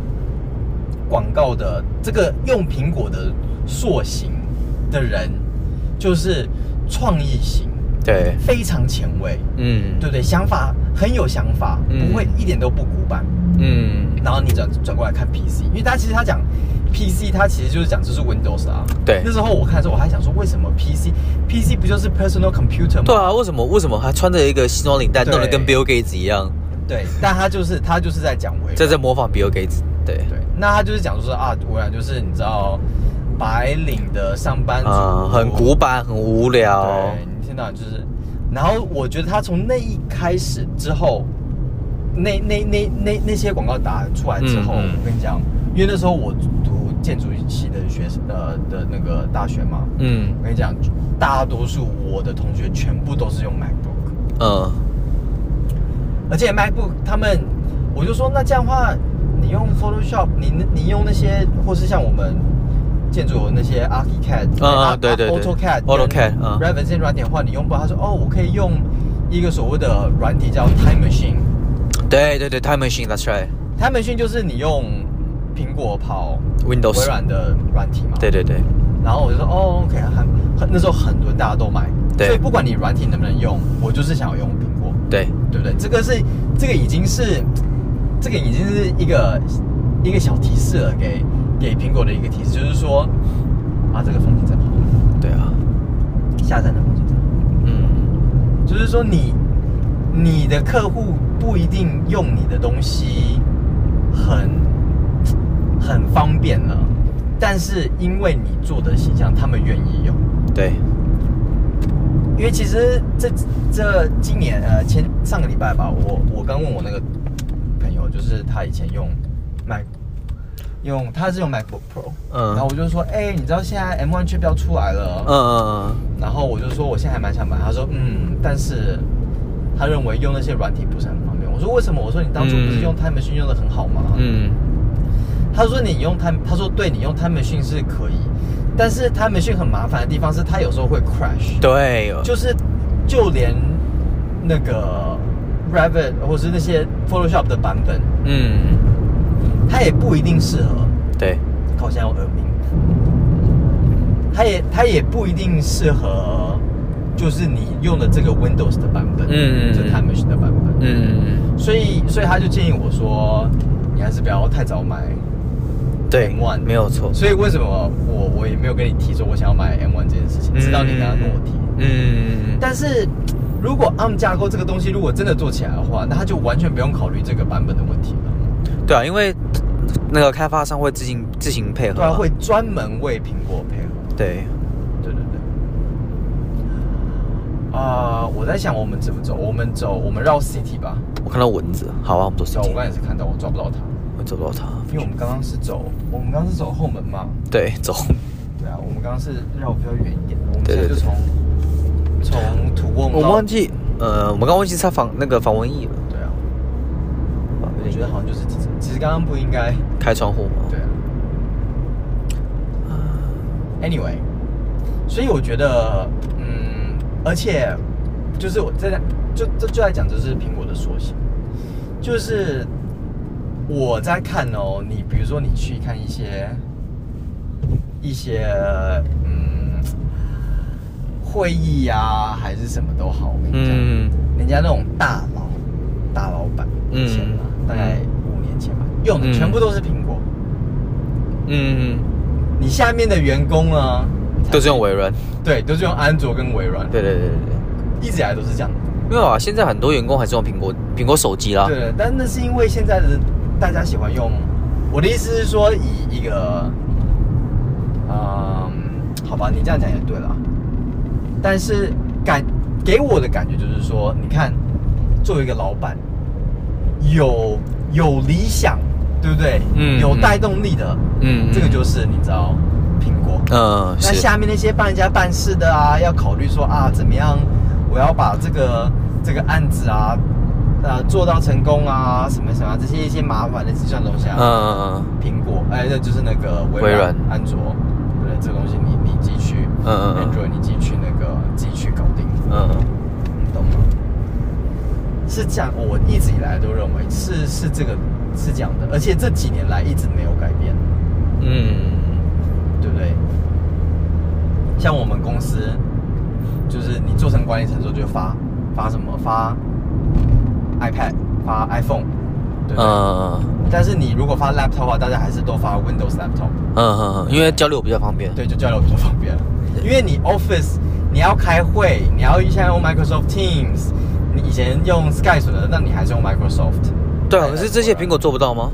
Speaker 2: 广告的这个用苹果的塑形的人，就是创意型，
Speaker 1: 对，
Speaker 2: 非常前卫，
Speaker 1: 嗯
Speaker 2: 对不对？想法很有想法，
Speaker 1: 嗯
Speaker 2: 不会一点都不古板。
Speaker 1: 嗯
Speaker 2: 然后你转转过来看 PC，因为他其实他讲 PC 它其实就是讲就是 Windows 啊。
Speaker 1: 对
Speaker 2: 那时候我看的时候，我还想说，为什么 PC PC 不就是 personal computer 吗？
Speaker 1: 对啊，为什么为什么还穿着一个西装领带，
Speaker 2: 对
Speaker 1: 弄得跟 Bill Gates 一样，
Speaker 2: 对，但他就是他就是在讲微软。
Speaker 1: 这在模仿 Bill Gates？对，
Speaker 2: 对，那他就是讲说啊，微软就是你知道白领的上班族，
Speaker 1: 啊、很古板，很无聊。
Speaker 2: 对，你听到就是，然后我觉得他从那一开始之后，那那那那那些广告打出来之后，
Speaker 1: 嗯嗯
Speaker 2: 我跟你讲，因为那时候我读建筑系的学生呃的那个大学嘛，
Speaker 1: 嗯
Speaker 2: 我跟你讲，大多数我的同学全部都是用 MacBook，
Speaker 1: 嗯，
Speaker 2: 而且 MacBook 他们，我就说那这样的话，你用 Photoshop，你你用那些，或是像我们建筑有那些 ArchiCAD，
Speaker 1: 嗯嗯
Speaker 2: 啊
Speaker 1: 对对对
Speaker 2: AutoCAD、
Speaker 1: AutoCAD，嗯
Speaker 2: r e v e n 这些软体的话，你用不到。他说哦，我可以用一个所谓的软体叫 Time Machine。
Speaker 1: 对对对，Time Machine，That's right，Windows。
Speaker 2: Time Machine 就是你用苹果跑微软的软体嘛。
Speaker 1: 对。对对，
Speaker 2: 然后我就说哦，OK，很很那时候很多人大家都买，
Speaker 1: 对
Speaker 2: 所以不管你软体能不能用，我就是想要用苹果。
Speaker 1: 对，
Speaker 2: 对不对？这个是这个已经是这个已经是一个一个小提示了，给给苹果的一个提示，就是说啊，这个风景在跑，
Speaker 1: 对啊，
Speaker 2: 下站的风景在跑，
Speaker 1: 嗯，
Speaker 2: 就是说你你的客户不一定用你的东西很很方便了，但是因为你做的形象，他们愿意用。
Speaker 1: 对，
Speaker 2: 因为其实这这今年呃前上个礼拜吧，我我刚问我那个朋友，就是他以前用 Mac，用他是用 MacBook Pro，
Speaker 1: 嗯
Speaker 2: 然后我就说，哎、你知道现在 M1 chip 要出来了，
Speaker 1: 嗯嗯
Speaker 2: 然后我就说我现在还蛮想买，他说嗯，但是他认为用那些软体不是很方便。我说为什么？我说你当初不是用 Time Machine 用的很好吗？
Speaker 1: 嗯嗯，
Speaker 2: 他说你用 Time，他说对你用 Time Machine 是可以，但是 Time Machine 很麻烦的地方是它有时候会 crash。
Speaker 1: 对，
Speaker 2: 就是就连那个 Revit 或是那些 Photoshop 的版本，
Speaker 1: 嗯，
Speaker 2: 它也不一定适合。
Speaker 1: 对，
Speaker 2: 靠，现在有耳鸣。它也它也不一定适合，就是你用的这个 Windows 的版本，
Speaker 1: 嗯嗯嗯
Speaker 2: 就是 Time Machine 的版本。
Speaker 1: 嗯，
Speaker 2: 所以所以他就建议我说，你还是不要太早买
Speaker 1: 对，
Speaker 2: M1，
Speaker 1: 没有错。
Speaker 2: 所以为什么我我也没有跟你提说我想要买 M1 这件事情，直到你刚刚跟我提。
Speaker 1: 嗯，
Speaker 2: 但是如果 ARM 架构这个东西如果真的做起来的话，那它就完全不用考虑这个版本的问题了。
Speaker 1: 对啊，因为那个开发商会自行自行配合
Speaker 2: 对啊，
Speaker 1: 嘛，
Speaker 2: 会专门为苹果配合。
Speaker 1: 对，
Speaker 2: 对对对。啊、我在想我们怎么走？我们走，我们绕 CT 吧。
Speaker 1: 我看到蚊子，好啊，我们走
Speaker 2: 对啊，
Speaker 1: CT，
Speaker 2: 我刚才也是看到，我抓不到它，
Speaker 1: 我走不到它，
Speaker 2: 因为我们刚刚是走，我们刚刚是走后门嘛。
Speaker 1: 对，走，
Speaker 2: 对啊，我们刚刚是绕比较远一点的，我们
Speaker 1: 对
Speaker 2: 现在
Speaker 1: 对
Speaker 2: 就
Speaker 1: 对
Speaker 2: 从从土瓮
Speaker 1: 我
Speaker 2: 到
Speaker 1: 忘记，呃，我们刚忘记擦防那个防蚊液了，
Speaker 2: 对啊，我觉得好像就是这其实刚刚不应该。
Speaker 1: 开窗户嘛，
Speaker 2: 对啊。Anyway，所以我觉得，嗯，而且就是我在就这就在讲，就是苹果的缩写，就是我在看哦，你比如说你去看一些一些嗯会议啊，还是什么都好，我跟你讲，
Speaker 1: 嗯
Speaker 2: 人家那种大佬大老板以前啊，
Speaker 1: 嗯
Speaker 2: 大概五年前吧，用的
Speaker 1: 嗯
Speaker 2: 全部都是苹果。
Speaker 1: 嗯，
Speaker 2: 你下面的员工啊，
Speaker 1: 都是用微软，
Speaker 2: 对，都是用安卓跟微软，
Speaker 1: 对对对对对。
Speaker 2: 一直以来都是这样。
Speaker 1: 没有啊，现在很多员工还是用苹果苹果手机啦。
Speaker 2: 对，但那是因为现在的大家喜欢用，我的意思是说，以一个，嗯，好吧，你这样讲也对了，但是感给我的感觉就是说，你看，作为一个老板，有有理想，对不对？
Speaker 1: 嗯
Speaker 2: 有带动力的，
Speaker 1: 嗯
Speaker 2: 这个就是你知道，苹果，
Speaker 1: 嗯，
Speaker 2: 那
Speaker 1: 是。
Speaker 2: 下面那些办人家办事的啊，要考虑说啊，怎么样，我要把这个这个案子啊，呃，做到成功啊，什么什么啊这些一些麻烦的计算东西
Speaker 1: 嗯
Speaker 2: 啊，
Speaker 1: 嗯
Speaker 2: 苹果，哎，那就是那个微
Speaker 1: 微
Speaker 2: 软
Speaker 1: 软、
Speaker 2: 安卓，对不对，这个东西你你自己去，
Speaker 1: 嗯嗯嗯
Speaker 2: a n d r o i d 你自己去那个自己去搞定，
Speaker 1: 嗯嗯，
Speaker 2: 你懂吗？是这样，我一直以来都认为是是这个是这样的，而且这几年来一直没有改变。
Speaker 1: 嗯，
Speaker 2: 对不对？像我们公司，就是你做成管理层之后就发发什么发 iPad、发 iPhone，对不对？
Speaker 1: 嗯
Speaker 2: 但是你如果发 laptop 的话，大家还是都发 Windows laptop，
Speaker 1: 嗯嗯，因为交流比较方便。
Speaker 2: 对，就交流比较方便了。因为你 Office 你要开会，你要现在用 Microsoft Teams，你以前用 Skype 什么的，那你还是用 Microsoft。
Speaker 1: 对啊，可是这些苹果做不到吗？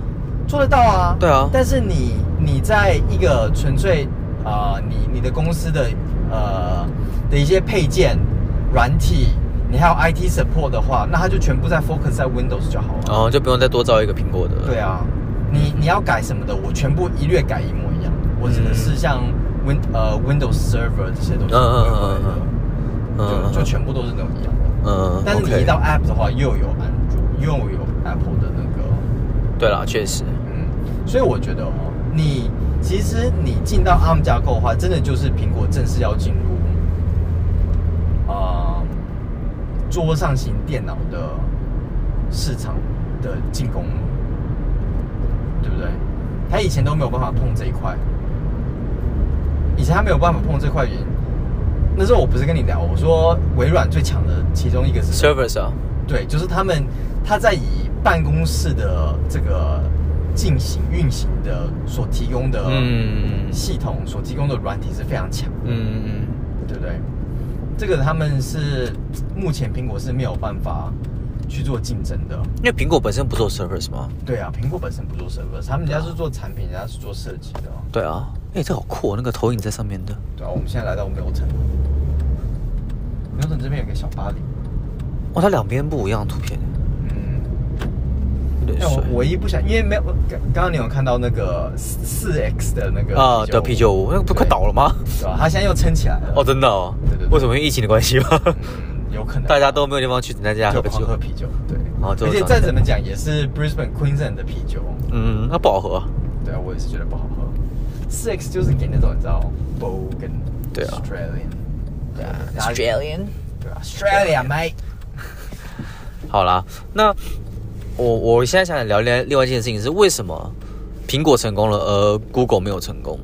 Speaker 2: 做得到啊，
Speaker 1: 对啊
Speaker 2: 但是你你在一个纯粹呃，你你的公司的呃的一些配件、软体，你还有 IT support 的话，那它就全部在 focus 在 Windows 就好了。
Speaker 1: 哦，就不用再多造一个苹果的了。
Speaker 2: 对啊，你你要改什么的，我全部一律改一模一样。我指的是像 Win、呃 Windows Server 这些东西，啊
Speaker 1: 嗯嗯嗯嗯嗯
Speaker 2: 就就全部都是那种一样的。
Speaker 1: 嗯，
Speaker 2: 但是你
Speaker 1: OK
Speaker 2: 一到 App 的话，又有安卓，又有 Apple 的那个
Speaker 1: 对啦，确实，
Speaker 2: 嗯，所以我觉得哦，你其实你进到 ARM 架构的话，真的就是苹果正式要进入啊、呃桌上型电脑的市场的进攻，对不对？他以前都没有办法碰这一块，以前他没有办法碰这块原因。那时候我不是跟你聊，我说微软最强的其中一个是什么
Speaker 1: servers 啊，
Speaker 2: 对，就是他们他在以办公室的这个进行运行的所提供的
Speaker 1: 嗯
Speaker 2: 系统、所提供的软体是非常强，
Speaker 1: 嗯嗯
Speaker 2: 对不对？这个他们是目前苹果是没有办法去做竞争的。
Speaker 1: 因为苹果本身不做 servers 吗？
Speaker 2: 对啊，苹果本身不做 server，他们人家是做产品，人家是做设计的哦。
Speaker 1: 对啊，哎，这好酷、哦，那个投影在上面的。
Speaker 2: 对啊，我们现在来到 Milton。Milton 这边有个小巴黎，
Speaker 1: 哇，它两边不一样的图片，
Speaker 2: 嗯，
Speaker 1: 有点
Speaker 2: 但
Speaker 1: 帅
Speaker 2: 我。唯一不想，因为没有刚刚刚你有看到那个四 X 的那个
Speaker 1: 啊的啤酒屋，那个不快倒了吗？
Speaker 2: 对吧？他现在又撑起来了，
Speaker 1: 哦，真的哦。
Speaker 2: 对对对
Speaker 1: 为什么？因为疫情的关系吗？
Speaker 2: 嗯有可能
Speaker 1: 大家都没有地方去，只能在家
Speaker 2: 就
Speaker 1: 喝啤
Speaker 2: 狂
Speaker 1: 酒。
Speaker 2: 喝啤酒，对
Speaker 1: 哦，就
Speaker 2: 而且再怎么讲也是 Brisbane Queensland 的啤酒，
Speaker 1: 嗯，那不好喝啊。
Speaker 2: 对啊，我也是觉得不好喝。四 X 就是给那种你知道 Bogan，
Speaker 1: 对啊
Speaker 2: Australian，对啊对啊
Speaker 1: Australia，
Speaker 2: ，Australia mate，
Speaker 1: 好啦，那我我现在想聊另外另外一件事情是为什么苹果成功了，而 Google 没有成功？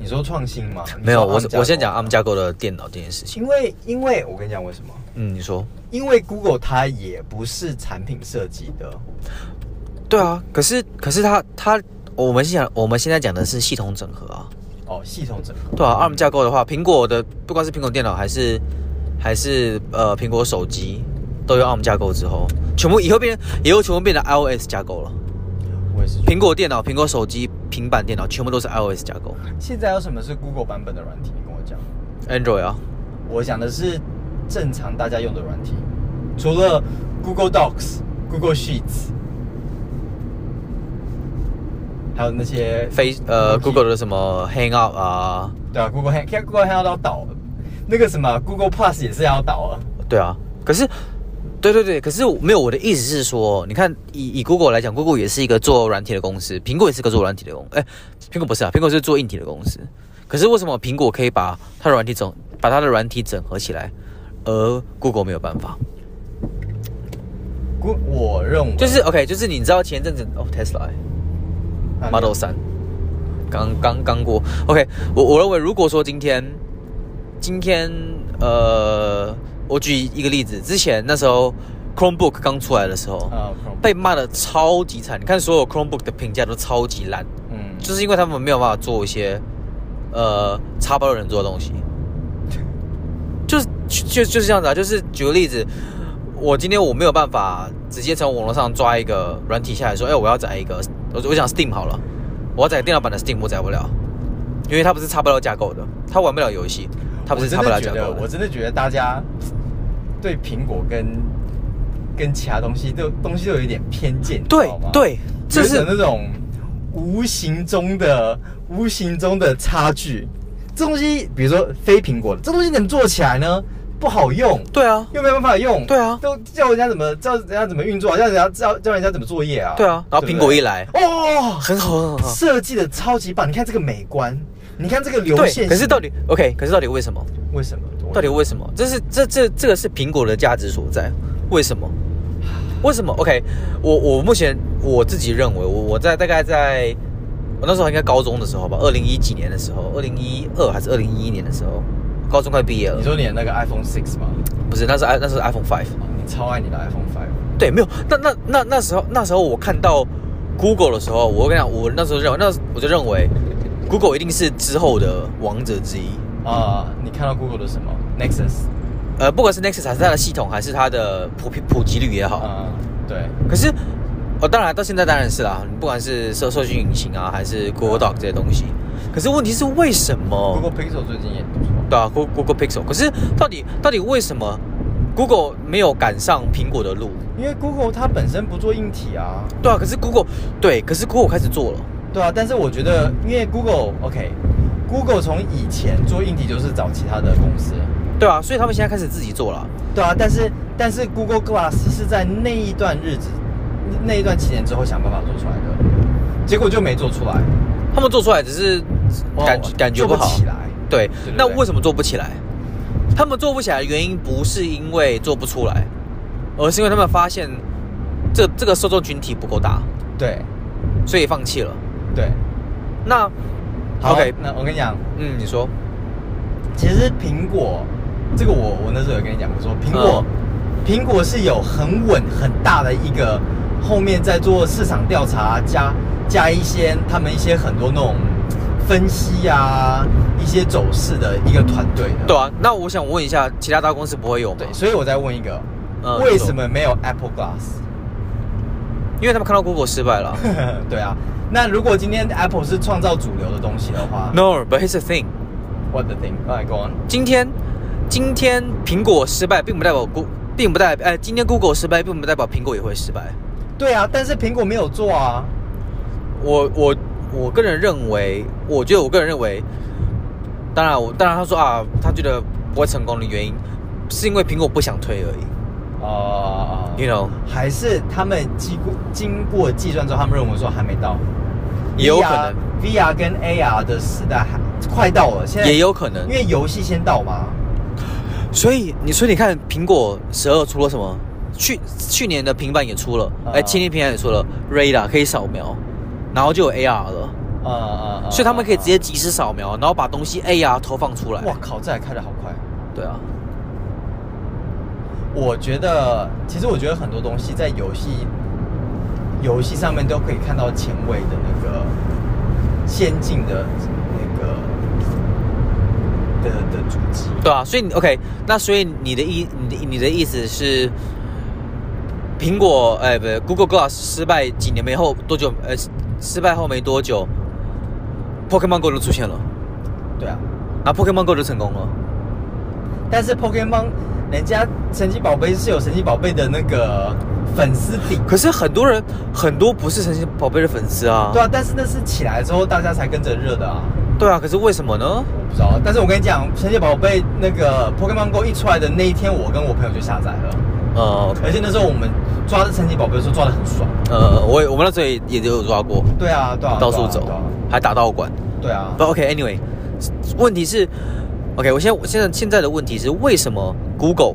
Speaker 2: 你说创新吗？
Speaker 1: 没有，我
Speaker 2: 你说 ARM 架构
Speaker 1: 我先讲 ARM 架构的电脑这件事情。
Speaker 2: 因为因为我跟你讲为什么？
Speaker 1: 嗯，你说？
Speaker 2: 因为 Google 它也不是产品设计的，
Speaker 1: 对啊，可是可是它它我们现在我们现在讲的是系统整合啊，
Speaker 2: 哦，系统整合，
Speaker 1: 对啊，ARM 架构的话，苹果的不管是苹果电脑还是还是呃苹果手机，都有 ARM 架构之后，全部以后变以后全部变成 iOS 架构了。
Speaker 2: 我也是觉得。
Speaker 1: 苹果电脑、苹果手机、平板电脑全部都是 iOS 架构
Speaker 2: 现在有什么是 Google 版本的软体？你跟我讲。
Speaker 1: ，Android 啊，
Speaker 2: 我讲的是正常大家用的软体，除了 Google Docs、Google Sheets，还有那些
Speaker 1: 非呃
Speaker 2: Nokia-
Speaker 1: Google 的什么 Hangout 啊，
Speaker 2: 对啊，Google Hang，现在 Google Hang 要倒了，那个什么 Google Plus 也是要倒了。
Speaker 1: 对啊，可是。对对对，可是没有我的意思是说，你看以以 Google 来讲，Google 也是一个做软体的公司，苹果也是个做软体的公，哎，苹果不是啊，苹果是做硬体的公司。可是为什么苹果可以把它的软体整把它的软体整合起来，而 Google 没有办法？
Speaker 2: Go- 我认为
Speaker 1: 就是 OK，就是你知道前阵子哦 Tesla 哎、
Speaker 2: 啊
Speaker 1: Model 三，刚刚刚过。OK，我我认为如果说今天，今天呃，我举一个例子，之前那时候 Chromebook 刚出来的时候，
Speaker 2: 啊，Chrome
Speaker 1: 被骂的超级惨。你看所有 Chromebook 的评价都超级烂，
Speaker 2: 嗯，
Speaker 1: 就是因为他们没有办法做一些呃插包的人做的东西，就是就就是这样子啊。就是举个例子，我今天我没有办法直接从网络上抓一个软体下来说，哎、我要载一个，我我想 Steam 好了，我要载电脑版的 Steam，我载不了，因为它不是插不了架构的，它玩不了游戏，它不是插不了
Speaker 2: 我真
Speaker 1: 架
Speaker 2: 的觉
Speaker 1: 构
Speaker 2: 得，我
Speaker 1: 的。
Speaker 2: 真的觉得大家对苹果跟跟其他东西都东西都有一点偏见，你知
Speaker 1: 对
Speaker 2: 道吗
Speaker 1: 对，这
Speaker 2: 就是有那种无形中的无形中的差距。这东西，比如说非苹果的，这东西怎么做起来呢？不好用，
Speaker 1: 对啊，
Speaker 2: 又没有办法用。
Speaker 1: 对啊
Speaker 2: 都教人家怎么教人家怎么运作，啊教人家教教人家怎么作业啊。
Speaker 1: 对啊。然后苹果一来，嗯
Speaker 2: 对不对哦，
Speaker 1: 很好很好。很好
Speaker 2: 设计的超级棒，你看这个美观，你看这个流
Speaker 1: 对，
Speaker 2: 线型。
Speaker 1: 可是到底 OK？可是到底为什么？
Speaker 2: 为什么？
Speaker 1: 到底为什么？这是这这这个是苹果的价值所在，为什么？为什么？OK，我我目前我自己认为，我我在大概在我那时候应该高中的时候吧，二零一几年的时候，二零一二还是二零一一年的时候，高中快毕业了
Speaker 2: 你，说你的那个 iPhone Six 吗？
Speaker 1: 不是，那是 i 那是 iPhone Five，
Speaker 2: 你超爱你的 iPhone Five，
Speaker 1: 对，没有。那那那那时候，那时候我看到 Google 的时候，我跟你讲，我那时候认为，那我就认为 Google 一定是之后的王者之一。
Speaker 2: 啊、你看到 Google 的什么 Nexus？
Speaker 1: 呃，不管是 Nexus 还是它的系统，还是它的普及普及率也好，
Speaker 2: 啊、对，
Speaker 1: 可是，哦，当然到现在当然是啦，不管是搜搜寻引擎啊，还是 Google Doc 这些东西。可是问题是为什么？
Speaker 2: Google Pixel 最近也不错。
Speaker 1: 对啊，Google Google Pixel。可是到底到底为什么 Google 没有赶上苹果的路？
Speaker 2: 因为 Google 它本身不做硬体啊，
Speaker 1: 对啊，可是 Google 对，可是 Google 开始做了。
Speaker 2: 对啊，但是我觉得，因为 Google OK，Google 从以前做硬体就是找其他的公司，
Speaker 1: 对啊，所以他们现在开始自己做了。
Speaker 2: 对啊，但是但是 Google Glass 是在那一段日子、那一段期间之后想办法做出来的，结果就没做出来，
Speaker 1: 他们做出来只是感觉、
Speaker 2: 哦
Speaker 1: 感觉
Speaker 2: 做不
Speaker 1: 好。
Speaker 2: 起来。
Speaker 1: 对
Speaker 2: 对，
Speaker 1: 那
Speaker 2: 对
Speaker 1: 为什么做不起来？他们做不起来的原因不是因为做不出来，而是因为他们发现这这个受众群体不够大，
Speaker 2: 对
Speaker 1: 所以放弃了。
Speaker 2: 对
Speaker 1: 那
Speaker 2: 好
Speaker 1: OK，
Speaker 2: 那我跟你讲，
Speaker 1: 嗯，你说，
Speaker 2: 其实苹果这个我我那时候有跟你讲过说，苹
Speaker 1: 嗯
Speaker 2: 果、苹果是有很稳很大的一个后面在做市场调查加加一些他们一些很多那种分析啊一些走势的一个团队的。
Speaker 1: 对啊，那我想问一下，其他大公司不会有吗
Speaker 2: 对，？所以我再问一个，
Speaker 1: 嗯
Speaker 2: 为什么没有 Apple Glass？ <laughs>
Speaker 1: 因为他们看到 Google 失败了。
Speaker 2: 对啊，那如果今天 Apple 是创造主流的东西的话
Speaker 1: No，but here's the thing，
Speaker 2: ，What the thing？来，Go on。
Speaker 1: 今天今天苹果失败，并不代表 Go，并不代表，呃，今天 Google 失败，并不代表苹果也会失败。
Speaker 2: 对啊，但是苹果没有做啊。
Speaker 1: 我我我个人认为，我觉得我个人认为，当然我当然他说啊，他觉得不会成功的原因，是因为苹果不想推而已
Speaker 2: 哦、
Speaker 1: ，you know，
Speaker 2: 还是他们经过经过计算之后，他们认为说还没到，
Speaker 1: 也有可能，
Speaker 2: VR VR 跟 AR 的时代还快到了，现在
Speaker 1: 也有可能
Speaker 2: 因。为游戏先到嘛。
Speaker 1: 所以你说你看苹果十二出了什么？去去年的平板也出了，哎、
Speaker 2: 啊
Speaker 1: 前年平板也出了 Radar 可以扫描，然后就有 AR 了，
Speaker 2: 呃呃呃
Speaker 1: 所以他们可以直接及时扫描，然后把东西 AR 投放出来。
Speaker 2: 哇靠，这还开的好快。
Speaker 1: 对啊，
Speaker 2: 我觉得，其实我觉得很多东西在游戏游戏上面都可以看到前卫的那个先进的那个的的主机。
Speaker 1: 对啊，所以你 OK，那所以你的意你的你的意思是，苹果哎、不对，Google Glass 失败几年没后多久？呃，失败后没多久，Pokemon Go 就出现了，
Speaker 2: 对啊，
Speaker 1: 然后 Pokemon Go 就成功了。
Speaker 2: 但是 Pokemon 人家神奇宝贝是有神奇宝贝的那个粉丝底，
Speaker 1: 可是很多人很多不是神奇宝贝的粉丝啊，
Speaker 2: 对啊，但是那是起来之后大家才跟着热的啊。
Speaker 1: 对啊，可是为什么呢？
Speaker 2: 我不知道，啊但是我跟你讲，神奇宝贝那个 Pokemon Go 一出来的那一天，我跟我朋友就下载了，
Speaker 1: 呃
Speaker 2: 而且那时候我们抓神奇宝贝的时候抓的很爽。
Speaker 1: 呃，我也我们那时候也也有抓过，
Speaker 2: 对啊，对啊，
Speaker 1: 到处走
Speaker 2: 对啊，
Speaker 1: 还打道馆。
Speaker 2: 对啊
Speaker 1: 不，OK，Anyway，、问题是 OK，我现在我现在现在的问题是为什么 Google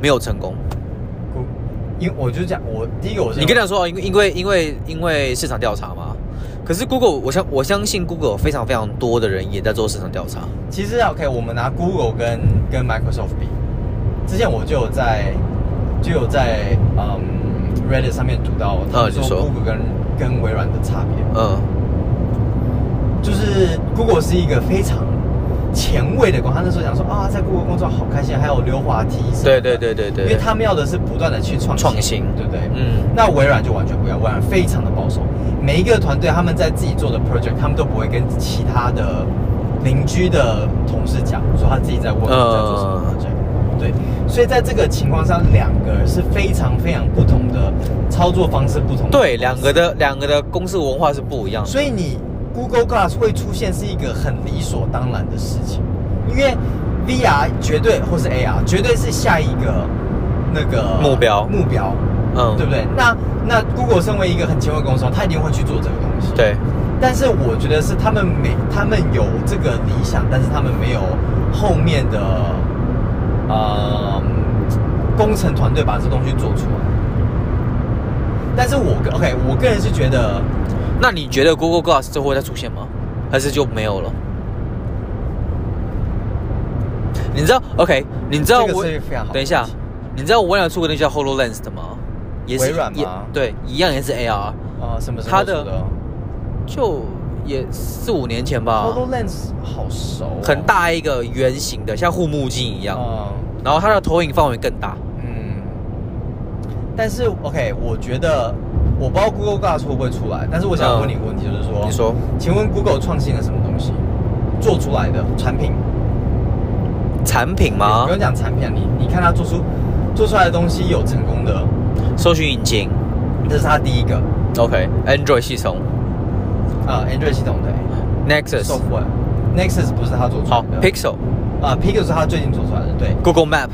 Speaker 1: 没有成功？
Speaker 2: 不因为我就讲，我第一个我是
Speaker 1: 你跟他说，哦因为因为因为因为市场调查嘛。可是 Google，我相我相信 Google 有非常非常多的人也在做市场调查。
Speaker 2: 其实啊 OK，我们拿 Google 跟跟 Microsoft 比，之前我就有在就有在嗯 Reddit 上面读到，他们
Speaker 1: 你说
Speaker 2: 说 Google 跟跟微软的差别，
Speaker 1: 嗯，
Speaker 2: 就是 Google 是一个非常前卫的公司，他那时候讲说啊，在 Google 工作好开心，还有溜滑梯什么
Speaker 1: 对
Speaker 2: 的，
Speaker 1: 对对对对，
Speaker 2: 啊因为他们要的是不断的去创
Speaker 1: 创新
Speaker 2: 对不对？
Speaker 1: 嗯
Speaker 2: 那微软就完全不一样，微软非常的保守，每一个团队他们在自己做的 project，他们都不会跟其他的邻居的同事讲，说他自己在问
Speaker 1: 嗯
Speaker 2: 在做什么 project。对，所以在这个情况上，两个是非常非常不同的操作方式，不同的
Speaker 1: 对两个的两个的公司文化是不一样的。
Speaker 2: 所以你 Google Glass 会出现是一个很理所当然的事情，因为 VR 绝对或是 AR 绝对是下一个那个
Speaker 1: 目标
Speaker 2: 目标，
Speaker 1: 嗯，
Speaker 2: 对不对？那那 Google 身为一个很前卫的公司，它一定会去做这个东西。，
Speaker 1: 对
Speaker 2: 但是我觉得是他们没，他们有这个理想，但是他们没有后面的呃工程团队把这东西做出来。但是我个 OK，我个人是觉得。
Speaker 1: 那你觉得 Google Glass 这会再出现吗？还是就没有了？你知道 OK？你知道
Speaker 2: 这个
Speaker 1: 我
Speaker 2: 是非常好的
Speaker 1: 等一下
Speaker 2: 问题，
Speaker 1: 你知道我未来出个那叫 Hololens 的吗？也是
Speaker 2: 微软
Speaker 1: 也
Speaker 2: 吗
Speaker 1: 对，一样也是 AR，
Speaker 2: 啊、什么时
Speaker 1: 它
Speaker 2: 候出
Speaker 1: 的
Speaker 2: 的
Speaker 1: 就也四五年前吧，
Speaker 2: ？Hololens 好熟、哦，
Speaker 1: 啊很大一个圆形的，像护目镜一样，
Speaker 2: 啊、
Speaker 1: 然后它的投影范围更大。
Speaker 2: 嗯，但是 OK，我觉得我不知道 Google Glass 会不会出来，但是我想问你一个问题，就是说，
Speaker 1: 嗯你，说
Speaker 2: 请问 Google 创新了什么东西？做出来的产品
Speaker 1: 产品吗
Speaker 2: 不？用讲产品啊，你你看它做出做出来的东西有成功的，
Speaker 1: 搜寻引擎
Speaker 2: 这是它第一个
Speaker 1: ，OK，Android 系统
Speaker 2: 啊、a n d r o i d 系统的
Speaker 1: Nexus，
Speaker 2: software。Nexus 不是它做出来
Speaker 1: 好
Speaker 2: 的
Speaker 1: ，Pixel、
Speaker 2: 啊，Pixel 是它最近做出来的，对。
Speaker 1: Google Map，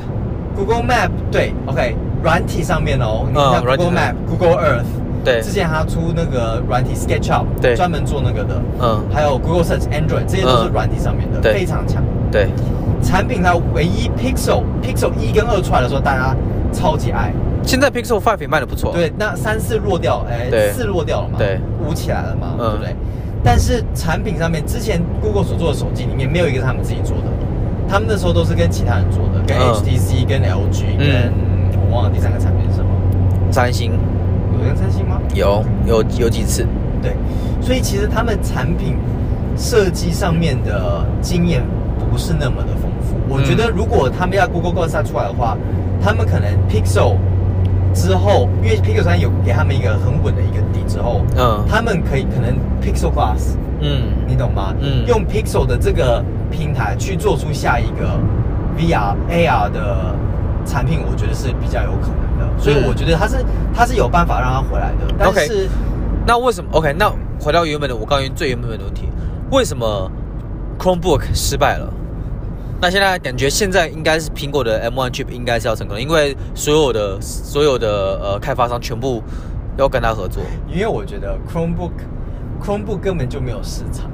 Speaker 2: Google Map 对，OK，软体上面哦，你看
Speaker 1: 嗯软体
Speaker 2: Google
Speaker 1: 上
Speaker 2: Map、Google Earth，
Speaker 1: 对
Speaker 2: 之前它出那个软体 SketchUp，
Speaker 1: 对
Speaker 2: 专门做那个的，
Speaker 1: 嗯
Speaker 2: 还有 Google Search Android，这些都是
Speaker 1: 嗯
Speaker 2: 软体上面的，
Speaker 1: 对
Speaker 2: 非常强。
Speaker 1: 对，
Speaker 2: 产品它唯一 Pixel Pixel 一跟二出来的时候，大家超级爱，
Speaker 1: 现在 Pixel Five 也卖的不错，，
Speaker 2: 对，那三四弱掉，哎、
Speaker 1: 对
Speaker 2: 四弱掉了嘛，
Speaker 1: 对，
Speaker 2: 五起来了嘛，
Speaker 1: 嗯
Speaker 2: 对不对？但是产品上面之前 Google 所做的手机里面没有一个是他们自己做的，他们那时候都是跟其他人做的，跟
Speaker 1: 嗯
Speaker 2: HTC、跟 LG、
Speaker 1: 嗯
Speaker 2: 跟我忘了第三个产品是什么，
Speaker 1: 三星
Speaker 2: 有跟三星吗？
Speaker 1: 有有有几次，
Speaker 2: 对，所以其实他们产品设计上面的经验不是那么的丰富。我觉
Speaker 1: 嗯
Speaker 2: 得如果他们要 Google Glass 出来的话，他们可能 Pixel 之后，因为 Pixel 三有给他们一个很稳的一个底之后，
Speaker 1: 嗯
Speaker 2: 他们可以可能 Pixel Glass，
Speaker 1: 嗯
Speaker 2: 你懂吗？
Speaker 1: 嗯
Speaker 2: 用 Pixel 的这个平台去做出下一个 VR、AR 的产品，我觉得是比较有可能的。所以
Speaker 1: 嗯
Speaker 2: 我觉得它是它是有办法让它回来的，但
Speaker 1: OK
Speaker 2: 是。
Speaker 1: 那为什么？OK，那回到原本的我刚刚最原本的问题，为什么 Chromebook 失败了？那现在感觉现在应该是苹果的 M1 chip 应该是要成功的，因为所有的所有的呃开发商全部要跟他合作。
Speaker 2: 因为我觉得 Chromebook Chromebook 根本就没有市场。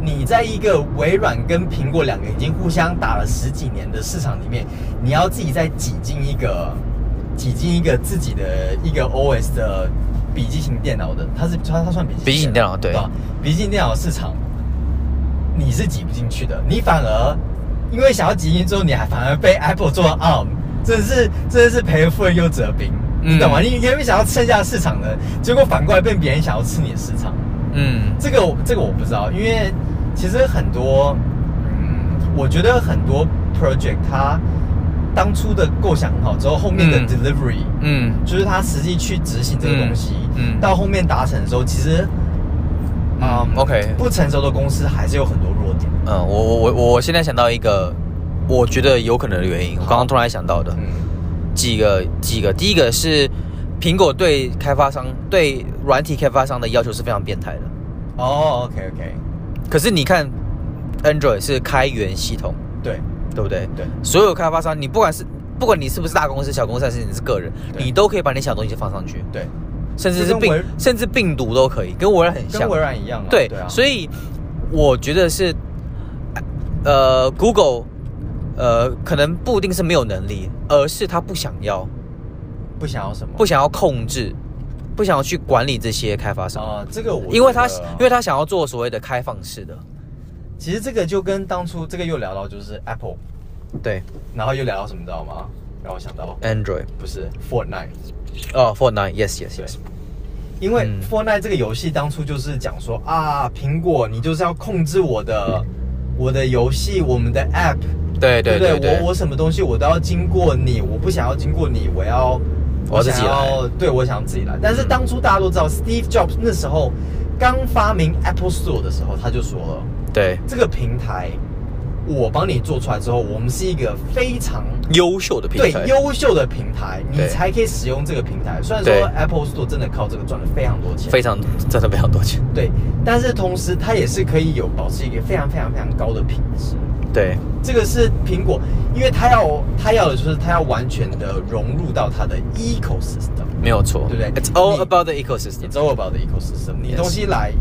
Speaker 2: 你在一个微软跟苹果两个已经互相打了十几年的市场里面，你要自己再挤进一个挤进一个自己的一个 OS 的笔记型电脑的，它是它它算笔记
Speaker 1: 笔记型电脑对
Speaker 2: 吧笔记型电脑市场你是挤不进去的，你反而因为想要挤进去之后，你还反而被 Apple 做 ARM，真的是真的是赔了夫人又折兵，
Speaker 1: 嗯
Speaker 2: 你懂吗？你原本想要吃下市场的，结果反过来被别人想要吃你的市场，
Speaker 1: 嗯
Speaker 2: 这个我这个我不知道，因为其实很多，嗯，我觉得很多 project 它当初的构想很好，之后后面的
Speaker 1: 嗯
Speaker 2: delivery、
Speaker 1: 嗯
Speaker 2: 就是它实际去执行这个东西，
Speaker 1: 嗯嗯
Speaker 2: 到后面达成的时候，其实。嗯
Speaker 1: 嗯，OK
Speaker 2: 不成熟的公司还是有很多弱点。
Speaker 1: 嗯，我我我我现在想到一个，我觉得有可能的原因，我刚刚突然想到的。
Speaker 2: 嗯
Speaker 1: 几个几个，第一个是苹果对开发商对软体开发商的要求是非常变态的。
Speaker 2: 哦，OK，OK、o k OK，
Speaker 1: 可是你看，Android 是开源系统，
Speaker 2: 对
Speaker 1: 对不对？
Speaker 2: 对，
Speaker 1: 所有开发商，你不管是不管你是不是大公司、小公司，还是你是个人，
Speaker 2: 对
Speaker 1: 你都可以把你想的东西放上去，
Speaker 2: 对，
Speaker 1: 甚至
Speaker 2: 这
Speaker 1: 是
Speaker 2: 跟
Speaker 1: 病
Speaker 2: 微，
Speaker 1: 甚至病毒都可以，跟微软很像
Speaker 2: 跟微。软一样啊。
Speaker 1: 对，
Speaker 2: 对啊，
Speaker 1: 所
Speaker 2: 以
Speaker 1: 以我觉得是，呃，Google，呃，可能不一定是没有能力，而是他不想要。
Speaker 2: 不想要什么？
Speaker 1: 不想要控制，不想要去管理这些开发商，
Speaker 2: 啊、这个我
Speaker 1: 因为他
Speaker 2: 觉得
Speaker 1: 因为他想要做所谓的开放式的，
Speaker 2: 其实这个就跟当初这个又聊到就是 Apple，
Speaker 1: 对
Speaker 2: 然后又聊到什么，你知道吗？让我想到
Speaker 1: ，Android，
Speaker 2: 不是 Fortnite，
Speaker 1: 哦，Fortnite，yes yes
Speaker 2: 对
Speaker 1: yes，
Speaker 2: 因为
Speaker 1: 嗯
Speaker 2: Fortnite 这个游戏当初就是讲说啊，苹果你就是要控制我的我的游戏，我们的 App，
Speaker 1: 对对
Speaker 2: 不
Speaker 1: 对
Speaker 2: 我我什么东西我都要经过你，我不想要经过你，我要
Speaker 1: 我要自
Speaker 2: 想
Speaker 1: 己
Speaker 2: 要对我想要自己来。但是当初大家都知道，Steve Jobs 那时候刚发明 Apple Store 的时候，他就说了。
Speaker 1: 对，
Speaker 2: 这个平台我帮你做出来之后，我们是一个非常
Speaker 1: 优秀的平
Speaker 2: 对
Speaker 1: 台，
Speaker 2: 优秀的平台，你
Speaker 1: 对
Speaker 2: 才可以使用这个平台。虽然说
Speaker 1: 对
Speaker 2: Apple Store 真的靠这个赚了非常多钱，
Speaker 1: 非常真的非常多钱，
Speaker 2: 对，但是同时它也是可以有保持一个非常非常非常高的品质。
Speaker 1: 对，
Speaker 2: 这个是苹果，因为它要它要的就是它要完全的融入到它的 ecosystem。
Speaker 1: 没有错，
Speaker 2: 对不对
Speaker 1: ？It's all
Speaker 2: 你
Speaker 1: about the
Speaker 2: 你
Speaker 1: ecosystem，
Speaker 2: 周围 about 的 ecosystem，你
Speaker 1: Yes
Speaker 2: 东西来，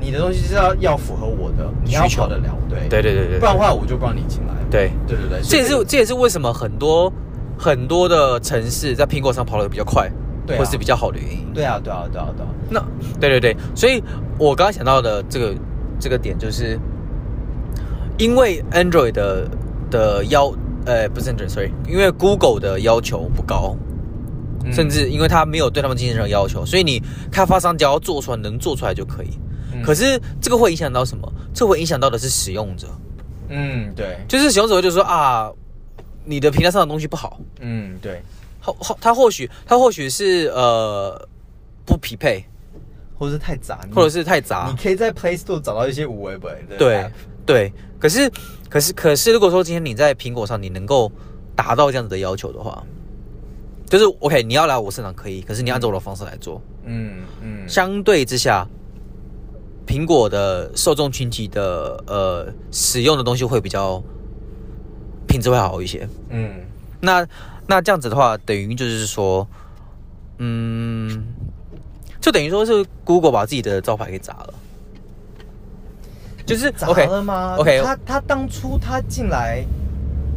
Speaker 2: 你的东西是要要符合我的，你要
Speaker 1: 需求
Speaker 2: 跑得了，对
Speaker 1: 对对对对
Speaker 2: 不然的话我就不让你进来。
Speaker 1: 对，
Speaker 2: 对对对，
Speaker 1: 这
Speaker 2: 所以
Speaker 1: 也是这也是为什么很多很多的城市在苹果上跑得比较快，
Speaker 2: 对啊
Speaker 1: 或是比较好的原因，
Speaker 2: 对啊，对啊，对啊，对啊，
Speaker 1: 那对对对，所以我刚刚想到的这个这个点就是，因为 Android 的的要呃不是 Android，sorry，因为 Google 的要求不高，
Speaker 2: 嗯
Speaker 1: 甚至因为它没有对他们进行任何要求，所以你开发商只要做出来能做出来就可以。
Speaker 2: 嗯
Speaker 1: 可是这个会影响到什么？这会影响到的是使用者，
Speaker 2: 嗯，对，
Speaker 1: 就是使用者就说啊，你的平台上的东西不好，
Speaker 2: 嗯对，
Speaker 1: 后后他或许他或许是呃不匹配，
Speaker 2: 或者是太杂，你
Speaker 1: 或者是太杂
Speaker 2: 你，可以在 Play Store 找到一些无为本的
Speaker 1: 对
Speaker 2: app
Speaker 1: 对。可是可是可是，如果说今天你在苹果上你能够达到这样子的要求的话，就是 OK，你要来我市场可以，可是你按照我的方式来做，
Speaker 2: 嗯嗯，
Speaker 1: 相对之下，苹果的受众群体的呃使用的东西会比较品质会好一些。
Speaker 2: 嗯
Speaker 1: 那那这样子的话，等于就是说，嗯，就等于说是 Google 把自己的招牌给砸了，就是
Speaker 2: 砸
Speaker 1: OK
Speaker 2: 了吗
Speaker 1: OK
Speaker 2: 他他当初他进来，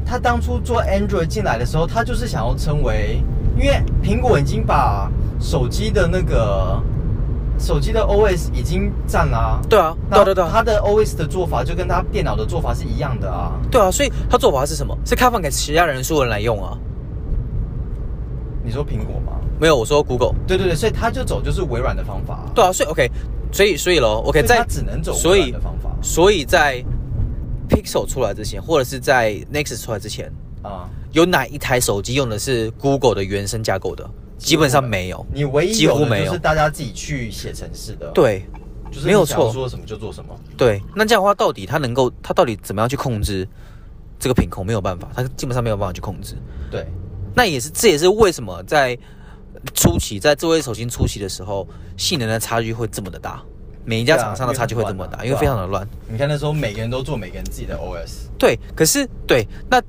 Speaker 2: 他当初做 Android 进来的时候，他就是想要成为，因为苹果已经把手机的那个手机的 OS 已经占了、啊。
Speaker 1: 对啊，对
Speaker 2: 那
Speaker 1: 啊对啊对啊
Speaker 2: 他的 OS 的做法就跟他电脑的做法是一样的啊。
Speaker 1: 对啊，所以它做法是什么？是开放给其他人、所有人来用啊？
Speaker 2: 你说苹果吗？
Speaker 1: 没有，我说 Google。
Speaker 2: 对对对，所以他就走就是微软的方法啊、
Speaker 1: 对啊，所以 OK，所以所以喽
Speaker 2: 所
Speaker 1: ，OK，
Speaker 2: 以
Speaker 1: 在
Speaker 2: 他只能走
Speaker 1: 所
Speaker 2: 微软
Speaker 1: 以
Speaker 2: 的方法啊
Speaker 1: 所以在 Pixel 出来之前，或者是在 Nexus 出来之前，
Speaker 2: 啊。
Speaker 1: 有哪一台手机用的是 Google 的原生架构的？基本上没有。
Speaker 2: 你唯一
Speaker 1: 几乎
Speaker 2: 有的
Speaker 1: 没
Speaker 2: 就
Speaker 1: 有
Speaker 2: 是大家自己去写程式的，，
Speaker 1: 对
Speaker 2: 就是
Speaker 1: 没有
Speaker 2: 你想
Speaker 1: 错
Speaker 2: 说什么就做什么。
Speaker 1: 对，那这样的话，到底它能够，它到底怎么样去控制这个品控？没有办法，它基本上没有办法去控制。
Speaker 2: 对，
Speaker 1: 那也是，这也是为什么在初期，在智慧手机初期的时候，性能的差距会这么的大，每一家
Speaker 2: 对啊
Speaker 1: 厂商的差距会这么大，因
Speaker 2: 因为很
Speaker 1: 为
Speaker 2: 乱啊
Speaker 1: 非常的乱。
Speaker 2: 你看那时候每个人都做每个人自己的 OS，
Speaker 1: 对，可是对，那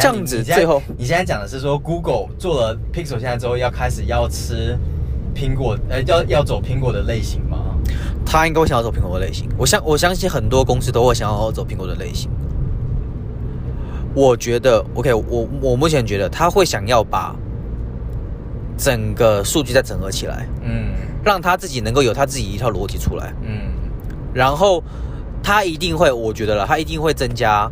Speaker 1: 这
Speaker 2: 下
Speaker 1: 样
Speaker 2: 你
Speaker 1: 子
Speaker 2: 啊你现在
Speaker 1: 最后
Speaker 2: 你现在讲的是说 Google 做了 Pixel 现在之后要开始要吃苹果，呃，要要走苹果的类型吗？
Speaker 1: 他应该会想要走苹果的类型。我相我相信很多公司都会想要走苹果的类型。我觉得 OK，我我目前觉得他会想要把整个数据再整合起来，
Speaker 2: 嗯
Speaker 1: 让他自己能够有他自己一套逻辑出来。
Speaker 2: 嗯
Speaker 1: 然后他一定会，我觉得了，他一定会增加。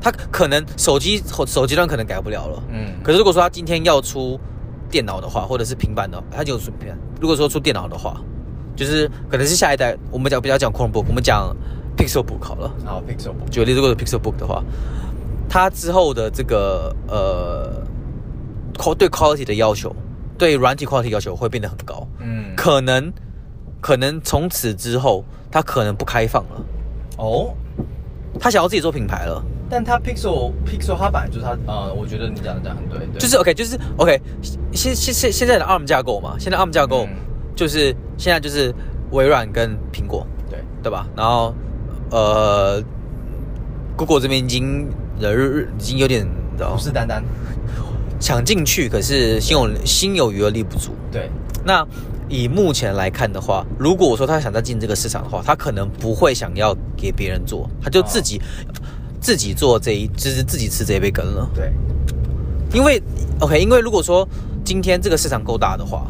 Speaker 1: 他可能手机手手机端可能改不了了，
Speaker 2: 嗯，
Speaker 1: 可是如果说他今天要出电脑的话，或者是平板的，他就出平板。如果说出电脑的话，就是可能是下一代，我们讲不要讲 Chromebook，我们讲 Pixel Book 好了。
Speaker 2: 好 Pixel 不
Speaker 1: 举个例子，如果是 Pixel Book 的话，它之后的这个呃，qual- 对 quality 的要求，对软体 quality 要求会变得很高。
Speaker 2: 嗯
Speaker 1: 可能可能从此之后，它可能不开放了，
Speaker 2: 哦，
Speaker 1: 它想要自己做品牌了。
Speaker 2: 但它 Pixel Pixel 它本来就是它，呃，我觉得你讲的讲得很对，对
Speaker 1: 就是 OK，就是 OK，现现现现在的 ARM 架构嘛，现在 ARM 架构
Speaker 2: 嗯
Speaker 1: 就是、现在就是微软跟苹果，
Speaker 2: 对，
Speaker 1: 对吧？然后呃，Google 这边已经呃日已经有点你知道
Speaker 2: 虎视眈眈，
Speaker 1: 想进去，可是心有心有余而力不足。
Speaker 2: 对，
Speaker 1: 那以目前来看的话，如果我说他想再进这个市场的话，他可能不会想要给别人做，他就自己、自己做这一，就是自己吃这一杯羹了。
Speaker 2: 对，
Speaker 1: 因为 OK，因为如果说今天这个市场够大的话，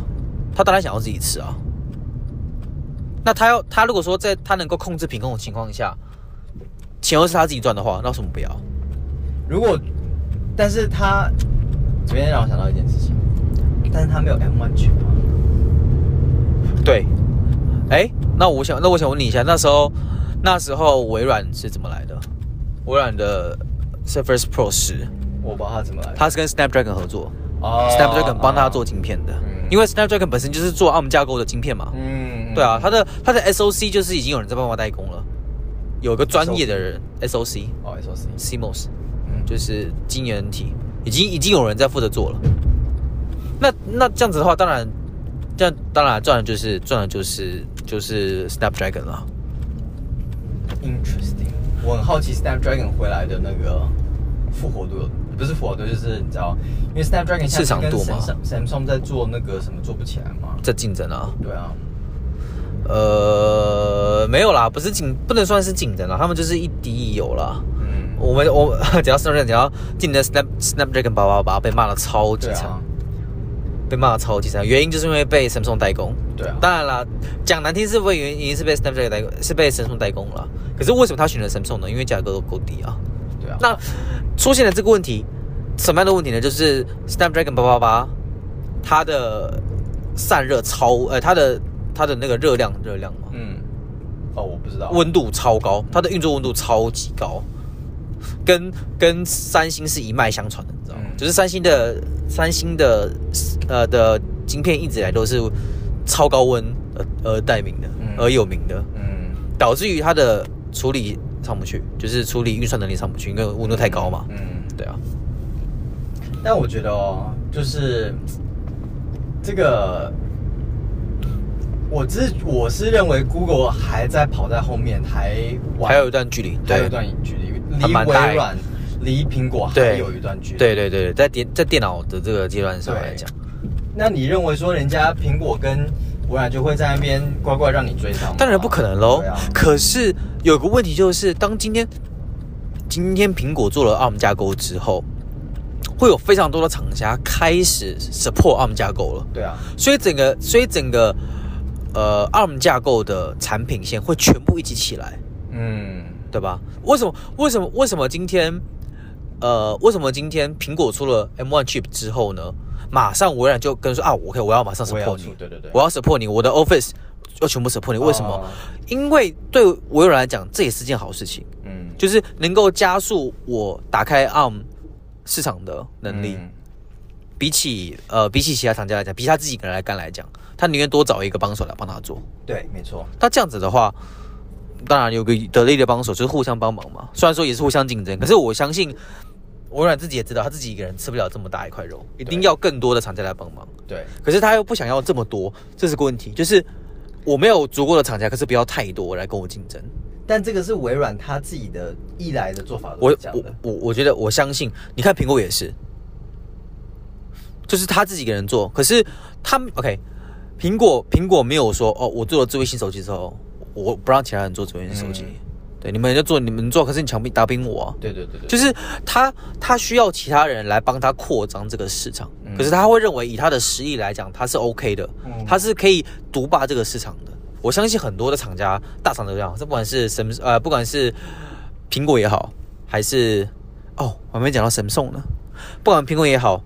Speaker 1: 他当然想要自己吃啊。那他要他如果说在他能够控制品控的情况下，钱又是他自己赚的话，那为什么不要？
Speaker 2: 如果，但是他这边让我想到一件事情，但是他没有 M1 chip 啊。
Speaker 1: 对，哎，那我想那我想问你一下，那时候那时候微软是怎么来的？微软的 Surface Pro 十，
Speaker 2: 我不知道他怎么来的。
Speaker 1: 它是跟 Snapdragon 合作、
Speaker 2: 哦
Speaker 1: s n a p d r a g o n 帮它做晶片的，
Speaker 2: 嗯
Speaker 1: 因为 Snapdragon 本身就是做 ARM 架构的晶片嘛。
Speaker 2: 嗯
Speaker 1: 对啊，它的它的 SOC 就是已经有人在帮忙代工了，有个专业的人 SOC
Speaker 2: 哦，SOC，
Speaker 1: CMOS
Speaker 2: 嗯，就
Speaker 1: 就是晶圆体，已经已经有人在负责做了。那那这样子的话，当然，这样当然赚的就是赚的就是就是 Snapdragon 了。
Speaker 2: interesting。我很好奇 Snapdragon 回来的那个复活度，不是复活度，就是你知道，因为 Snapdragon
Speaker 1: 市场度嘛
Speaker 2: s a m s u n 在做那个什么做不起来嘛。
Speaker 1: 这竞争啊，
Speaker 2: 对啊，
Speaker 1: 呃，没有啦，不是竞，不能算是竞争啦，他们就是一敌一友啦。
Speaker 2: 嗯，
Speaker 1: 我们 <laughs> 我只要 Snapdragon 只要进的 Snap Snapdragon 八八八被骂的超级
Speaker 2: 对
Speaker 1: 惨
Speaker 2: 啊，，
Speaker 1: 被骂的超级惨，原因就是因为被 Samsung 代工。
Speaker 2: 对啊，
Speaker 1: 当然啦，讲难听是被原因是被 Snapdragon 代工，是被 Samsung 代工了。可是为什么他选择 Samsung 呢？因为价格都够低啊。
Speaker 2: 对啊，
Speaker 1: 那出现了这个问题，什么样的问题呢？就是 Snapdragon 八八八它的散热超呃，它的它的那个热量热量嘛，
Speaker 2: 嗯，哦，我不知道，
Speaker 1: 温度超高，它的运作温度超级高，跟跟三星是一脉相传的，你知道吗？
Speaker 2: 嗯
Speaker 1: 就是三星的三星的呃的晶片一直以来都是超高温呃而代名的，
Speaker 2: 嗯
Speaker 1: 而有名的，
Speaker 2: 嗯，
Speaker 1: 导致于它的处理上不去，就是处理运算能力上不去，因为温度太高嘛。
Speaker 2: 嗯，
Speaker 1: 对啊，
Speaker 2: 但我觉得哦，就是这个，我是我是认为 Google 还在跑在后面，还晚
Speaker 1: 还有一段距离，
Speaker 2: 还
Speaker 1: 对
Speaker 2: 有一段距离，
Speaker 1: 还
Speaker 2: 离
Speaker 1: 蛮大
Speaker 2: 微软、离苹果还
Speaker 1: 对
Speaker 2: 有一段距离。
Speaker 1: 对对对，在电在电脑的这个阶段上来讲，
Speaker 2: 那你认为说人家苹果跟微软就会在那边乖乖让你追上吗？
Speaker 1: 当然不可能喽
Speaker 2: 对啊。
Speaker 1: 可是有个问题就是，当今天今天苹果做了 ARM 架构之后，会有非常多的厂家开始 support ARM 架构了，
Speaker 2: 对啊，
Speaker 1: 所以整个所以整个呃 ARM 架构的产品线会全部一起起来。
Speaker 2: 嗯
Speaker 1: 对吧？为什么？为什么？为什么今天，呃，为什么今天苹果出了 M1 chip 之后呢？马上微软就跟说啊，OK，我要马上
Speaker 2: 我也要
Speaker 1: support
Speaker 2: 出
Speaker 1: 你，
Speaker 2: 对对对
Speaker 1: 我要 support 你，我的 Office 要全部 support 你。为什么？
Speaker 2: 哦
Speaker 1: 因为对微软来讲，这也是件好事情，
Speaker 2: 嗯，
Speaker 1: 就是能够加速我打开 ARM 市场的能力。
Speaker 2: 嗯
Speaker 1: 比起呃，比起其他厂家来讲，比起他自己个人来干来讲，他宁愿多找一个帮手来帮他做。
Speaker 2: 对，没错，
Speaker 1: 那这样子的话，当然有个得力的帮手，就是互相帮忙嘛。虽然说也是互相竞争，可是我相信微软自己也知道，他自己一个人吃不了这么大一块肉，一定要更多的厂家来帮忙。
Speaker 2: 对，
Speaker 1: 可是他又不想要这么多，这是个问题。就是我没有足够的厂家，可是不要太多来跟我竞争。
Speaker 2: 但这个是微软他自己的一来的做法，
Speaker 1: 我
Speaker 2: 讲
Speaker 1: 我
Speaker 2: 的，
Speaker 1: 我我觉得我相信，你看苹果也是，就是他自己一个人做，可是他们 OK，苹果苹果没有说哦，我做了智慧型手机之后，我不让其他人做智慧型手机，
Speaker 2: 嗯
Speaker 1: 对，你们就做你们做，可是你强逼打兵我啊，
Speaker 2: 对对对对，
Speaker 1: 就是他他需要其他人来帮他扩张这个市场，
Speaker 2: 嗯
Speaker 1: 可是他会认为以他的实力来讲，他是 OK 的，
Speaker 2: 嗯
Speaker 1: 他是可以独霸这个市场的。我相信很多的厂家大厂都这样，这不管是什么呃，不管是苹果也好，还是哦，我还没讲到神送呢，不管苹果也好，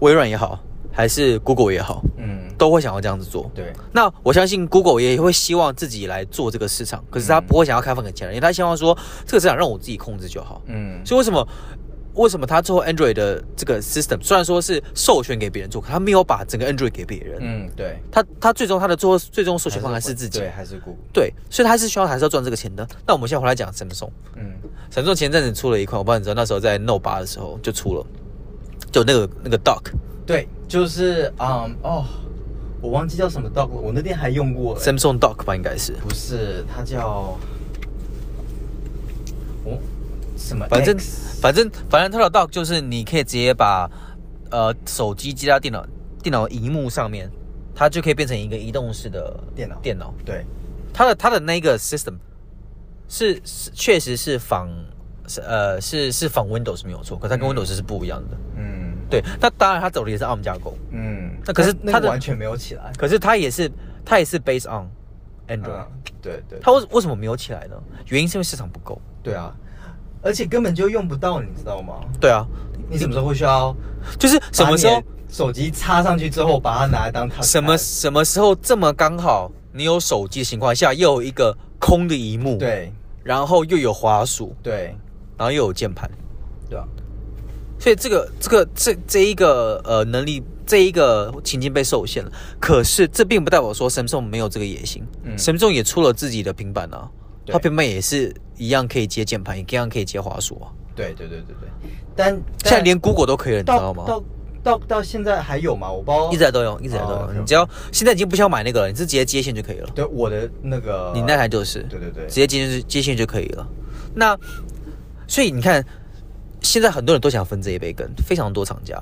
Speaker 1: 微软也好，还是 Google 也好，
Speaker 2: 嗯，
Speaker 1: 都会想要这样子做。
Speaker 2: 对，
Speaker 1: 那我相信 Google 也会希望自己来做这个市场，可是
Speaker 2: 嗯
Speaker 1: 他不会想要开放给其他人，因为他希望说这个市场让我自己控制就好。
Speaker 2: 嗯，
Speaker 1: 所以为什么为什么他最后 Android 的这个 system 虽然说是授权给别人做，可他没有把整个 Android 给别人，
Speaker 2: 嗯，对，
Speaker 1: 他他最终他的最后最终授权方案
Speaker 2: 还
Speaker 1: 是自己
Speaker 2: 对，。还是 Google，
Speaker 1: 对，所以他是需要还是要赚这个钱的。那我们现在回来讲 Samsung，Samsung
Speaker 2: 嗯
Speaker 1: 前阵子出了一款，我不知道你知道，那时候在 Note 八的时候就出了，就那个那个 Dock
Speaker 2: 对，就是嗯哦，我忘记叫什么 dog 了，我那天还用过、欸
Speaker 1: Samsung Dock 吧，应该是，
Speaker 2: 不是，它叫哦什么 X？
Speaker 1: 反正反正反正它的 Dock 就是你可以直接把呃手机接到电脑电脑荧幕上面，它就可以变成一个移动式的
Speaker 2: 电脑
Speaker 1: 电脑。
Speaker 2: 对，
Speaker 1: 它的它的那个 system 是是确实是仿是呃是是仿 Windows 没有错，可它跟
Speaker 2: 嗯
Speaker 1: Windows 是不一样的。
Speaker 2: 嗯
Speaker 1: 对，那当然它走的也是 ARM 架构，
Speaker 2: 嗯，
Speaker 1: 那可是
Speaker 2: 那
Speaker 1: 它
Speaker 2: 个
Speaker 1: 的
Speaker 2: 完全没有起来。
Speaker 1: 可是它也是它也是 based on Android，、
Speaker 2: 嗯，对对，
Speaker 1: 它为为什么没有起来呢？原因是因为市场不够。
Speaker 2: 对啊，而且根本就用不到，你知道吗？
Speaker 1: 对啊，
Speaker 2: 你什么时候会需要？
Speaker 1: 就是什么时候？
Speaker 2: 手机插上去之后，把它拿来当它
Speaker 1: 什么什么时候这么刚好你有手机的情况下，又有一个空的一幕，，
Speaker 2: 对
Speaker 1: 然后又有滑鼠，
Speaker 2: 对
Speaker 1: 然后又有键盘，
Speaker 2: 对啊，
Speaker 1: 所以这个这个这这一个呃能力，这一个情境被受限了。可是这并不代表说 Samsung 没有这个野心、
Speaker 2: 嗯
Speaker 1: s a m s u n g 也出了自己的平板啊，
Speaker 2: 对
Speaker 1: 它平板也是一样可以接键盘，一样可以接滑鼠啊。
Speaker 2: 对对对对对，但
Speaker 1: 现在连 Google 都可以了，你知道
Speaker 2: 到
Speaker 1: 吗？
Speaker 2: 到到到现在还有吗？我不知道
Speaker 1: 一直在都用，一直在都
Speaker 2: 哦
Speaker 1: 用。
Speaker 2: ，OK，OK
Speaker 1: 你只要现在已经不需要买那个了，你是直接接线就可以了。
Speaker 2: 对我的那个
Speaker 1: 你那台就是，
Speaker 2: 对对对
Speaker 1: 直接接线就接线就可以了。那所以你看，现在很多人都想分这一杯羹，非常多厂家。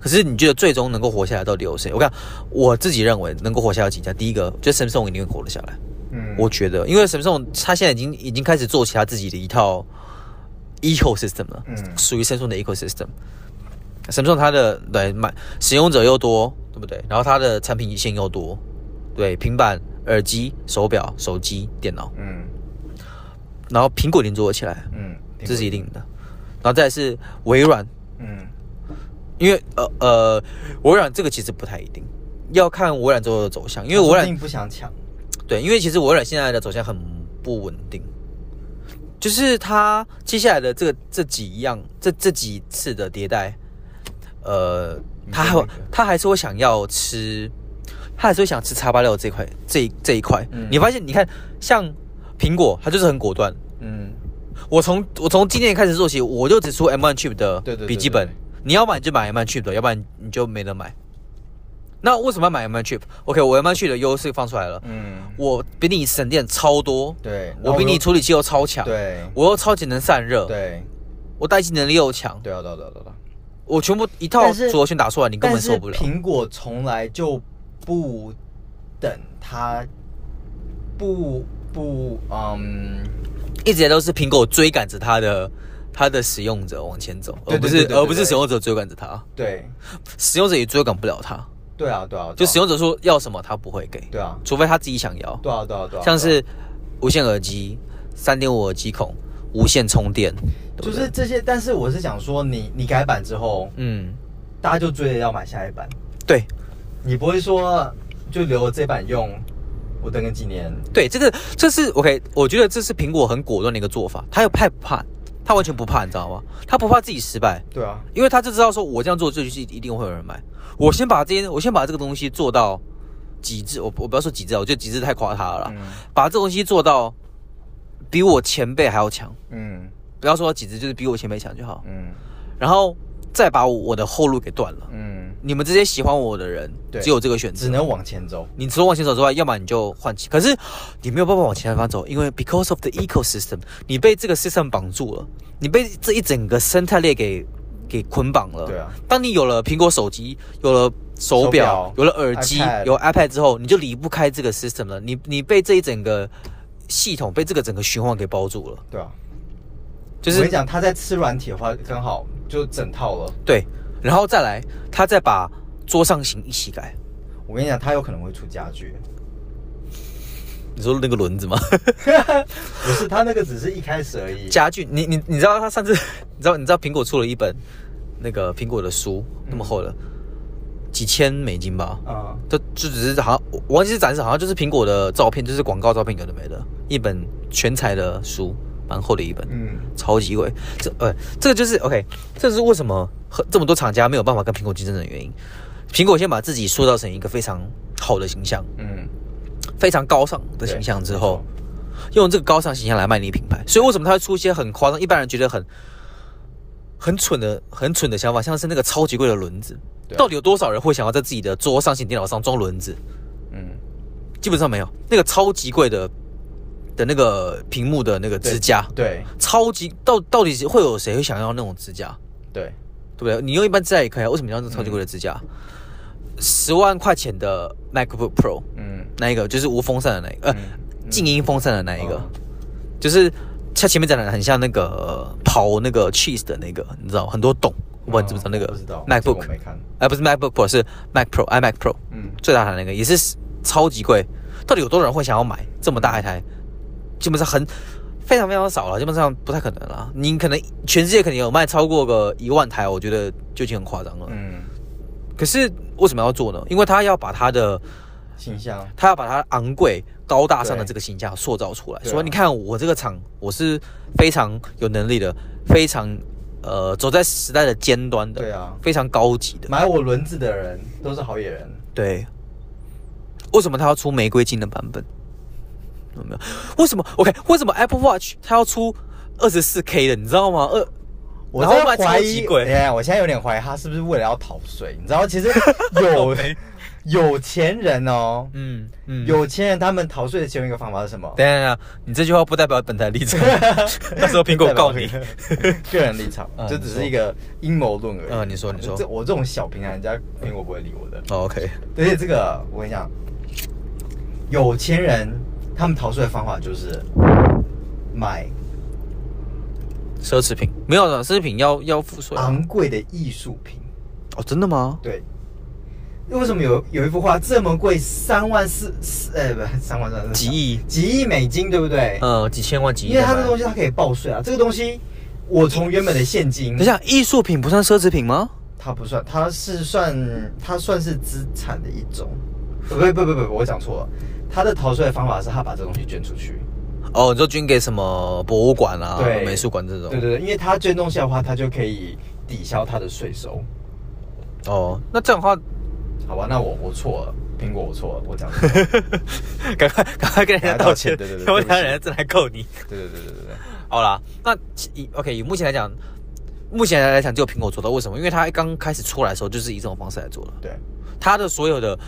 Speaker 1: 可是你觉得最终能够活下来到底有谁？我看我自己认为能够活下来有几家。第一个，就是 Samsung 一定会活得下来，
Speaker 2: 嗯
Speaker 1: 我觉得，因为 Samsung 它现在已经已经开始做起他自己的一套 ecosystem 了，
Speaker 2: 嗯
Speaker 1: 属于 Samsung 的 ecosystem。Samsung 它的对买使用者又多，对不对？然后它的产品线又多，对平板、耳机、手表、手机、电脑，
Speaker 2: 嗯
Speaker 1: 然后苹果已经做得起来，
Speaker 2: 嗯，
Speaker 1: 这是一定的。然后再来是微软，
Speaker 2: 嗯
Speaker 1: 因为呃呃，微软这个其实不太一定，要看微软之后的走向，因为微
Speaker 2: 我
Speaker 1: 软
Speaker 2: 并啊不想抢，
Speaker 1: 对，因为其实微软现在的走向很不稳定，就是它接下来的这这几样这这几次的迭代，呃，
Speaker 2: 你
Speaker 1: 它
Speaker 2: 说
Speaker 1: 还
Speaker 2: 哪个
Speaker 1: 它还是会想要吃，它还是会想吃叉八六这一块这一这一块。
Speaker 2: 嗯
Speaker 1: 你发现你看像苹果，它就是很果断。
Speaker 2: 嗯，
Speaker 1: 我从我从今年开始做起，我就只出 M1 chip 的
Speaker 2: 对对对
Speaker 1: 笔记本
Speaker 2: 对对。
Speaker 1: 你要买你就买 M1 chip 的，要不然你就没得买。那为什么要买 M1 chip？OK，、我 M1 chip 的优势放出来了。
Speaker 2: 嗯，
Speaker 1: 我比你省电超多，
Speaker 2: 对，然
Speaker 1: 我
Speaker 2: 后
Speaker 1: 比你
Speaker 2: 又
Speaker 1: 处理器又超强，，
Speaker 2: 对
Speaker 1: 我又超级能散热，，
Speaker 2: 对
Speaker 1: 我待机能力又强，
Speaker 2: 对啊对啊对啊对啊，
Speaker 1: 我全部一套
Speaker 2: 但是
Speaker 1: 组合拳打出来，你根
Speaker 2: 但
Speaker 1: 本
Speaker 2: 是
Speaker 1: 受不了。
Speaker 2: 苹果从来就不等它，不不，嗯，
Speaker 1: 一直以来都是苹果追赶着它的它的使用者往前走，
Speaker 2: 对
Speaker 1: 而不
Speaker 2: 对
Speaker 1: 是
Speaker 2: 对对对
Speaker 1: 而不是
Speaker 2: 对
Speaker 1: 使用者追赶着它，
Speaker 2: 对
Speaker 1: 使用者也追赶不了它。
Speaker 2: 对啊对啊，对啊
Speaker 1: 就使用者说要什么，他不会给，
Speaker 2: 对啊
Speaker 1: 除非他自己想要，
Speaker 2: 对啊对啊对啊，
Speaker 1: 像
Speaker 2: 对啊
Speaker 1: 是无线耳机、三点五耳机孔、无线充电，对不
Speaker 2: 就
Speaker 1: 对
Speaker 2: 是这些，但是我是想说你，你改版之后，
Speaker 1: 嗯，
Speaker 2: 大家就追着要买下一版，
Speaker 1: 对
Speaker 2: 你不会说就留我这版用，我等个几年。
Speaker 1: 对，这个这是 OK，我觉得这是苹果很果断的一个做法，他又怕不怕？他完全不怕，你知道吗？他不怕自己失败，
Speaker 2: 对啊，
Speaker 1: 因为他就知道说我这样做，这就是一定会有人买。我先把这件，我先把这个东西做到极致，我我不要说极致啊，我觉得极致太夸他了啦，
Speaker 2: 嗯
Speaker 1: 把这东西做到比我前辈还要强，
Speaker 2: 嗯
Speaker 1: 不要说极致，就是比我前辈强就好。
Speaker 2: 嗯
Speaker 1: 然后再把我的后路给断了。
Speaker 2: 嗯，
Speaker 1: 你们这些喜欢我的人，
Speaker 2: 对
Speaker 1: 只有这个选择
Speaker 2: 只，能往前走。
Speaker 1: 你除了往前走之外，要么你就换气。可是你没有办法往前方走，因为 because of the ecosystem，你被这个 system 绑住了，你被这一整个生态链给给捆绑了。
Speaker 2: 对啊，
Speaker 1: 当你有了苹果手机，有了手
Speaker 2: 手
Speaker 1: 表
Speaker 2: 表，
Speaker 1: 有了耳机
Speaker 2: iPad，
Speaker 1: 有 iPad 之后，你就离不开这个 system 了。你你被这一整个系统，被这个整个循环给包住了，
Speaker 2: 对啊，
Speaker 1: 就
Speaker 2: 我
Speaker 1: 是
Speaker 2: 跟你讲，他在吃软体的话，刚好就整套了。
Speaker 1: 对，然后再来，他再把桌上型一起改。
Speaker 2: 我跟你讲，他有可能会出家具，
Speaker 1: 你说那个轮子吗？
Speaker 2: 不是他那个只是一开始
Speaker 1: <laughs>
Speaker 2: 而已。
Speaker 1: 家具，你你你知道他上次，你知道你知道苹果出了一本那个苹果的书，那么厚的，几千美金吧，
Speaker 2: 啊、
Speaker 1: 就就只是好像我我忘记是展示，好像就是苹果的照片，就是广告照片有的没的，一本全彩的书，蛮厚的一本，
Speaker 2: 嗯，
Speaker 1: 超级贵。这呃，这个就是 OK，这是为什么和这么多厂家没有办法跟苹果竞争的原因。苹果先把自己塑造成一个非常好的形象，
Speaker 2: 嗯
Speaker 1: 非常高尚的
Speaker 2: 对
Speaker 1: 形象之后，用这个高尚形象来卖你品牌，所以为什么他会出一些很夸张，一般人觉得很很蠢的、很蠢的想法，像是那个超级贵的轮子，
Speaker 2: 对啊
Speaker 1: 到底有多少人会想要在自己的桌上型电脑上装轮子？
Speaker 2: 嗯，
Speaker 1: 基本上没有。那个超级贵的的那个屏幕的那个支架，
Speaker 2: 对
Speaker 1: 超级到到底会有谁会想要那种支架？
Speaker 2: 对，
Speaker 1: 对不对？你用一般支架也可以啊，为什么你要用超级贵的支架？
Speaker 2: 嗯
Speaker 1: 十、0万块钱的 MacBook Pro
Speaker 2: 嗯
Speaker 1: 那一个就是无风扇的那一个，呃，
Speaker 2: 嗯
Speaker 1: 静音风扇的那一个，
Speaker 2: 嗯
Speaker 1: 就是它前面展览很像那个呃刨那个 cheese 的那个，你知道很多洞，我不知道你知不知道那个
Speaker 2: 哦我不知道这个
Speaker 1: MacBook，
Speaker 2: 我没看。
Speaker 1: 哎、不是 MacBook Pro 是 Mac Pro iMac Pro
Speaker 2: 嗯，
Speaker 1: 最大的那个，也是超级贵，到底有多少人会想要买这么大一台？基本上很非常非常少了，基本上不太可能了。你可能全世界可能有卖超过个一万台，我觉得就已经很夸张了。
Speaker 2: 嗯，
Speaker 1: 可是为什么要做呢？因为他要把他的
Speaker 2: 形象，
Speaker 1: 他要把它昂贵、高大上的
Speaker 2: 对
Speaker 1: 这个形象塑造出来，
Speaker 2: 对啊
Speaker 1: 说你看我这个厂，我是非常有能力的，非常呃走在时代的尖端的，
Speaker 2: 对啊，
Speaker 1: 非常高级的，
Speaker 2: 买我轮子的人都是好野人。
Speaker 1: 对。为什么他要出玫瑰金的版本？有没有？为什么？OK？为什么 Apple Watch 它要出二十四 K 的？你知道吗？二
Speaker 2: 我
Speaker 1: 然后
Speaker 2: 在
Speaker 1: 卖超
Speaker 2: 怀
Speaker 1: 级
Speaker 2: 疑，哎
Speaker 1: 贵
Speaker 2: 等一下我现在有点怀疑他是不是为了要逃税，你知道，其实
Speaker 1: <laughs>
Speaker 2: 有有钱人哦，
Speaker 1: 嗯嗯，
Speaker 2: 有钱人他们逃税的其中一个方法是什么？
Speaker 1: 等一下等一下，你这句话不代表本台立
Speaker 2: <laughs>
Speaker 1: 场。到时候苹果告你。
Speaker 2: 个人立场
Speaker 1: <laughs> 嗯，
Speaker 2: 这只是一个阴谋论而已。
Speaker 1: 嗯你说你说
Speaker 2: 这我这种小平台，人家苹果不会理我的。
Speaker 1: 哦 OK，
Speaker 2: 而且这个我跟你讲，有钱人他们逃税的方法就是买
Speaker 1: 奢侈品没有的，奢侈品要要付税啊。
Speaker 2: 昂贵的艺术品。
Speaker 1: 哦，真的吗？
Speaker 2: 对，为什么有有一幅画这么贵，三万四四呃不三万三
Speaker 1: 几亿
Speaker 2: 几亿美金，对不对？
Speaker 1: 呃，几千万、几亿
Speaker 2: 因
Speaker 1: 的
Speaker 2: 为
Speaker 1: 买。
Speaker 2: 它这东西它可以报税啊，这个东西我从原本的现金
Speaker 1: 等一，下，艺术品不算奢侈品吗？
Speaker 2: 它不算，它是算它算是资产的一种。不不不不不，我讲错了。它的逃税的方法是他把这东西捐出去。
Speaker 1: 哦，你说捐给什么博物馆啊、
Speaker 2: 对，
Speaker 1: 美术馆这种？
Speaker 2: 对对对，因为他捐东西的话，他就可以抵消他的税收。
Speaker 1: 哦，那这样的话， <laughs>
Speaker 2: 好吧，那我我错了，苹果我错了，我讲
Speaker 1: <laughs>
Speaker 2: 错了。
Speaker 1: 赶快赶快跟人家
Speaker 2: 跟他道
Speaker 1: 道
Speaker 2: 歉
Speaker 1: 歉，
Speaker 2: 对对对
Speaker 1: 要不
Speaker 2: 对不起
Speaker 1: 然人家正来扣你。
Speaker 2: 对对对对对对。
Speaker 1: 好啦，那其以 OK 以目前来讲，目前来讲只有苹果做到，为什么？因为它刚开始出来的时候就是以这种方式来做的。
Speaker 2: 对，
Speaker 1: 它的所有的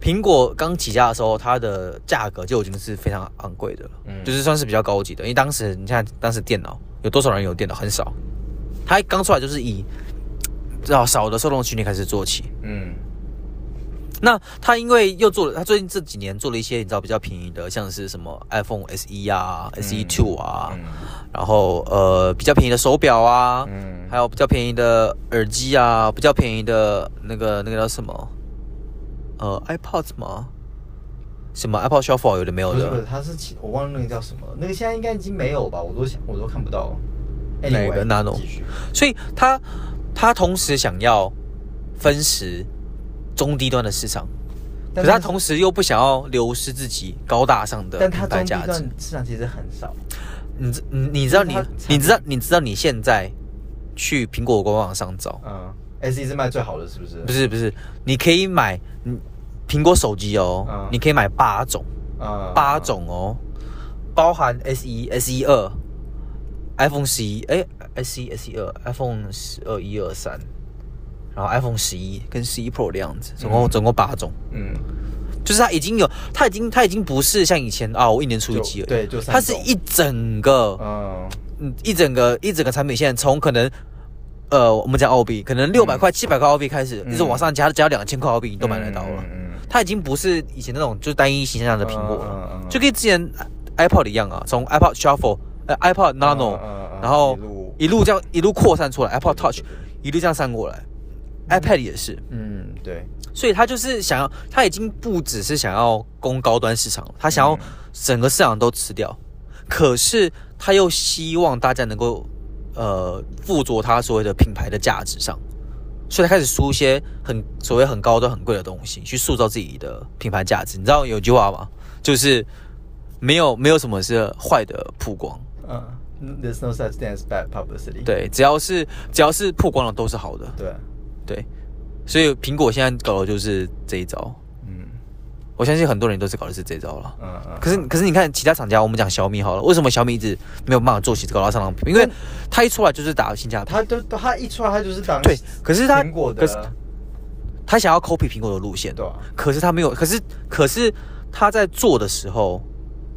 Speaker 1: 苹果刚起价的时候，它的价格就已经是非常昂贵的了，
Speaker 2: 嗯
Speaker 1: 就是算是比较高级的。因为当时你看，当时电脑有多少人有电脑？很少。它刚出来就是以至少少的受众群体开始做起。
Speaker 2: 嗯，
Speaker 1: 那它因为又做了，它最近这几年做了一些你知道比较便宜的，像是什么 iPhone SE 啊、SE Two 啊，
Speaker 2: 嗯
Speaker 1: 然后呃比较便宜的手表啊，
Speaker 2: 嗯
Speaker 1: 还有比较便宜的耳机啊，比较便宜的那个那个叫什么？呃，iPods 吗？什么 iPod Shuffle 有的没有
Speaker 2: 不是不是，
Speaker 1: 的？
Speaker 2: 他是其我忘了那个叫什么了，那个现在应该已经没有吧？我都想我都看不到。
Speaker 1: 哪一个
Speaker 2: Anyway，
Speaker 1: Nano？
Speaker 2: 继续。
Speaker 1: 所以它它同时想要分食中低端的市场，可
Speaker 2: 但
Speaker 1: 是它
Speaker 2: 是
Speaker 1: 同时又不想要流失自己高大上的
Speaker 2: 但
Speaker 1: 品
Speaker 2: 它
Speaker 1: 牌
Speaker 2: 中
Speaker 1: 价
Speaker 2: 低
Speaker 1: 值
Speaker 2: 段。市场其实很少。
Speaker 1: 你知你你知道你
Speaker 2: 但是它
Speaker 1: 你知道你知道你现在去苹果官网上找，
Speaker 2: 嗯，S E 是卖最好的，是不是？
Speaker 1: 不是不是，你可以买嗯苹果手机哦，
Speaker 2: 嗯
Speaker 1: 你可以买八种。
Speaker 2: 嗯，
Speaker 1: 八种哦，包含 S 一、S 一二、iPhone 十一，哎，S 一、S 一二、iPhone 十二、一二三，然后 iPhone 十一跟十一 Pro 的样子，总共、
Speaker 2: 嗯
Speaker 1: 总共八种，
Speaker 2: 嗯，
Speaker 1: 就是它已经有，它已经它已经不是像以前啊，我一年出一
Speaker 2: 就
Speaker 1: 机了，
Speaker 2: 对就三
Speaker 1: 它是
Speaker 2: 种
Speaker 1: 一整个，
Speaker 2: 嗯
Speaker 1: 嗯，一整个一整个产品线，从可能。呃，我们讲澳币，可能
Speaker 2: 嗯
Speaker 1: 六百块、七百块澳币开始，一直往上加，加两千块澳币，你都买得到了。
Speaker 2: 嗯
Speaker 1: 它已经不是以前那种就是单一形象的苹果了，
Speaker 2: 嗯嗯嗯
Speaker 1: 就跟之前 iPod 一样啊，从 iPod Shuffle、呃 iPod Nano，、
Speaker 2: 嗯嗯
Speaker 1: 然后
Speaker 2: 一路
Speaker 1: 一路这样一路扩散出来，iPod Touch
Speaker 2: 对对
Speaker 1: 一路这样散过来、i p a d 也是，
Speaker 2: 嗯，对，
Speaker 1: 所以它就是想要，它已经不只是想要攻高端市场了，它想要
Speaker 2: 嗯
Speaker 1: 整个市场都吃掉，可是它又希望大家能够呃附着它所谓的品牌的价值上。所以他开始出一些很所谓很高端、很贵的东西，去塑造自己的品牌价值。你知道有句话吗？就是没有没有什么是坏的曝光，
Speaker 2: 嗯，There's no such thing as bad publicity。
Speaker 1: 对，只要是只要是曝光了都是好的，
Speaker 2: 对，
Speaker 1: 对。所以苹果现在搞的就是这一招，
Speaker 2: 嗯
Speaker 1: 我相信很多人都是搞的是这一招了。
Speaker 2: 嗯嗯，
Speaker 1: 可是可是你看其他厂家，我们讲小米好了，为什么小米一直没有办法做起这个高大上的品牌？因为它一出来就是打性价比，
Speaker 2: 他都他一出来，他就是当
Speaker 1: 对。可是它
Speaker 2: 苹果
Speaker 1: 可是
Speaker 2: 的，
Speaker 1: 它想要 copy 苹果的路线，
Speaker 2: 对啊，
Speaker 1: 可是他没有，可是可是他在做的时候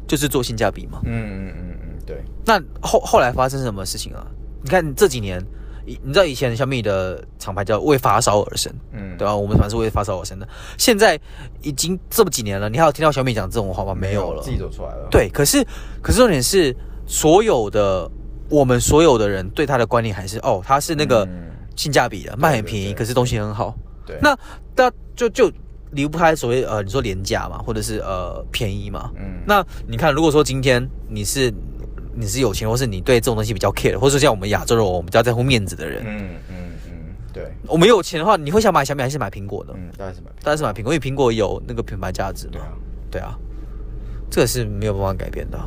Speaker 1: 就是做性价比嘛。
Speaker 2: 嗯嗯嗯嗯，对，
Speaker 1: 那后后来发生什么事情啊？你看这几年，以你知道以前小米的厂牌叫为发烧而生，
Speaker 2: 嗯，
Speaker 1: 对吧、我们反正是为发烧而生的。现在已经这么几年了，你还有听到小米讲这种话吗？没有了
Speaker 2: 自。己走出来了。，
Speaker 1: 对，可是可是重点是，所有的我们所有的人对他的观念还是哦，他是那个
Speaker 2: 嗯
Speaker 1: 性价比的，卖很
Speaker 2: 对
Speaker 1: 便宜，
Speaker 2: 对
Speaker 1: 可是东西很好。
Speaker 2: 对，
Speaker 1: 那那就就离不开所谓呃，你说廉价嘛，或者是呃便宜嘛。
Speaker 2: 嗯
Speaker 1: 那你看，如果说今天你是你是有钱，或是你对这种东西比较 care，或者像我们亚洲人，我们比较在乎面子的人，
Speaker 2: 嗯嗯嗯，对，
Speaker 1: 我们有钱的话，你会想买小米还是买苹果呢？
Speaker 2: 嗯，大概是买，
Speaker 1: 当然是买苹果，因为苹果有那个品牌价值嘛
Speaker 2: 对。啊，
Speaker 1: 对啊，这个是没有办法改变的。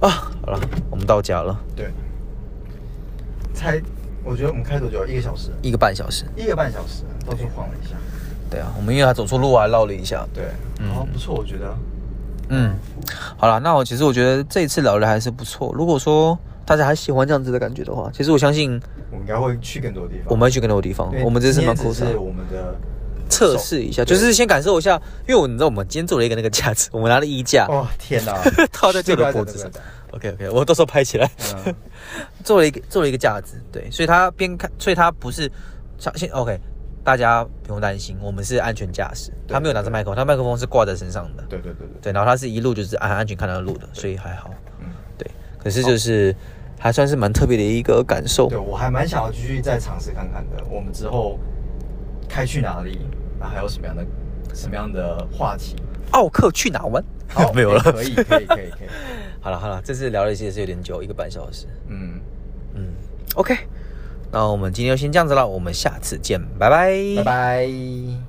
Speaker 1: 啊，好了，我们到家了，
Speaker 2: 对。才，我觉得我们开多久？一个小时，
Speaker 1: 一个半小时。
Speaker 2: 一个半小时，到处晃了一下。
Speaker 1: 对啊，我们因为他走错路啊，绕了一下。
Speaker 2: 对，
Speaker 1: 嗯
Speaker 2: 好不错，我觉得。
Speaker 1: 嗯，好了，那我其实我觉得这一次聊的还是不错。如果说大家还喜欢这样子的感觉的话，其实我相信
Speaker 2: 我们应该会去更多地方。
Speaker 1: 我们会去更多地方
Speaker 2: 对，
Speaker 1: 我们这次
Speaker 2: 今
Speaker 1: 蛮
Speaker 2: 天
Speaker 1: 酷
Speaker 2: 只
Speaker 1: 的
Speaker 2: 是。我们的
Speaker 1: 测试一下，就
Speaker 2: 对
Speaker 1: 是先感受一下，因为我你知道我们今天做了一个那个架子，我们拿了衣架、，
Speaker 2: 哦天哪
Speaker 1: <laughs> 套在自己的脖子上。OK OK，我到时候拍起来，
Speaker 2: 嗯
Speaker 1: 做了一个做了一个架子，对，所以它边看，所以它不是像现 OK，大家不用担心，我们是安全驾驶，
Speaker 2: 对
Speaker 1: 他没有拿着麦克风，他麦克风是挂在身上的，
Speaker 2: 对对对对，
Speaker 1: 对，然后他是一路就是安安全看到路的，所以还好。
Speaker 2: 嗯，
Speaker 1: 对，可是就是还算是蛮特别的一个感受
Speaker 2: 对。我还蛮想要继续再尝试看看的。我们之后开去哪里？那还有什么样的什么样的话
Speaker 1: <laughs>
Speaker 2: 题？
Speaker 1: 奥克去哪玩？<laughs>
Speaker 2: 好哎
Speaker 1: 没有了。
Speaker 2: 可以可以可以可以，
Speaker 1: 好了好了，这次聊了一些是有点久，一个半小时。
Speaker 2: 嗯，
Speaker 1: 嗯，OK，那我们今天就先这样子了，我们下次见，拜拜，
Speaker 2: 拜拜。